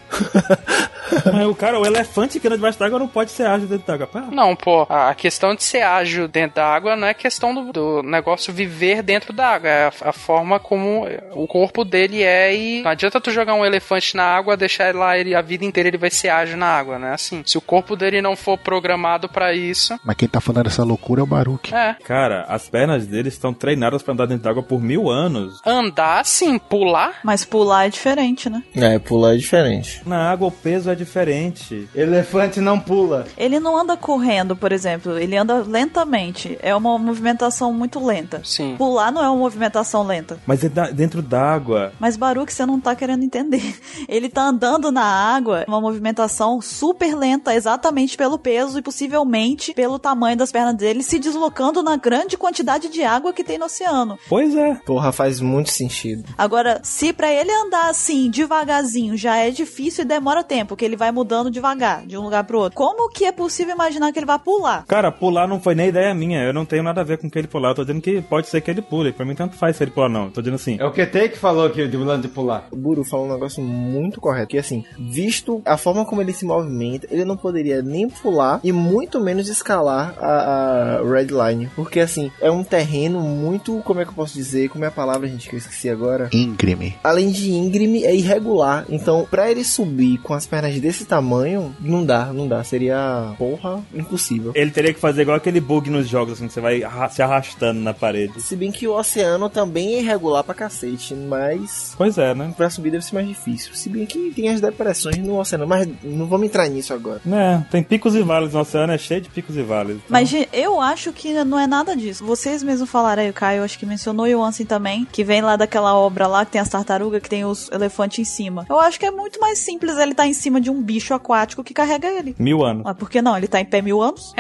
Mas o cara, o elefante que anda debaixo d'água não pode ser ágil dentro d'água. Pera. Não, pô, a questão de ser ágil dentro da água não é questão do, do negócio viver dentro da água, é a, a, forma como o corpo dele é e não adianta tu jogar um elefante na água, deixar ele lá ele a vida inteira ele vai ser ágil na água, né? Assim, se o corpo dele não for programado para isso. Mas quem tá falando essa loucura é o Baruque. É. Cara, as pernas dele estão treinadas para andar dentro d'água por mil anos. Andar sim, pular? Mas pular é diferente, né? É, pular é diferente. Na água o peso é diferente. Elefante não pula. Ele não anda correndo, por exemplo, ele anda lentamente. É uma movimentação muito lenta. Sim. Pular não é uma movimentação lenta. Mas é da, dentro d'água. Mas Baruque, você não tá querendo entender. (laughs) Ele tá andando na água, uma movimentação super lenta, exatamente pelo peso e possivelmente pelo tamanho das pernas dele, se deslocando na grande quantidade de água que tem no oceano. Pois é. Porra, faz muito sentido. Agora, se para ele andar assim, devagarzinho, já é difícil e demora tempo, que ele vai mudando devagar, de um lugar pro outro. Como que é possível imaginar que ele vai pular? Cara, pular não foi nem ideia minha. Eu não tenho nada a ver com que ele pular. Eu tô dizendo que pode ser que ele pule. Pra mim, tanto faz se ele pular, não. Eu tô dizendo assim. É o QT que falou que o lance de pular. O Buru falou um negócio muito correto. Que assim, visto a forma como ele se movimenta, ele não poderia nem pular e muito menos escalar a, a Red Line. Porque assim, é um terreno muito. Como é que eu posso dizer? Como é a palavra, gente, que eu esqueci agora? É. Íngreme. Além de íngreme, é irregular. Então, pra ele subir com as pernas desse tamanho, não dá, não dá. Seria, porra, impossível. Ele teria que fazer igual aquele bug nos jogos, assim, que você vai arra- se arrastando na parede. Se bem que o oceano também é irregular pra cacete, mas Pois é, né? pra subir deve ser mais difícil. Se bem que tem as depressões no oceano, mas não vamos entrar nisso agora. É, tem picos e vales no oceano, é cheio de picos e vales. Então, Mas gente, eu acho que não é nada disso. Vocês mesmos falaram aí, o Caio, acho que mencionou e o Ansem também, que vem lá daquela obra lá que tem as tartarugas, que tem os elefantes em cima. Eu acho que é muito mais simples ele tá em cima de um bicho aquático que carrega ele. Mil anos. Ué, por que não? Ele tá em pé mil anos?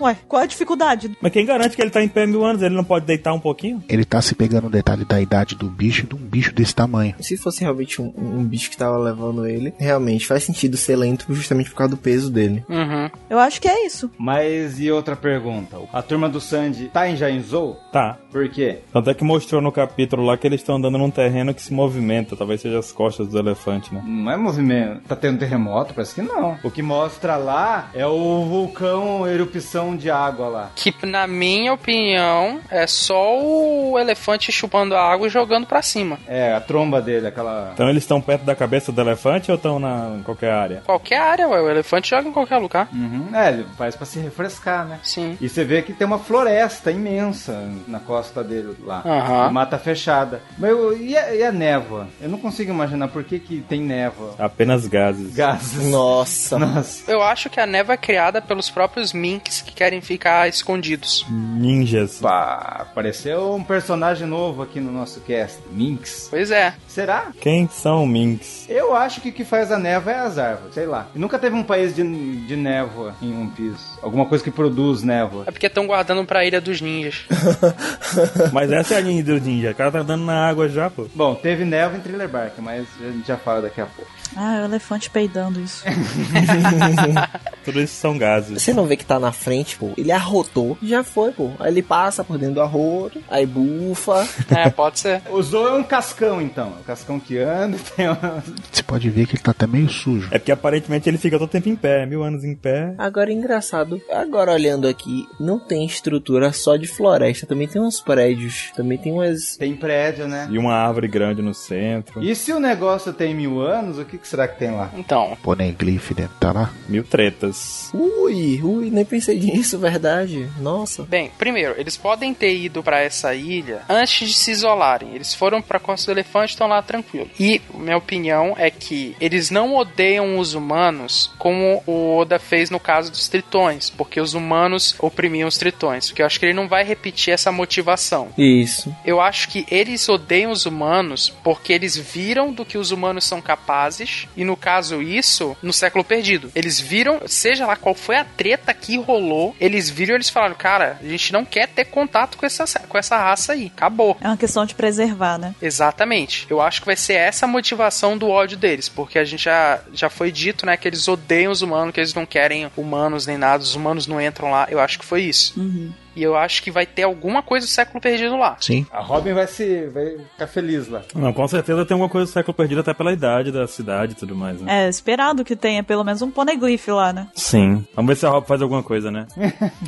Ué, qual é a dificuldade? Mas quem garante que ele tá em pé mil anos? Ele não pode deitar um pouquinho? Ele tá se pegando o detalhe da idade do bicho e de um bicho desse tamanho. Se fosse realmente um, um bicho que tava levando ele, realmente faz sentido ser lento justamente por causa do peso dele. Uhum. Eu acho que é isso. Mas e outra pergunta? A turma do Sandy tá em Jainzou? Tá. Por quê? Tanto é que mostrou no capítulo lá que eles estão andando num terreno que se movimenta. Talvez seja as costas do elefante, né? Não é movimento. Tá tendo terremoto? Parece que não. O que mostra lá é o vulcão erupção de água lá. Que, na minha opinião, é só o elefante chupando a água e jogando pra cima. É, a tromba dele, aquela. Então eles estão perto da cabeça do elefante ou estão na em qualquer área? Qualquer área, ué, o elefante joga em qualquer lugar. Uhum. É, ele faz pra se refrescar, né? Sim. E você vê que tem uma floresta imensa na costa dele lá. Aham. Mata fechada. Mas eu- e, a, e a névoa? Eu não consigo imaginar por que, que tem névoa. Apenas gases. Gases. Nossa. Nossa. Eu acho que a neva é criada pelos próprios minks que querem ficar escondidos. Ninjas. Pá, apareceu um personagem novo aqui no nosso cast. Minx. Pois é. Será? Quem são (laughs) minks? Eu acho que o que faz a névoa é as árvores, sei lá. Nunca teve um país de, de névoa em One Piece. Alguma coisa que produz névoa. É porque estão guardando pra ilha dos ninjas. Mas essa é a linha do ninja. O cara tá andando na água já, pô. Bom, teve névoa em Thriller Bark, mas a gente já fala daqui a pouco. Ah, é o elefante peidando isso. Tudo isso são gases. Você não vê que tá na frente, pô. Ele arrotou, já foi, pô. Aí ele passa por dentro do arroto, aí bufa. é, pode ser. O Zou é um cascão, então. É um cascão que anda, (laughs) tem um, uma... Você pode ver que ele tá até meio sujo. É porque aparentemente ele fica todo tempo em pé, mil anos em pé. Agora, é engraçado, agora olhando aqui, não tem estrutura só de floresta, também tem uns prédios, também tem umas... tem prédio, né? E uma árvore grande no centro. E se o negócio tem mil anos, o que, que será que tem lá? Então, Poneglyph deve estar lá. Mil tretas. Ui, ui, nem pensei (laughs) nisso, verdade. Nossa. Bem, primeiro, eles podem ter ido pra essa ilha antes de se isolarem. Eles foram pra Costa do Elefante e estão lá tranquilo. E minha opinião é que eles não odeiam os humanos como o Oda fez no caso dos tritões, porque os humanos oprimiam os tritões. Porque eu acho que ele não vai repetir essa motivação. Isso. Eu acho que eles odeiam os humanos porque eles viram do que os humanos são capazes, e no caso isso, no século perdido. Eles viram, seja lá qual foi a treta que rolou, eles viram e eles falaram: cara, a gente não quer ter contato com essa, com essa raça aí, acabou. É uma questão de preservar, né? Exatamente. Eu acho que vai ser essa a motivação do ódio deles, porque a gente já, já foi dito, né, que eles odeiam os humanos, que eles não querem humanos nem nada, os humanos não entram lá. Eu acho que foi isso. Uhum. E eu acho que vai ter alguma coisa do século perdido lá. Sim. A Robin vai se vai ficar feliz lá. Não, com certeza tem alguma coisa do século perdido, até pela idade da cidade e tudo mais, né? É esperado que tenha pelo menos um poneglyph lá, né? Sim. Vamos ver se a Rob faz alguma coisa, né?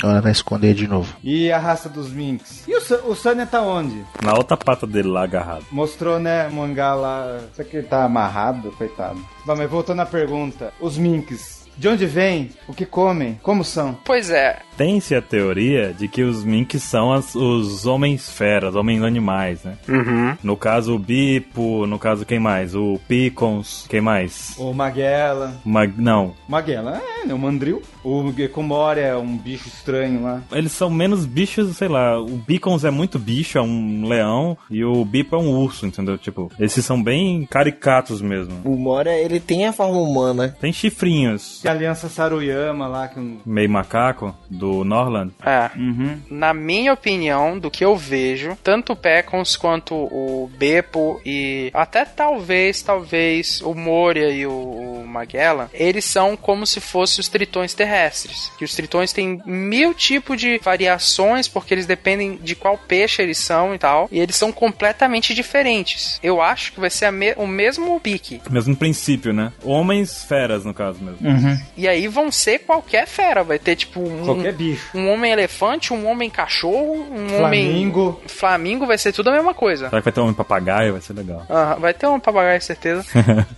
Ela vai esconder de novo. E a raça dos minks. E o, Sa- o Sanya tá onde? Na outra pata dele lá agarrado. Mostrou, né, mangá lá. Será que ele tá amarrado, coitado? Bom, mas voltando à pergunta. Os minks. De onde vêm? O que comem? Como são? Pois é, Tem-se a teoria de que os minks são as- os homens feras, homens animais, né? Uhum. No caso, o Bipo, no caso, quem mais? O Picons, quem mais? O Maguela. Mag... Não. Maguela é, né? O mandril. O Gekomori é um bicho estranho lá. Eles são menos bichos, sei lá. O Beacons é muito bicho, é um leão. E o Bipo é um urso, entendeu? Tipo, esses são bem caricatos mesmo. O Mora, ele tem a forma humana. Tem chifrinhos. E a aliança Saruyama lá, que um. Meio macaco, do Norland. É. Uhum. Na minha opinião, do que eu vejo, tanto o Pecons quanto o Beppo e até talvez, talvez o Moria e o, o Magellan, eles são como se fossem os tritões terrestres. Que os tritões têm mil tipos de variações, porque eles dependem de qual peixe eles são e tal. E eles são completamente diferentes. Eu acho que vai ser a me- o mesmo pique. Mesmo princípio, né? Homens feras, no caso mesmo. E aí vão ser qualquer fera. Vai ter tipo um, Qualquer bicho. um homem elefante, um homem cachorro, um homem. Flamingo. Flamingo vai ser tudo a mesma coisa. Será que vai ter um homem papagaio? Vai ser legal. Aham, vai ter um (laughs) papagaio, certeza.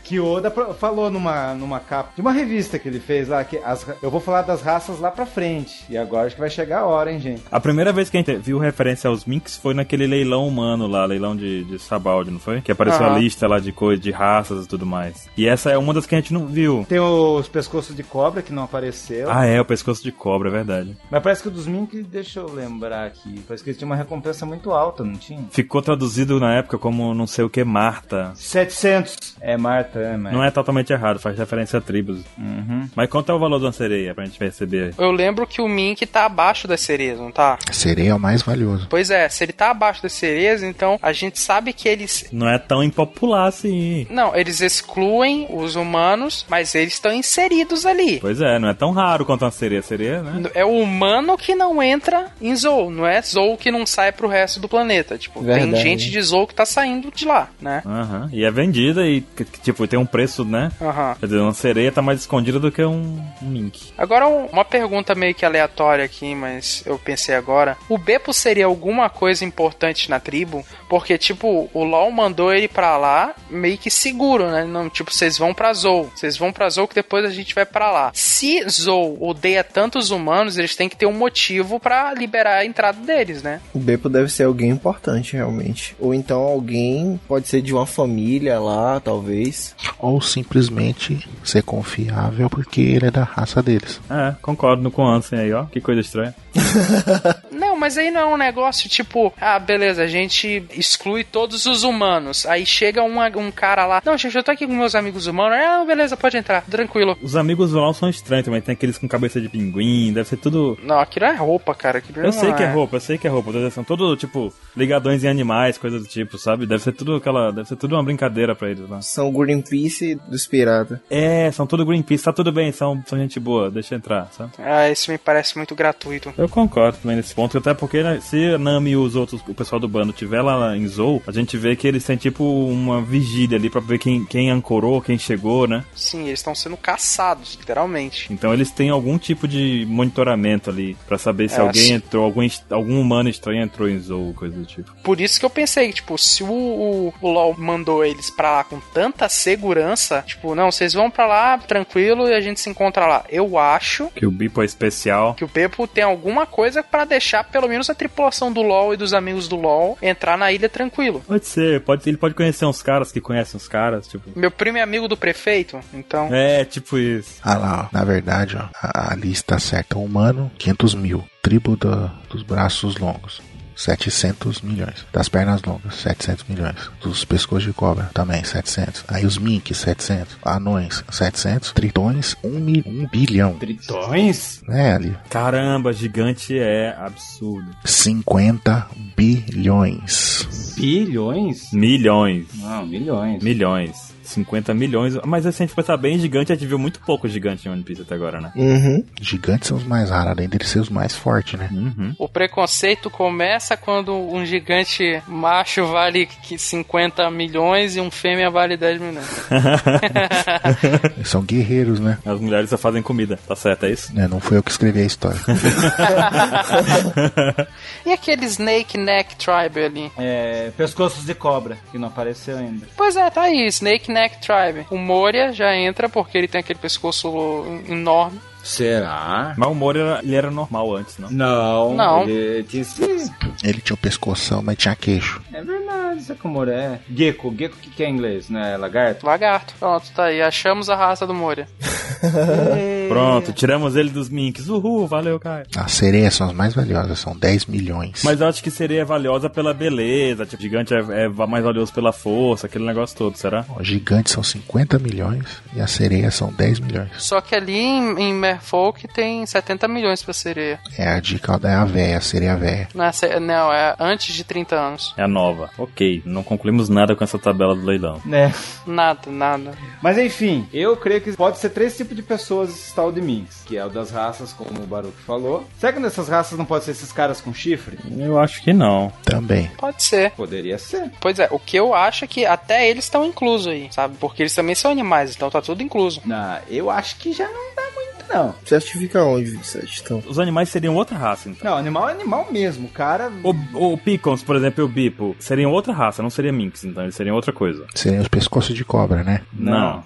Que o Oda pro- falou numa, numa capa de uma revista que ele fez lá. Que as, ra- eu vou falar das raças lá pra frente. E agora acho que vai chegar a hora, hein, gente? A primeira vez que a gente viu referência aos minks foi naquele leilão humano lá, leilão de, de Sabaldi, não foi? Que apareceu Aham. a lista lá de coisas, de raças e tudo mais. E essa é uma das que a gente não viu. Tem os pescoços de cobra que não apareceu. Ah, é, o pescoço de cobra, é verdade. Mas parece que o dos Mink, deixa eu lembrar aqui. Parece que ele tinha uma recompensa muito alta, não tinha? Ficou traduzido na época como não sei o que, Marta. 700. É Marta, é, mas... Não é totalmente errado, faz referência a tribos. Uhum. Mas quanto é o valor de uma sereia pra gente perceber? Eu lembro que o Mink tá abaixo das sereias, não tá? Sereia é o mais valioso. Pois é, se ele tá abaixo das sereias, então a gente sabe que eles. Não é tão impopular assim. Não, eles excluem os humanos, mas eles estão inseridos ali. Pois é, não é tão raro quanto uma sereia. Sereia, né? É o humano que não entra em Zou, não é Zou que não sai pro resto do planeta. Tipo, tem Verdade. gente de Zou que tá saindo de lá, né? Aham. E é vendida e, que- que, tipo, tem um preço, né? Aham. Quer dizer, uma sereia tá mais escondida do que um, um mink. Agora, um- uma pergunta meio que aleatória aqui, mas eu pensei agora. O Beppo seria alguma coisa importante na tribo? Porque, tipo, o LoL mandou ele pra lá meio que seguro, né? Não, tipo, vocês vão pra Zou. Vocês vão pra Zou que depois a gente vai pra lá. Se Zou odeia tantos humanos, eles têm que ter um motivo pra liberar a entrada deles, né? O Beppo deve ser alguém importante, realmente. Ou então alguém, pode ser de uma família lá, talvez. Ou simplesmente ser confiável porque ele é da raça deles. É, concordo com o Ansem aí, ó. Que coisa estranha. Não, mas aí não é um negócio tipo, ah, beleza, a gente exclui todos os humanos. Aí chega um, um cara lá, não, gente, eu tô aqui com meus amigos humanos. Ah, beleza, pode entrar, tranquilo. Os amigos do LOL são estranhos também. Tem aqueles com cabeça de pinguim, deve ser tudo. Não, aquilo é roupa, cara. Aquilo Eu sei que é roupa, eu sei que é roupa. Deve ser- São todos, tipo, ligadões em animais, coisa do tipo, sabe? Deve ser tudo aquela. Deve ser tudo uma brincadeira pra eles lá. São Greenpeace dos piratas. É, são tudo Greenpeace, tá tudo bem, são, são gente boa, deixa eu entrar, sabe? Ah, isso me parece muito gratuito. Eu concordo também nesse ponto. Eu Até porque né, se a Nami e os outros, o pessoal do bando, tiver lá em Zou, a gente vê que eles têm tipo uma vigília ali pra ver quem, quem ancorou, quem chegou, né? Sim, eles estão sendo caçados, literalmente. Então eles têm algum tipo de monitoramento ali pra saber se É, alguém se- entrou, algum, est- algum humano estranho entrou em Zou, coisa do tipo. Por isso que eu pensei, tipo, se o, o, o LoL mandou eles pra lá com tanta segurança, tipo, não, vocês vão pra lá tranquilo e a gente se encontra lá. Eu acho Que o Bipo é especial. que o Pepo tem alguma coisa pra deixar pelo menos a tripulação do LoL e dos amigos do LoL entrar na ilha tranquilo. Pode ser, pode, ele pode conhecer uns caras que conhecem uns caras, tipo. Meu primo é amigo do prefeito, então. É, tipo isso. Ah lá, ó. na verdade, ó, a, a lista certa. um Humano, 500 mil. Tribo da- dos braços longos, 700 milhões. Das pernas longas, 700 milhões. Dos pescoços de cobra, também, 700. Aí os minks, 700. Anões, 700. Tritões, 1, mil, 1 bilhão. Tritões? Né, ali? Caramba, gigante é absurdo. 50 bilhões. Bilhões? Milhões. Não, milhões. Milhões. 50 milhões. Mas se a gente pensar bem, gigante, a gente viu muito pouco gigante em One Piece até agora, né? Uhum. Gigantes são os mais raros, além deles ser os mais fortes, né? Uhum. O preconceito começa quando um gigante macho vale que 50 milhões e um fêmea vale 10 milhões. Eles são guerreiros, né? As mulheres só fazem comida, tá certo, é isso? Né, Não foi eu que escrevi a (laughs) história. E aquele Snake Neck Tribe ali? É, pescoços de cobra, que não apareceu ainda. Pois é, tá aí, Snake Neck Tribe. O Moria já entra porque ele tem aquele pescoço enorme. Será? Mas o Moro era, ele era normal antes, não? Não. Não. Ele tinha esse- Ele tinha o pescoção, mas tinha queixo. É verdade, isso é como é. Gecko, Gecko o que, que é em inglês, né? Lagarto? Lagarto. Pronto, tá aí. Achamos a raça do Moria. Pronto, tiramos ele dos minks. Uhul, valeu, Caio. As sereias são as mais valiosas, são 10 milhões. Mas eu acho que seria valiosa pela beleza. Tipo, gigante é, é mais valioso pela força, aquele negócio todo, será? Os gigantes são 50 milhões e as sereias são 10 milhões. Só que ali em, em Merfolk tem 70 milhões pra sereia. É a dica da véia, a sereia véia. Não é, se- não, é antes de 30 anos. É a nova. Ok, não concluímos nada com essa tabela do leilão. Né. Nada, nada. Mas enfim, eu creio que pode ser três tipos de pessoas esse tal de Minx, que é o das raças, como o Baruch falou. Será que nessas raças não pode ser esses caras com chifre? Eu acho que não. Também. Pode ser. Poderia ser. Pois é, o que eu acho é que até eles estão inclusos aí, sabe? Porque eles também são animais, então tá tudo incluso. Ah, eu acho que já não dá muito, não. Certifica onde, Vicente? Então. (laughs) Os animais seriam outra raça, então. Não, animal é animal mesmo, cara. O, o Picons, por exemplo, e o Bipo seriam outra raça, não seria Minx, então eles seriam outra coisa. Seriam os pescoços de cobra, né? Não.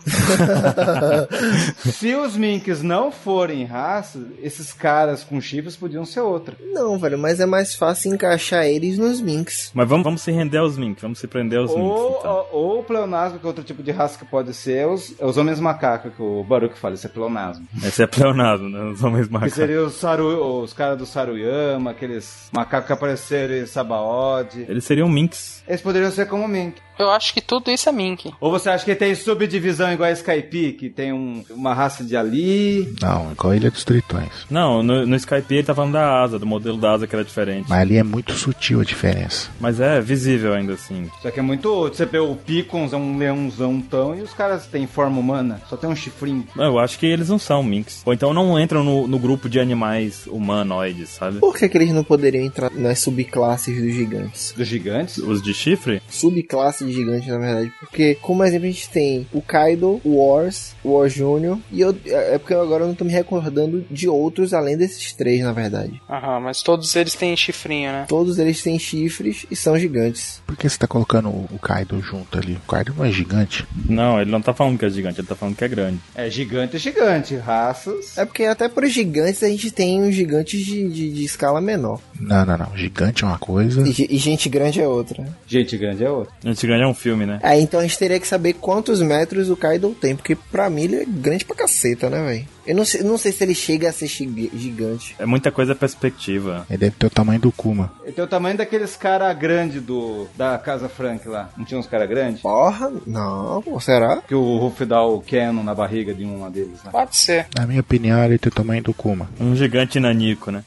Se os minks não forem raças, esses caras com chifres podiam ser outra. Não, velho, mas é mais fácil encaixar eles nos minks. Mas vamos, vamos se render aos Minks, vamos se prender aos Minks, Ou, então. ou, ou o pleonasmo, que é outro tipo de raça que pode ser, os, é os homens macacos, que o Baruch fala, isso é pleonasmo. Esse é pleonasmo, né? Os homens Que macacos. seria os, saru, os caras do Saruyama, aqueles macacos que apareceram em Sabaody. Eles seriam Minks. Eles poderiam ser como Mink. Eu acho que tudo isso é Mink. Ou você acha que tem subdivisão igual a Skype, que tem um- uma raça de ali? Não, igual a Ilha dos Tritões. Não, no, no Skype ele tá falando da asa, do modelo da asa que era diferente. Mas ali é muito sutil a diferença. Mas é visível ainda assim. Só que é muito outro. Você vê o Picons, é um leãozão tão, e os caras têm forma humana, só tem um chifrinho. Não, Eu acho que eles não são Minks. Ou então não entram no, no grupo de animais humanoides, sabe? Por que, que eles não poderiam entrar nas subclasses dos gigantes? Dos gigantes? Os de chifre? Subclasse de gigante, na verdade. Porque, como exemplo, a gente tem o Kaido, o Wars, o War Jr. E eu, é porque eu agora não tô me recordando de outros além desses três, na verdade. Aham, mas todos eles têm chifrinho, né? Todos eles têm chifres e são gigantes. Por que você tá colocando o o Kaido junto ali? O Kaido não é gigante. Não, ele não tá falando que é gigante, ele tá falando que é grande. É gigante, é gigante. Raças. É porque até por gigantes a gente tem os gigantes de, de, de escala menor. Não, não, não. Gigante é uma coisa. E, ge- e gente grande é outra. Gente grande é outra. Gente grande é um filme, né? Aí então a gente teria que saber quantos metros o Kaido tem, porque pra mim ele é grande pra caceta, né, velho? Eu não sei, não sei se ele chega a ser chi- gigante. É muita coisa perspectiva. Ele deve ter o tamanho do Kuma. Ele tem o tamanho daqueles cara grande do da Casa Frank lá. Não tinha uns cara grande? Porra, não, pô, será? Que o Ruff dá o Canon na barriga de um deles lá. Pode ser. Na minha opinião, ele tem o tamanho do Kuma. Um gigante nanico, né?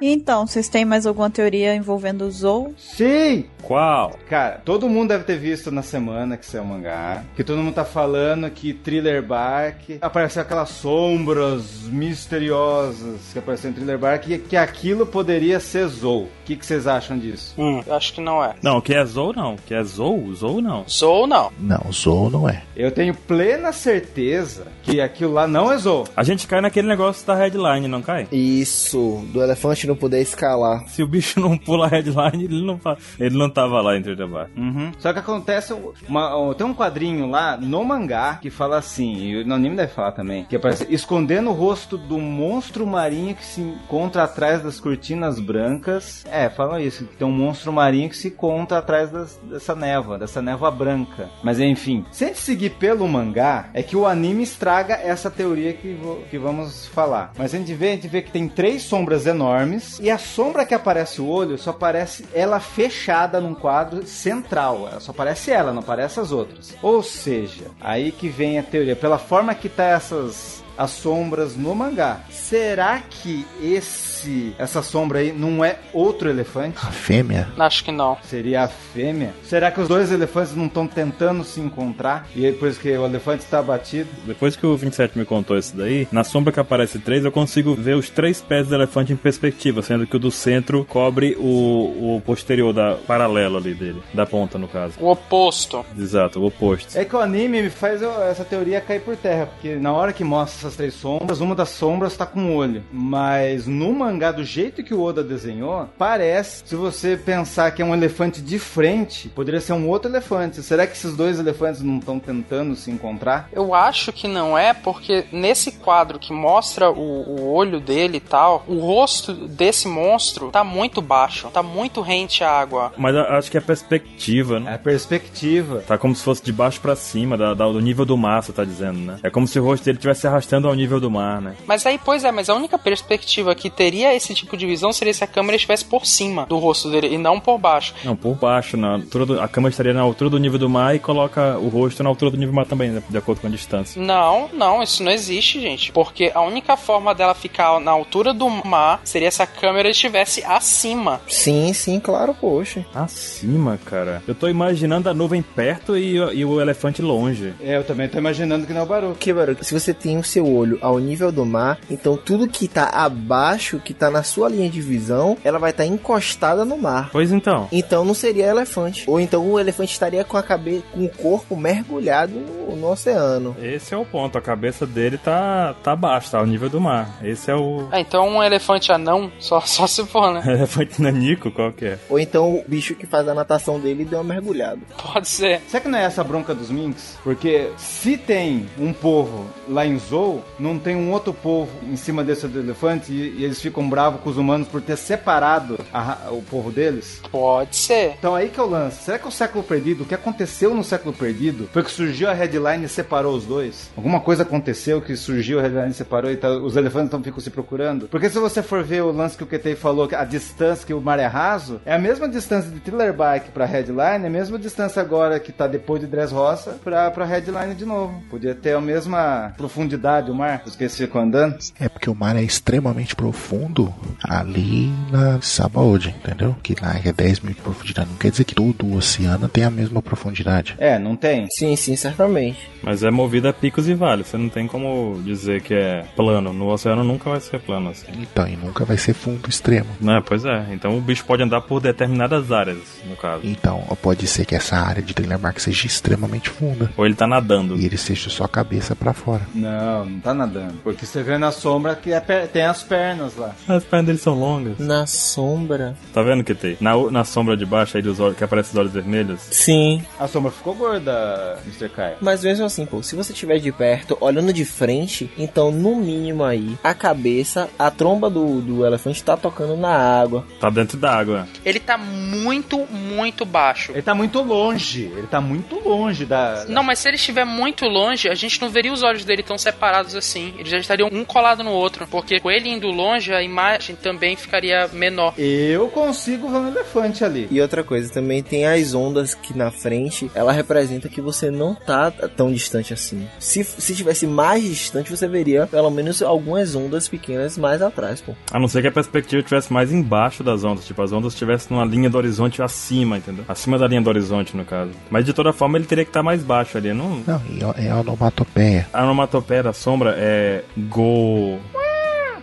E então, vocês têm mais alguma teoria envolvendo o Zou? Sim! Qual? Cara, todo mundo deve ter visto na semana que saiu o mangá, que todo mundo tá falando que Thriller Bark apareceu aquelas sombras misteriosas que apareceu em Thriller Bark e que aquilo poderia ser Zou. O que que vocês acham disso? Hum, eu acho que não é. Não, que é Zou não. Que é Zou, Zou não. Zou não. Não, Zou não é. Eu tenho plena certeza que aquilo lá não é Zou. A gente cai naquele negócio da headline, não cai? Isso, do elefante não poder escalar. Se o bicho não pula a headline, ele não, fa- ele não tava lá em Twitter Bar. Uhum. Só que acontece. uma- ó, tem um quadrinho lá no mangá que fala assim, e no anime deve falar também, que aparece escondendo o rosto do monstro marinho que se encontra atrás das cortinas brancas. É, fala isso, que tem um monstro marinho que se encontra atrás das- dessa névoa, dessa névoa branca. Mas enfim, se a gente seguir pelo mangá, é que o anime estraga essa teoria que, vo- que vamos falar. Mas a gente vê, a gente vê que tem três sombras enormes e a sombra que aparece o olho só aparece ela fechada num quadro central. Ela Só aparece ela, não aparece as outras. Ou seja, aí que vem a teoria. Pela forma que tá essas as sombras no mangá. Será que esse essa sombra aí não é outro elefante? A fêmea? Acho que não. Seria a fêmea? Será que os dois elefantes não estão tentando se encontrar? E é por isso que o elefante tá está abatido? Depois que o 27 me contou isso daí, na sombra que aparece três, eu consigo ver os três pés do elefante em perspectiva, sendo que o do centro cobre o, o posterior da paralelo ali dele, da ponta no caso. O oposto. Exato, o oposto. É que o anime me faz eu- essa teoria cair por terra, porque na hora que mostra essas três sombras, uma das sombras tá com um olho. Mas no mangá, do jeito que o Oda desenhou, parece, se você pensar que é um elefante de frente, poderia ser um outro elefante. Será que esses dois elefantes não estão tentando se encontrar? Eu acho que não é, porque nesse quadro que mostra o, o olho dele e tal, o rosto desse monstro tá muito baixo, tá muito rente à água. Mas eu acho que é perspectiva, né? É a perspectiva. Tá como se fosse de baixo pra cima, da, da- do nível do mar, você tá dizendo, né? É como se o rosto dele estivesse arrastando ao nível do mar, né? Mas aí, pois é, mas a única perspectiva que teria esse tipo de visão seria se a câmera estivesse por cima do rosto dele e não por baixo. Não, por baixo, na altura do, a câmera estaria na altura do nível do mar e coloca o rosto na altura do nível do mar também, né? de acordo com a distância. Não, não, isso não existe, gente. Porque a única forma dela ficar na altura do mar seria se a câmera estivesse acima. Sim, sim, claro, poxa. Acima, cara. Eu tô imaginando a nuvem perto e, e o elefante longe. É, eu também tô imaginando que não é o Baruch. Porque, Baruch, se você tem o seu olho ao nível do mar, então tudo que tá abaixo, que tá na sua linha de visão, ela vai estar encostada no mar. Pois então. Então não seria elefante. Ou então o elefante estaria com a cabeça, com o corpo mergulhado no, no oceano. Esse é o ponto, a cabeça dele tá, tá baixa, tá ao nível do mar. Esse é o. (laughs) Ah, então um elefante anão, só, (laughs) só se for, né? Elefante nanico, qual que é? Ou então o bicho que faz a natação dele deu uma mergulhada. Pode ser. Será que não é essa a bronca dos minks? Porque se tem um povo lá em Zou, não tem um outro povo em cima desse do elefante e, e eles ficam bravos com os humanos por ter separado a ra- o povo deles? Pode ser. Então aí que eu lance. Será que o século perdido, o que aconteceu no século perdido, foi que surgiu a headline e separou os dois? Alguma coisa aconteceu que surgiu a headline e separou e tá- os elefantes então ficam se procurando? Porque se você for ver o lance que o Ketei falou, que a distância que o mar é raso, é a mesma distância de Thriller Bike pra headline, é a mesma distância agora que tá depois de Dress Roça pra, pra headline de novo. Podia ter a mesma profundidade o mar, os que eles ficam andando. É porque o mar é extremamente profundo ali na Sabaody, entendeu? Que lá é 10 mil de profundidade. Não quer dizer que todo o oceano tem a mesma profundidade. É, não tem. Sim, sim, certamente. Mas é movido a picos e vales. Você não tem como dizer que é plano. No oceano nunca vai ser plano assim. Então, e nunca vai ser fundo extremo. Né, pois é. Então o bicho pode andar por determinadas áreas, no caso. Então, pode ser que essa área de Thriller Bark seja extremamente funda. Ou ele tá nadando. E ele seja só a cabeça pra fora. Não, não tá nadando. Porque você vê na sombra que é per- tem as pernas lá. As pernas dele são longas. Na sombra. Tá vendo que tem? Na, na sombra de baixo aí dos olhos, que aparece os olhos vermelhos. Sim, A sombra ficou gorda, Mr. Kai. mas mesmo assim, pô, se você estiver de perto, olhando de frente, então no mínimo aí, a cabeça, a tromba do, do elefante tá tocando na água. Tá dentro d'água. Ele tá muito, muito baixo. Ele tá muito longe. Ele tá muito longe da. Não, mas se ele estiver muito longe, a gente não veria os olhos dele tão separados assim. Eles já estariam um colado no outro, porque com ele indo longe, a imagem também ficaria menor. Eu consigo ver um elefante ali. E outra coisa, também tem as ondas que na frente, ela representa que você não tá tão distante assim. Se, se tivesse mais distante, você veria pelo menos algumas ondas pequenas mais atrás, pô. A não ser que a perspectiva estivesse mais embaixo das ondas, tipo, as ondas estivessem numa linha do horizonte acima, entendeu? Acima da linha do horizonte, no caso. Mas de toda forma, ele teria que estar mais baixo ali, não... Não, é a onomatopeia. A onomatopeia da sombra é gol.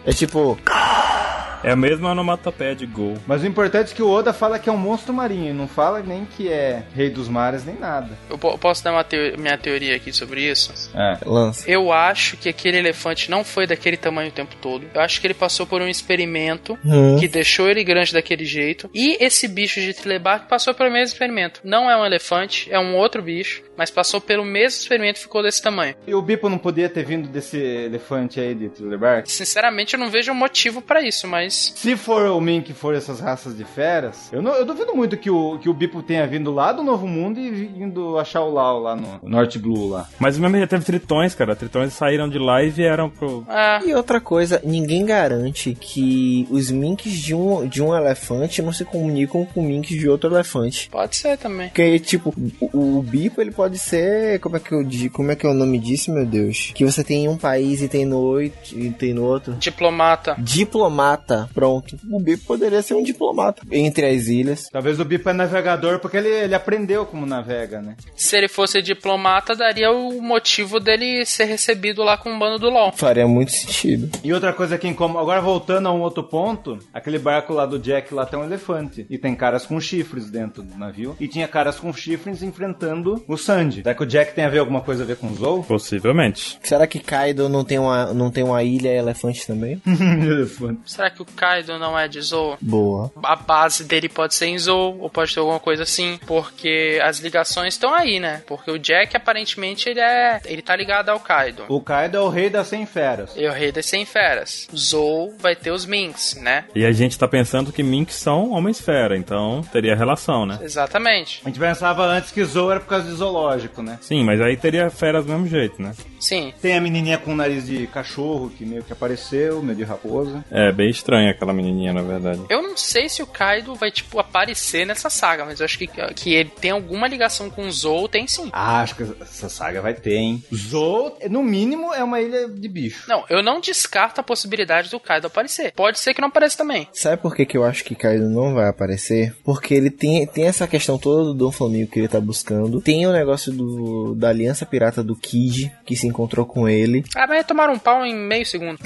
É tipo, É a mesma onomatopeia de gol. Mas o importante é que o Oda fala que é um monstro marinho, não fala nem que é rei dos mares, nem nada. Eu po- posso dar uma teo- minha teoria aqui sobre isso? É. lança. Eu acho que aquele elefante não foi daquele tamanho o tempo todo. Eu acho que ele passou por um experimento Hum. que deixou ele grande daquele jeito. E esse bicho de Trilebark passou pelo mesmo experimento. Não é um elefante, é um outro bicho, mas passou pelo mesmo experimento e ficou desse tamanho. E o Bipo não podia ter vindo desse elefante aí de Thriller Sinceramente, eu não vejo motivo pra isso, mas Se for o Min que for essas raças de feras, eu, não- eu duvido muito que o, que o Bipo tenha vindo lá do Novo Mundo e vindo achar o Lau lá no no Norte Blue lá. Mas mesmo já teve tritões, cara. Tritões saíram de lá e vieram pro. ah, E outra coisa, ninguém garante que os minks de um, de um elefante não se comunicam com minks de outro elefante. pode ser também. Porque, tipo, o, o bipo ele pode ser. Como é que eu di- Como é que é o nome disso, meu Deus? Que você tem em um país e tem no oito e tem no outro. Diplomata. Diplomata, pronto. O bipo poderia ser um diplomata entre as ilhas. Talvez o Bipo é navegador porque ele, ele aprendeu como navega, né? Se ele fosse diplomata, daria o motivo dele ser recebido lá com o bando do LOL. Faria muito sentido. E outra coisa que incomoda. Agora voltando a um outro ponto, aquele barco lá do Jack lá tem um elefante. E tem caras com chifres dentro do navio. E tinha caras com chifres enfrentando o Sandy. Será que o Jack tem a ver alguma coisa a ver com o Zou? (laughs) Possivelmente. Será que Kaido não tem uma, não tem uma ilha elefante também? Hum. elefante. Será que o Kaido não é de Zou? Boa. a base dele pode ser em Zou, ou pode ter alguma coisa assim, porque as ligações estão aí, né? Porque o Jack, aparentemente, ele é. ele tá ligado ao Kaido. O Kaido é o rei das 100 feras. E o rei das 100 feras. Zou vai ter os Minks, né? E a gente tá pensando que minks são homens fera, então teria relação, né? Exatamente. A gente pensava antes que Zou era por causa de zoológico, né? Sim, mas aí teria feras do mesmo jeito, né? Sim. Tem a menininha com o nariz de cachorro que meio que apareceu, meio de raposa. É bem estranha aquela menininha, na verdade. Eu não sei se o Kaido vai, tipo, aparecer nessa saga, mas eu acho que, que ele tem alguma ligação com o Zou, tem sim. Ah, acho que essa saga vai ter, hein? Zou, no mínimo, é uma ilha de (laughs) bicho. Não, eu não descarto a possibilidade do Kaido aparecer. Pode ser que não apareça também. Sabe por que, que eu acho que Kaido não vai aparecer? Porque ele tem, tem essa questão toda do Dom Flamingo que ele tá buscando. Tem o negócio do, da Aliança Pirata do Kid, que se encontrou com ele. Ah, mas tomaram um pau em meio segundo.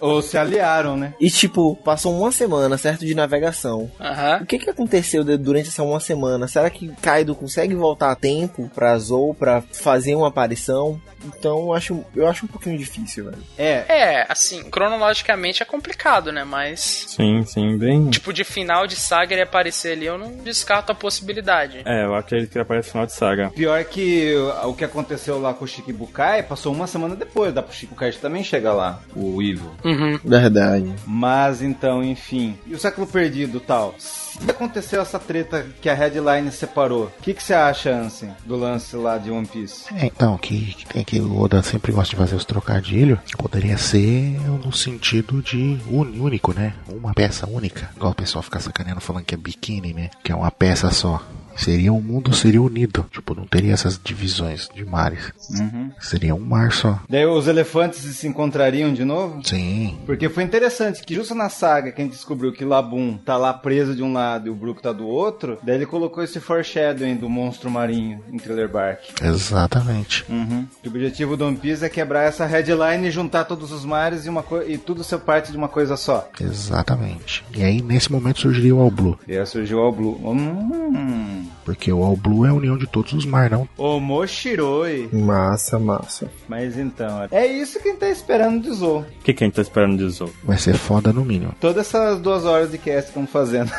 Ou se aliaram, né? E, tipo, passou uma semana, certo? De navegação. Aham. O que que aconteceu de- durante essa uma semana? Será que Kaido consegue voltar a tempo pra Zou pra fazer uma aparição? Então, eu acho, eu acho um pouquinho difícil, velho. É, É, assim, cronologicamente é complicado, né? Mas. Sim, sim, bem. Tipo, de final de saga ele aparecer ali, eu não descarto a possibilidade. É, eu acredito que aparece no final de saga. Pior é que o que aconteceu lá com o Shikibukai passou uma semana depois, dá pro Shikibukai também chegar lá, o Evil. Uhum. Verdade. Mas então, enfim. E o século perdido tal? Se aconteceu essa treta que a Headline separou, o que, que você acha, Ansem, do lance lá de One Piece? É, então, que, que tem que o Oda sempre gosta de fazer os trocadilhos. Poderia ser no sentido de uni- único, né? Uma peça única. Igual o pessoal fica sacaneando falando que é biquíni, né? Que é uma peça só. Seria um mundo, seria unido. Tipo, não teria essas divisões de mares. Uhum. Seria um mar só. Daí os elefantes se encontrariam de novo? Sim. Porque foi interessante que justo na saga que a gente descobriu que Labum tá lá preso de um lado e o Brook tá do outro, daí ele colocou esse foreshadowing do monstro marinho em Thriller Bark. Exatamente. Uhum. O objetivo do One Piece é quebrar essa headline e juntar todos os mares e, uma co- e tudo ser parte de uma coisa só. Exatamente. E aí, nesse momento, surgiria o All Blue. E aí surgiu o All Blue. Hum. Porque o All Blue é a união de todos os mares, não? O Moshiroi. Massa, massa. Mas então, é isso que a gente tá esperando do Zou. O que, que a gente tá esperando de Zou? Vai ser foda no mínimo. Todas essas duas horas de cast que estamos (laughs) fazendo.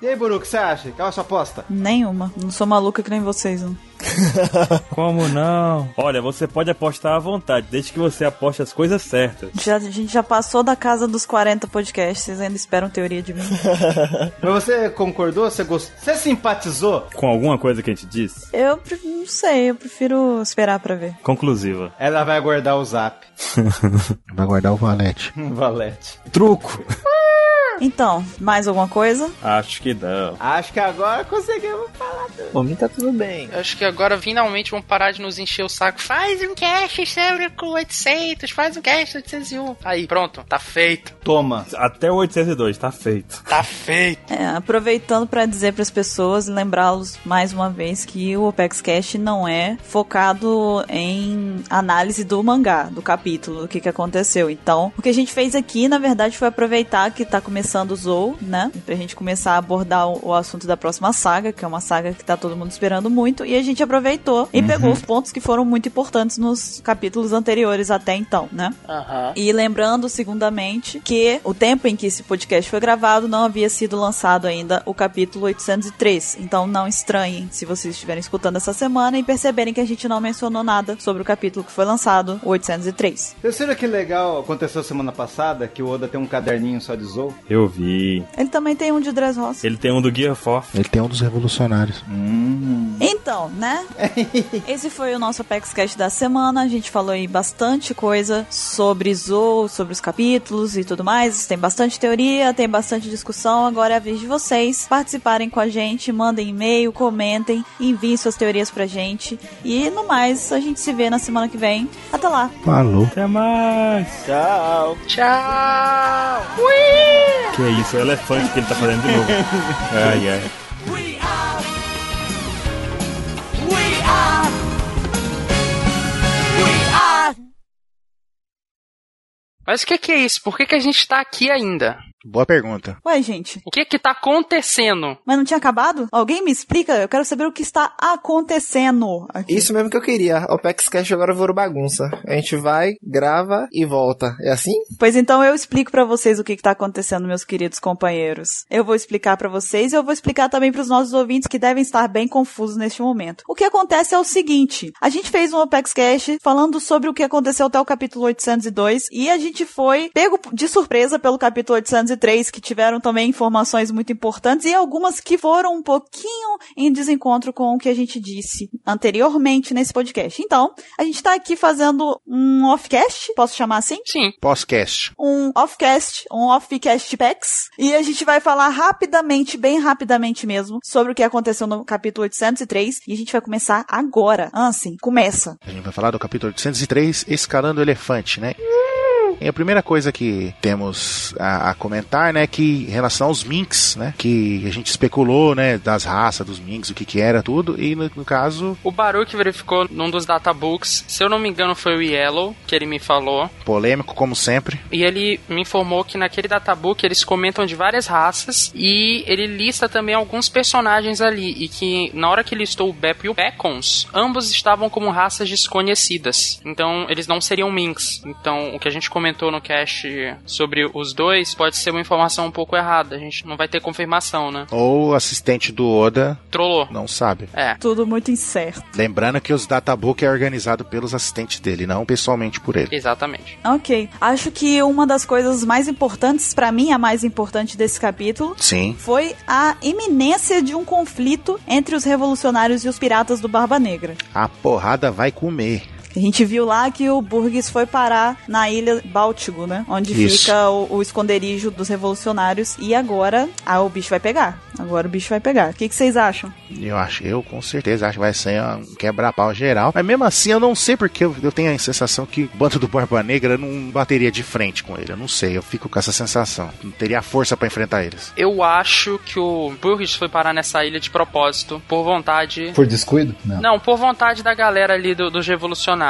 e aí, Buru, o que você acha? Qual a sua aposta? Nenhuma. Não sou maluca que nem vocês, não. Como não? Olha, você pode apostar à vontade, desde que você aposte as coisas certas. Já, a gente já passou da casa dos 40 podcasts, vocês ainda esperam teoria de mim. Mas você concordou? Você gostou? Você simpatizou? Com alguma coisa que a gente disse? Eu pre- não sei, eu prefiro esperar pra ver. Conclusiva. Ela vai guardar o zap. Vai guardar o valete. Valete. É Truco. Então, mais alguma coisa? Acho que não. Acho que agora conseguimos falar. Por mim tá tudo bem. Eu Acho que agora finalmente vão parar de nos encher o saco. Faz um cast sobre com 800, faz um cast 801. Aí, pronto, tá feito, Toma. Até o 802, tá feito. tá feito. É, aproveitando pra dizer pras pessoas, lembrá-los mais uma vez que o Opex Cash não é focado em análise do mangá, do capítulo, do que, que aconteceu. Então, o que a gente fez aqui, na verdade, foi aproveitar que tá começando o Zou, né? Pra gente começar a abordar o, o assunto da próxima saga, que é uma saga que tá todo mundo esperando muito, e a gente aproveitou e pegou os pontos que foram muito importantes nos capítulos anteriores até então, né? Aham. E lembrando, segundamente, que o tempo em que esse podcast foi gravado não havia sido lançado ainda o capítulo 803. Então não estranhem se vocês estiverem escutando essa semana e perceberem que a gente não mencionou nada sobre o capítulo que foi lançado, o 803. Vocês viram que legal aconteceu semana passada que o Oda tem um caderninho só de Zou? Eu vi. Ele também tem um de Dressrosa. Ele tem um do Gear 4. Ele tem um dos revolucionários. Então, né? Esse foi o nosso ApexCast da semana. A gente falou aí bastante coisa sobre Zou, sobre os capítulos e tudo mais. Tem bastante teoria, tem bastante discussão. Agora é a vez de vocês participarem com a gente, mandem e-mail, comentem, enviem suas teorias pra gente. E no mais, a gente se vê na semana que vem. Até lá! Falou. Até mais. Tchau. Tchau! Que é isso, é o elefante que ele tá fazendo de (laughs) novo. ai, ai. Mas o que que é isso? Por que que a gente tá aqui ainda? Boa pergunta. Ué, gente, O que que tá acontecendo? mas não tinha acabado? Alguém me explica? Eu quero saber o que está acontecendo aqui. Isso mesmo que eu queria. Opex Cash agora virou bagunça. A gente vai, grava e volta. É assim? Pois então eu explico pra vocês o que, que tá acontecendo, meus queridos companheiros. Eu vou explicar pra vocês e eu vou explicar também pros nossos ouvintes que devem estar bem confusos neste momento. O que acontece é o seguinte: a gente fez um Opex Cash falando sobre o que aconteceu até o capítulo 802 e a gente foi pego de surpresa pelo capítulo 803 que tiveram também informações muito importantes e algumas que foram um pouquinho em desencontro com o que a gente disse anteriormente nesse podcast. Então, a gente tá aqui fazendo um off-cast, posso chamar assim? Sim, Pós-cast. um offcast, um offcast packs, e a gente vai falar rapidamente, bem rapidamente mesmo, sobre o que aconteceu no capítulo 803, e a gente vai começar agora. Ansem, começa. A gente vai falar do capítulo 803, Escalando o Elefante, né? E a primeira coisa que temos a, a comentar, né, que em relação aos minks, né, que a gente especulou, né, das raças dos minks, o que que era, tudo, e no, no caso, o Baru que verificou num dos databooks, se eu não me engano foi o Yellow, que ele me falou, polêmico como sempre, e ele me informou que naquele databook eles comentam de várias raças e ele lista também alguns personagens ali, e que na hora que listou o Bep e o Becons, ambos estavam como raças desconhecidas, então eles não seriam minks. Então o que a gente comentou no cast sobre os dois pode ser uma informação um pouco errada, a gente não vai ter confirmação, né? ou o assistente do Oda Trollou. não sabe. É. Tudo muito incerto. Lembrando que os databook é organizado pelos assistentes dele, não pessoalmente por ele. Exatamente. Ok. Acho que uma das coisas mais importantes, pra mim, a mais importante desse capítulo, Sim. foi a iminência de um conflito entre os revolucionários e os piratas do Barba Negra. A porrada vai comer. A gente viu lá que o Burgess foi parar na ilha Báltico, né? Onde Isso. fica o, o esconderijo dos revolucionários. E agora, ah, o bicho vai pegar. Agora o bicho vai pegar. O que, que vocês acham? Eu acho, eu com certeza acho que vai ser um quebra-pau geral. Mas mesmo assim, eu não sei porque eu, eu tenho a sensação que o bando do Barba Negra não bateria de frente com ele. Eu não sei, eu fico com essa sensação. Não teria força pra enfrentar eles. Eu acho que o Burgess foi parar nessa ilha de propósito, por vontade. Por descuido? Não. Não, por vontade da galera ali do- dos revolucionários.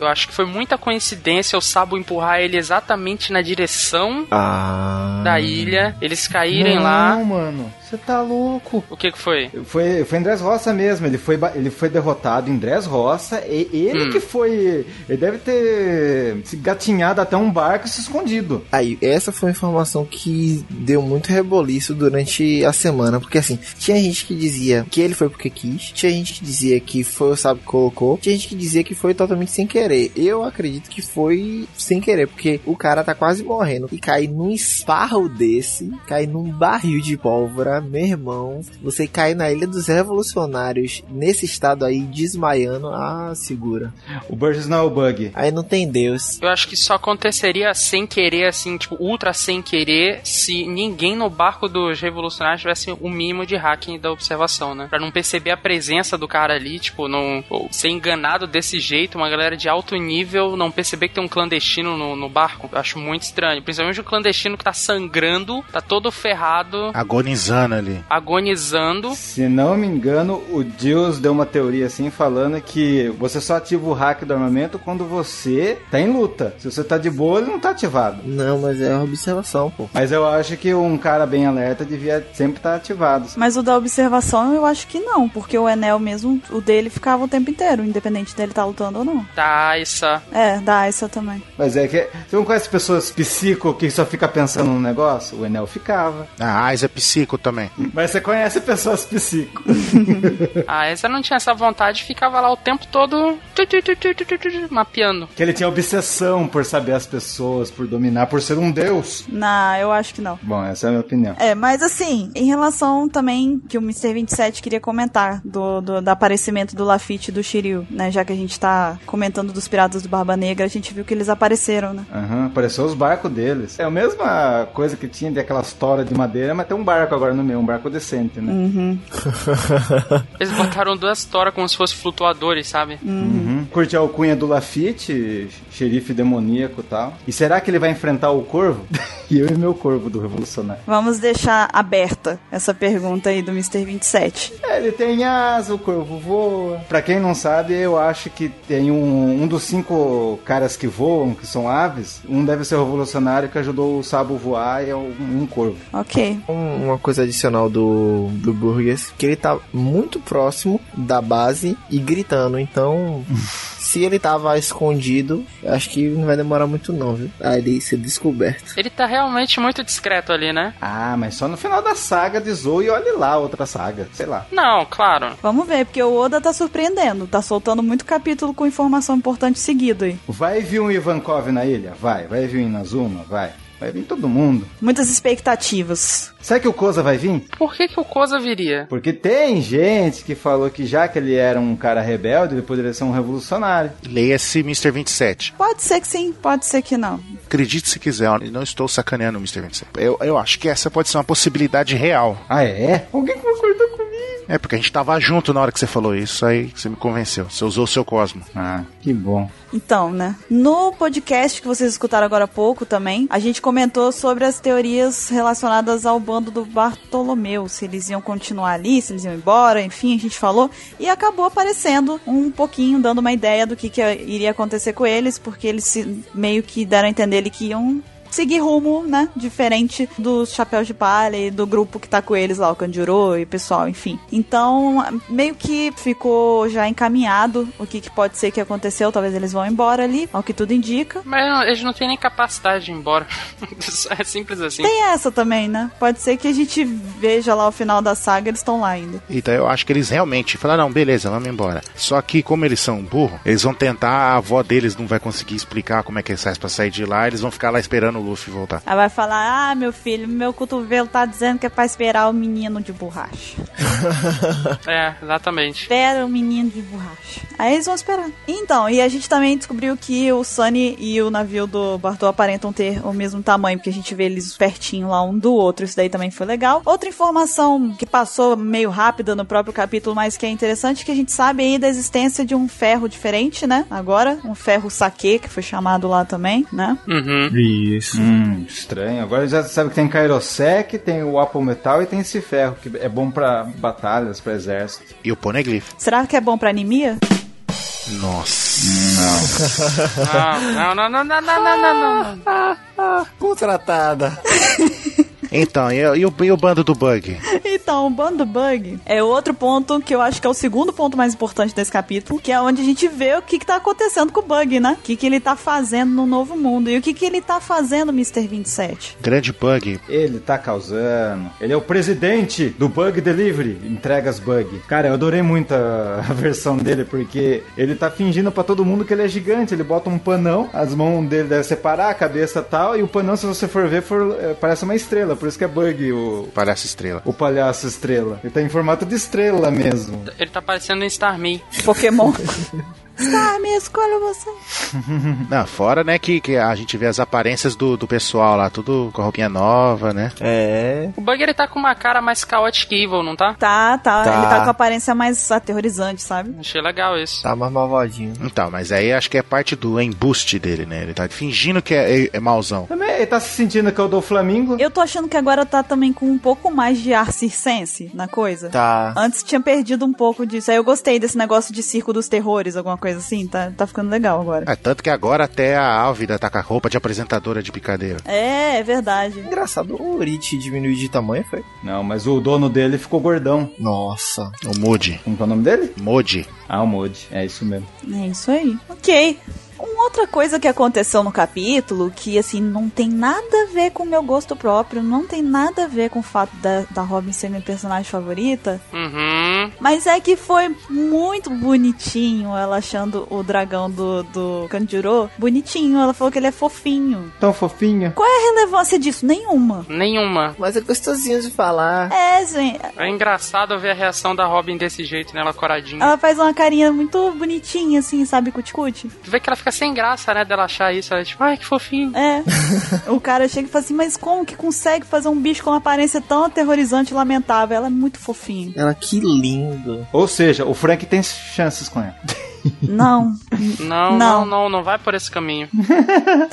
Eu acho que foi muita coincidência o Sabo empurrar ele exatamente na direção Ah. da ilha, eles caírem lá. mano. Você tá louco. O que que foi? Foi, foi em Dress Roça mesmo, ele foi, ba- ele foi derrotado em Dress Roça, e ele Hum. que foi. Ele deve ter se gatinhado até um barco e se escondido. Aí, essa foi uma informação que deu muito reboliço durante a semana, porque assim, tinha gente que dizia que ele foi porque quis, tinha gente que dizia que foi o sábio que colocou, tinha gente que dizia que foi totalmente sem querer. Eu acredito que foi sem querer, porque o cara tá quase morrendo e cair num esparro desse, cair num barril de pólvora, meu irmão, você cair na Ilha dos Revolucionários nesse estado aí, desmaiando, ah, segura. O Burgess não é o bug. Aí não tem Deus. Eu acho que só aconteceria sem querer, assim, tipo, ultra sem querer, se ninguém no barco dos revolucionários tivesse o mínimo de hacking da observação, né? Pra não perceber a presença do cara ali, tipo, não ou ser enganado desse jeito, uma galera de alto nível não perceber que tem um clandestino no, no barco. Eu acho muito estranho. Principalmente o clandestino que tá sangrando, tá todo ferrado, Agonizando ali. agonizando. Se não me engano, o Deus deu uma teoria assim falando que você só ativa o hack do armamento quando você tá em luta. Se você tá de boa, ele não tá ativado. Não, mas é uma observação, pô. Mas eu acho que um cara bem alerta devia sempre estar ativado. Mas o da observação eu acho que não, porque o Enel mesmo, o dele ficava o tempo inteiro, independente dele estar lutando ou não. Tá, essa. É, da Aissa também. Mas é que você não conhece pessoas psico que só fica pensando no negócio? O Enel ficava. A Ais é psico também. Mas você conhece pessoas psico. Ah, essa não tinha essa vontade, ficava lá o tempo todo tu, tu, tu, tu, tu, tu, tu, tu, mapeando. Que ele tinha obsessão por saber as pessoas, por dominar, por ser um deus. Não, eu acho que não. Bom, essa é a minha opinião. É, mas assim, em relação também que o Mr. 27 queria comentar do, do, do aparecimento do Lafitte e do Shiryu, né? Já que a gente tá comentando dos Piratas do Barba Negra, a gente viu que eles apareceram, né? Aham, apareceu os barcos deles. É a mesma coisa que tinha daquelas toras de madeira, mas tem um barco agora no meio, um barco decente, né? Eles botaram duas toras como se fossem flutuadores, sabe? Uhum. Curte a alcunha do Lafitte, xerife demoníaco e tal. E será que ele vai enfrentar o corvo? (laughs) e eu e meu corvo do revolucionário. Vamos deixar aberta essa pergunta aí do Mr. 27. É, ele tem asa, o corvo voa. Pra quem não sabe, eu acho que tem um, um dos cinco caras que voam, que são aves. Um deve ser o revolucionário que ajudou o Sabo voar e é um, um corvo. Ok. Um- Uma coisa adicional do, do Burgess, que ele tá muito próximo da base e gritando, então se ele tava escondido, acho que não vai demorar muito não, viu? é Aí ele ser descoberto. Ele tá realmente muito discreto ali, né? Ah, mas só no final da saga de Zou e olhe lá outra saga, sei lá. Não, claro. Vamos ver, porque o Oda tá surpreendendo, tá soltando muito capítulo com informação importante seguido aí. Vai vir um Ivankov na ilha? Vai. Vai vir um Inazuma? Vai. Vai vir todo mundo. Muitas expectativas. Será que o Koza vai vir? Por que, que o Koza viria? Porque tem gente que falou que já que ele era um cara rebelde, ele poderia ser um revolucionário. Leia-se Mr. 27. Pode ser que sim, pode ser que não. Acredite se quiser, eu não estou sacaneando o Mr. 27. Eu, eu acho que essa pode ser uma possibilidade real. Ah, é? Alguém concordou comigo? É porque a gente tava junto na hora que você falou isso, aí você me convenceu. Você usou o seu Cosmo. Ah, que bom. Então, né? No podcast que vocês escutaram agora há pouco também, a gente comentou sobre as teorias relacionadas ao bando do Bartolomeu, se eles iam continuar ali, se eles iam embora, enfim, a gente falou e acabou aparecendo um pouquinho dando uma ideia do que, que iria acontecer com eles, porque eles se- meio que deram a entender ali que iam seguir rumo, né? Diferente dos chapéus de palha e do grupo que tá com eles lá, o Kanjuro e o pessoal, enfim. Então, meio que ficou já encaminhado o que, que pode ser que aconteceu. Talvez eles vão embora ali, ao que tudo indica. Mas não, eles não têm nem capacidade de ir embora. (laughs) é simples assim. Tem essa também, né? Pode ser que a gente veja lá o final da saga, eles estão lá ainda. Então eu acho que eles realmente falaram, não, beleza, vamos embora. Só que como eles são um burro, eles vão tentar, a avó deles não vai conseguir explicar como é que eles fazem pra sair de lá, eles vão ficar lá esperando o Luffy voltar. Aí vai falar: ah, meu filho, meu cotovelo tá dizendo que é pra esperar o menino de borracha. É, exatamente. Espera o menino de borracha. Aí eles vão esperar. Então, e a gente também descobriu que o Sunny e o navio do Bartô aparentam ter o mesmo tamanho, porque a gente vê eles pertinho lá um do outro. Isso daí também foi legal. Outra informação que passou meio rápida no próprio capítulo, mas que é interessante, que a gente sabe aí da existência de um ferro diferente, né? Agora, um ferro saque, que foi chamado lá também, né? Uhum. Isso. Hum, estranho. Agora já sabe que tem Kairosek, tem o Apple Metal e tem esse ferro, que é bom pra batalhas, pra exército. E o Poneglyph. Será que é bom pra anemia? Nossa. Não, não, não, não, não, não, não, não, não, não. Contratada. Então, e, e o, e o bando do Bug? Então, o bando bug é outro ponto que eu acho que é o segundo ponto mais importante desse capítulo, que é onde a gente vê o que, que tá acontecendo com o bug, né? O que, que ele tá fazendo no novo mundo. E o que, que ele tá fazendo, Mr. 27? Grande bug. Ele tá causando. Ele é o presidente do Bug Delivery, entregas bug. Cara, eu adorei muito a, (laughs) a versão dele, porque ele tá fingindo pra todo mundo que ele é gigante. Ele bota um panão, as mãos dele devem separar, a cabeça tal, e o panão, se você for ver, for- é, parece uma estrela. Por isso que é bug o, Parece estrela. o palhaço estrela. Ele tá em formato de estrela mesmo. Ele tá parecendo um Starman. (laughs) Pokémon. Star, me escolha é você. Não, fora, né, que, que a gente vê as aparências do, do pessoal lá, tudo com roupinha nova, né? É. O Bug ele tá com uma cara mais caótica e evil, não tá? Tá, tá, Tá. Ele tá com a aparência mais aterrorizante, sabe? Achei legal isso. Tá mais malvadinho. Então, mas aí acho que é parte do embuste dele, né? Ele tá fingindo que é, é- é mauzão. Também ele tá se sentindo que é o do Flamingo. Eu tô achando que agora tá também com um pouco mais de ar circense na coisa. Tá. Antes tinha perdido um pouco disso. Aí eu gostei desse negócio de circo dos terrores, alguma coisa assim. Tá, tá ficando legal agora. É, tanto que agora até a Álvida tá com a roupa de apresentadora de picadeira. É, é verdade. Engraçado, o Rich diminuiu de tamanho, foi? Não, mas o dono dele ficou gordão. Nossa. O Moody. Como que é o nome dele? Moody. Ah, o Modi. É isso mesmo. É isso aí. Ok. Uma outra coisa que aconteceu no capítulo, que assim, não tem nada a ver com o meu gosto próprio, não tem nada a ver com o fato da, da Robin ser minha personagem favorita, Uhum. mas é que foi muito bonitinho ela achando o dragão do, do Kanjuro bonitinho. Ela falou que ele é fofinho. Tão fofinho. Qual é a relevância disso? Nenhuma. Nenhuma. Mas é gostosinho de falar. É, gente. É engraçado ver a reação da Robin desse jeito, né? Ela coradinha. Ela faz uma carinha muito bonitinha, assim, sabe, cuticute. Tu vê que ela fica sem graça, né? Dela achar isso. Ela é tipo, ai, que fofinho. É. o cara chega e fala assim, mas como que consegue fazer um bicho com uma aparência tão aterrorizante e lamentável? Ela é muito (laughs) fofinha. Ela, que lindo. Ou seja, o Frank tem chances com ela. Não. Não, Não. não, não, não vai por esse caminho.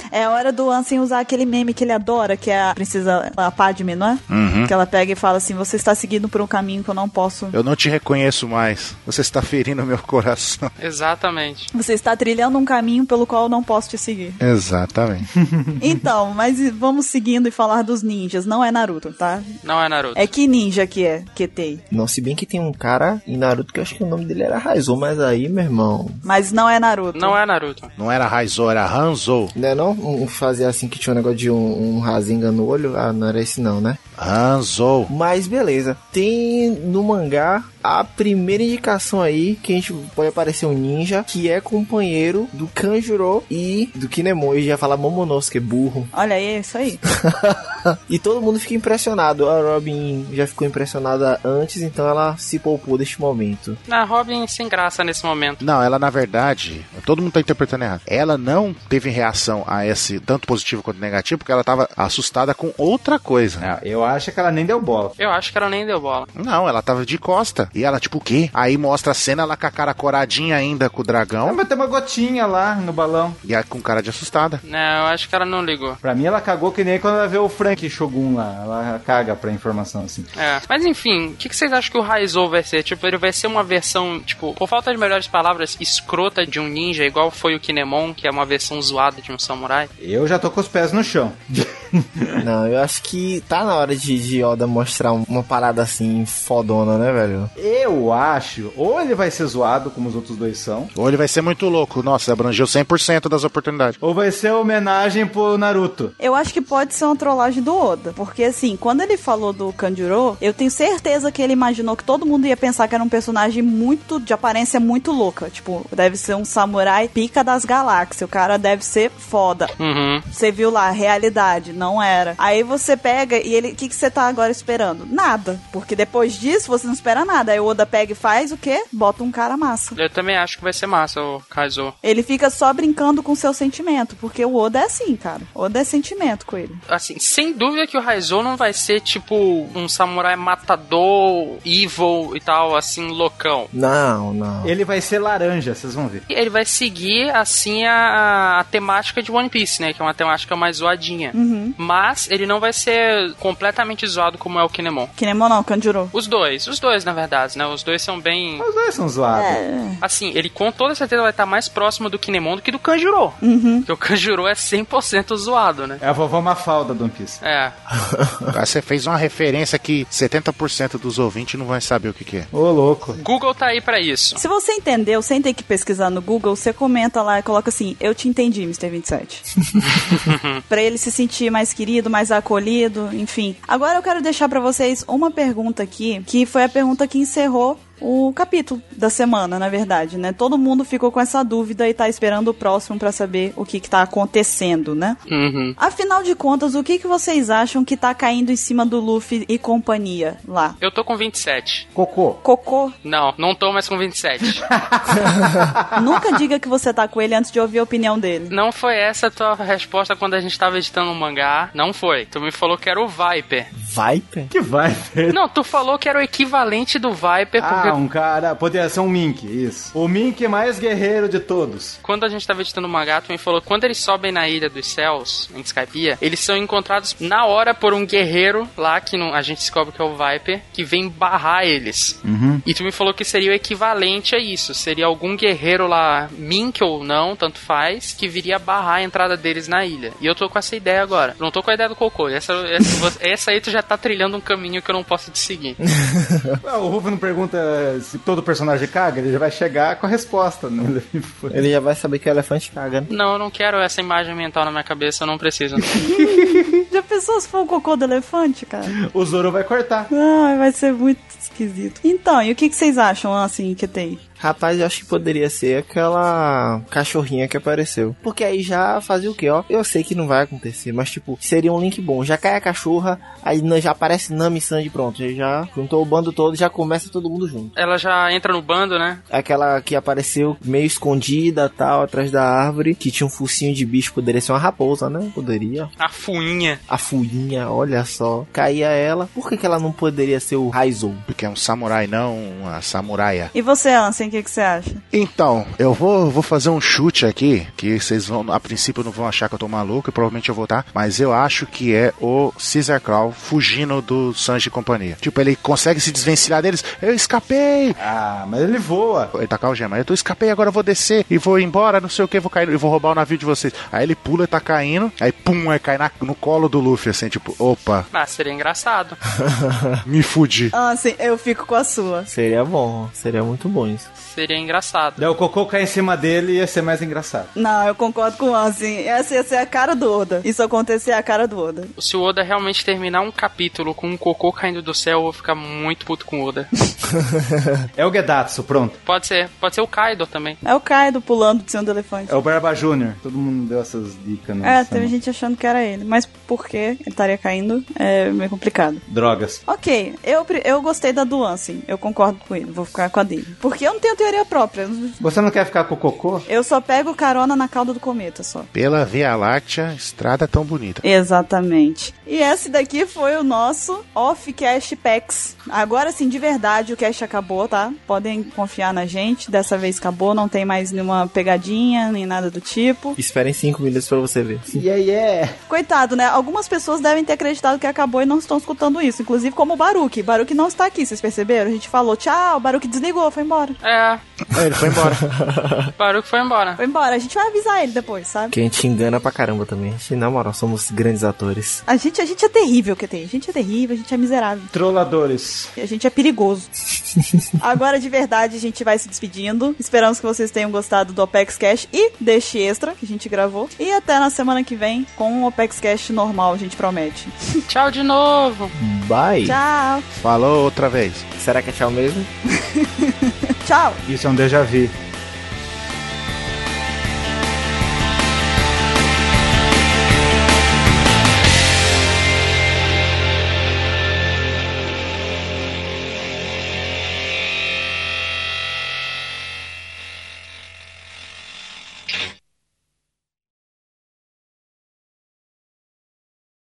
É hora do Ansem usar aquele meme que ele adora, que é a princesa a Padme, não é? Uhum. Que ela pega e fala assim, você está seguindo por um caminho que eu não posso... Eu não te reconheço mais. Você está ferindo meu (laughs) coração. Exatamente. Você está trilhando um caminho pelo qual eu não posso te seguir. Exatamente. Então, mas vamos seguindo e falar dos ninjas. Não é Naruto, tá? Não é Naruto. É que ninja que é, Ketei. Não, se bem que tem um cara em Naruto que eu acho que o nome dele era Raizou, mas aí, meu irmão. Mas não é Naruto. Não é Naruto. Não era Raizou, era Hanzou. Não é não? Um, fazer assim que tinha um negócio de um, um Rasengan no olho? Ah, não era esse não, né? Hanzou. Mas beleza. Tem no mangá a primeira indicação aí que a gente pode aparecer um ninja que é companheiro do Kanjuro e do Kinemon. E já falar Momonosuke, burro. Olha aí, é isso aí. E todo mundo fica impressionado. A Robin já ficou impressionada antes, então ela se poupou deste momento. Na É, Robin sem graça nesse momento. Não, ela na verdade, todo mundo tá interpretando errado. Ela não teve reação a esse tanto positivo quanto negativo, porque ela tava assustada com outra coisa. Ah, eu acho que ela nem deu bola. Eu acho que ela nem deu bola. Não, ela tava de costa. E ela, tipo, o quê? Aí mostra a cena ela com a cara coradinha ainda com o Ah, dragão mas tem uma gotinha lá no balão. e ela com cara de assustada. Não, É, eu acho que ela não ligou. Pra mim, ela cagou que nem quando ela vê o Frank Shogun lá. Ela caga pra informação, assim. É. Mas enfim, o que, que vocês acham que o Raizou vai ser? Tipo, ele vai ser uma versão, tipo, por falta de melhores palavras, escrota de um ninja, igual foi o Kinemon, que é uma versão zoada de um samurai. Eu já tô com os pés no chão. Não, eu acho que tá na hora de, de Oda mostrar um- uma parada assim fodona, né, velho? Eu acho, ou ele vai ser zoado, como os outros dois são, Ou ele vai ser muito louco. Nossa, abrangeu 100% das oportunidades. ou vai ser homenagem pro Naruto. Eu acho que pode ser uma trollagem do Oda. Porque, assim, quando ele falou do Kanjuro, eu tenho certeza que ele imaginou que todo mundo ia pensar que era um personagem muito. de aparência muito louca. Tipo, deve ser um samurai pica das galáxias. O cara deve ser foda. Uhum. Você viu lá, realidade, não era. Aí você pega e ele. O que, que você tá agora esperando? Nada. Porque depois disso você não espera nada. Aí o Oda pega e faz o quê? Bota um cara massa. Eu também acho que vai ser massa o Raizou. Ele fica só brincando com seu sentimento. Porque o Oda é assim, cara. O Oda é sentimento com ele. Assim, sem dúvida que o Raizou não vai ser, tipo, um samurai matador, evil e tal, assim, loucão. Não, não. Ele vai ser laranja, vocês vão ver. Ele vai seguir, assim, a, a temática de One Piece, né? Que é uma temática mais zoadinha. Uhum. Mas ele não vai ser completamente zoado como é o Kinemon. Kinemon não, Kanjuro. Os dois, os dois, na verdade, né? Os dois são bem. Os dois são zoados. É. Assim, ele com toda certeza vai estar mais próximo do Kinemon do que do Kanjuro. Uhum. Porque o Kanjuro é 100% zoado, né? É a vovó Mafalda do One Piece. É. Agora Você fez uma referência que 70% dos ouvintes não vai saber o que, que é. Ô, louco. Google tá aí pra isso. Se você entendeu, sem ter que pesquisar no Google, você comenta lá e coloca assim: Eu te entendi, Mr. 27. pra ele se sentir mais querido, mais acolhido, enfim. Agora eu quero deixar pra vocês uma pergunta aqui, que foi a pergunta que encerrou o capítulo da semana, na verdade, né? Todo mundo ficou com essa dúvida e tá esperando o próximo pra saber o que que tá acontecendo, né? Uhum. Afinal de contas, o que que vocês acham que tá caindo em cima do Luffy e companhia lá? Eu tô com 27. Cocô. Cocô, Não, não tô mais (laughs) com 27. nunca diga que você tá com ele antes de ouvir a opinião dele. não foi essa a tua resposta quando a gente tava editando um mangá. Não foi. Tu me falou que era o Viper. Viper? Que vai, velho. Não, tu falou que era o equivalente do (laughs) Viper, porque Ah, um cara. Poderia ser um Mink, isso. O Mink mais guerreiro de todos. Quando a gente tava editando o mangá, tu me falou quando eles sobem na Ilha dos Céus, em Skypiea, eles são encontrados na hora por um guerreiro lá, que não- a gente descobre que é o Viper, que vem barrar eles. Uhum. E tu me falou que seria o equivalente a isso. Seria algum guerreiro lá, mink ou não, tanto faz, que viria barrar a entrada deles na ilha. E eu tô com essa ideia agora. Não tô com a ideia do cocô. Essa, essa, (laughs) vo- essa aí tu já tá trilhando um caminho que eu não posso te seguir. Ah, o Ruff não pergunta se todo personagem caga, ele já vai chegar com a resposta. Né? Ele já vai saber que o elefante caga, né? Não, eu não quero essa imagem mental na minha cabeça, eu não preciso. Já pensou se for o cocô do elefante, cara? O Zoro vai cortar. Ai, vai ser muito esquisito. Então, e o que, que vocês acham, assim, que tem? Rapaz, eu acho que poderia ser aquela cachorrinha que apareceu. Porque aí já fazia o quê, ó? Eu sei que não vai acontecer, mas tipo, seria um link bom. Já cai a cachorra, aí na- já aparece Nami Sandy, pronto. Já juntou o bando todo, já começa todo mundo junto. Ela já entra no bando, né? Aquela que apareceu meio escondida, tal, atrás da árvore, que tinha um focinho de bicho, poderia ser uma raposa, né? Poderia. A fuinha. A fuinha, olha só. Caía ela. Por que, que ela não poderia ser o Raizou? Porque é um samurai, não uma samuraia. E você, Ansem, o que, que você acha? Então, eu vou, vou fazer um chute aqui, que vocês vão, a princípio não vão achar que eu tô maluco, e provavelmente eu vou estar, mas eu acho que é o Caesar Claw fugindo do Sanji e companhia. Tipo, ele consegue se desvencilhar deles, eu escapei! Ah, mas ele voa. Ele tacar o gema, eu tô, escapei, agora eu vou descer e vou embora, não sei o que, vou cair, eu vou roubar o navio de vocês. Aí ele pula e tá caindo, aí pum, aí cai na- no colo do Luffy, assim, tipo, opa, Ah, seria engraçado. me fudi. Ansem, eu fico com a sua. Seria bom, seria muito bom isso. Seria engraçado. (laughs) Daí o cocô cai em cima dele e ia ser mais engraçado. Não, eu concordo com o Ansem. Essa ia ser a cara do Oda. Isso acontecer é a cara do Oda. Se o Oda realmente terminar um capítulo com um cocô caindo do céu, eu vou ficar muito puto com o Oda. É o Gedatsu, pronto. Pode ser, pode ser o Kaido também. É o Kaido pulando de cima do elefante. É o Barba Júnior. Todo mundo deu essas dicas, né? É, teve gente achando que era ele. Mas por que ele estaria caindo é meio complicado. Drogas. Ok, eu, pre- eu gostei da do Ansem. Eu concordo com ele, vou ficar com a dele. Porque eu não tenho teoria própria. Você não quer ficar com o cocô? Eu só pego carona na cauda do cometa só. Pela Via Láctea, estrada tão bonita. Exatamente. E esse daqui foi o nosso Off Cash Packs. Agora sim, de verdade, o cash acabou, tá? Podem confiar na gente. Dessa vez acabou, não tem mais nenhuma pegadinha, nem nada do tipo. Esperem 5 minutos pra você ver. Yeah, yeah. Coitado, né? Algumas pessoas devem ter acreditado que acabou e não estão escutando isso. Inclusive, como o Baruque. Baruque não está aqui, vocês perceberam? A gente falou tchau, o Baruque desligou, foi embora. É, Aí ele foi embora. (laughs) parou que foi embora. Foi embora, a gente vai avisar ele depois, sabe? Que a gente engana pra caramba também. A gente, na moral, somos grandes atores. A gente, a gente é terrível, que tem. A gente é terrível, a gente é miserável. Trolladores. A gente é perigoso. Agora, de verdade, a gente vai se despedindo. Esperamos que vocês tenham gostado do Opex Cash e deste extra que a gente gravou. E até na semana que vem com o Opex Cash normal, a gente promete. Tchau de novo. Bye! Tchau! Falou outra vez. Será que é tchau mesmo? Tchau! Isso é um déjà vu.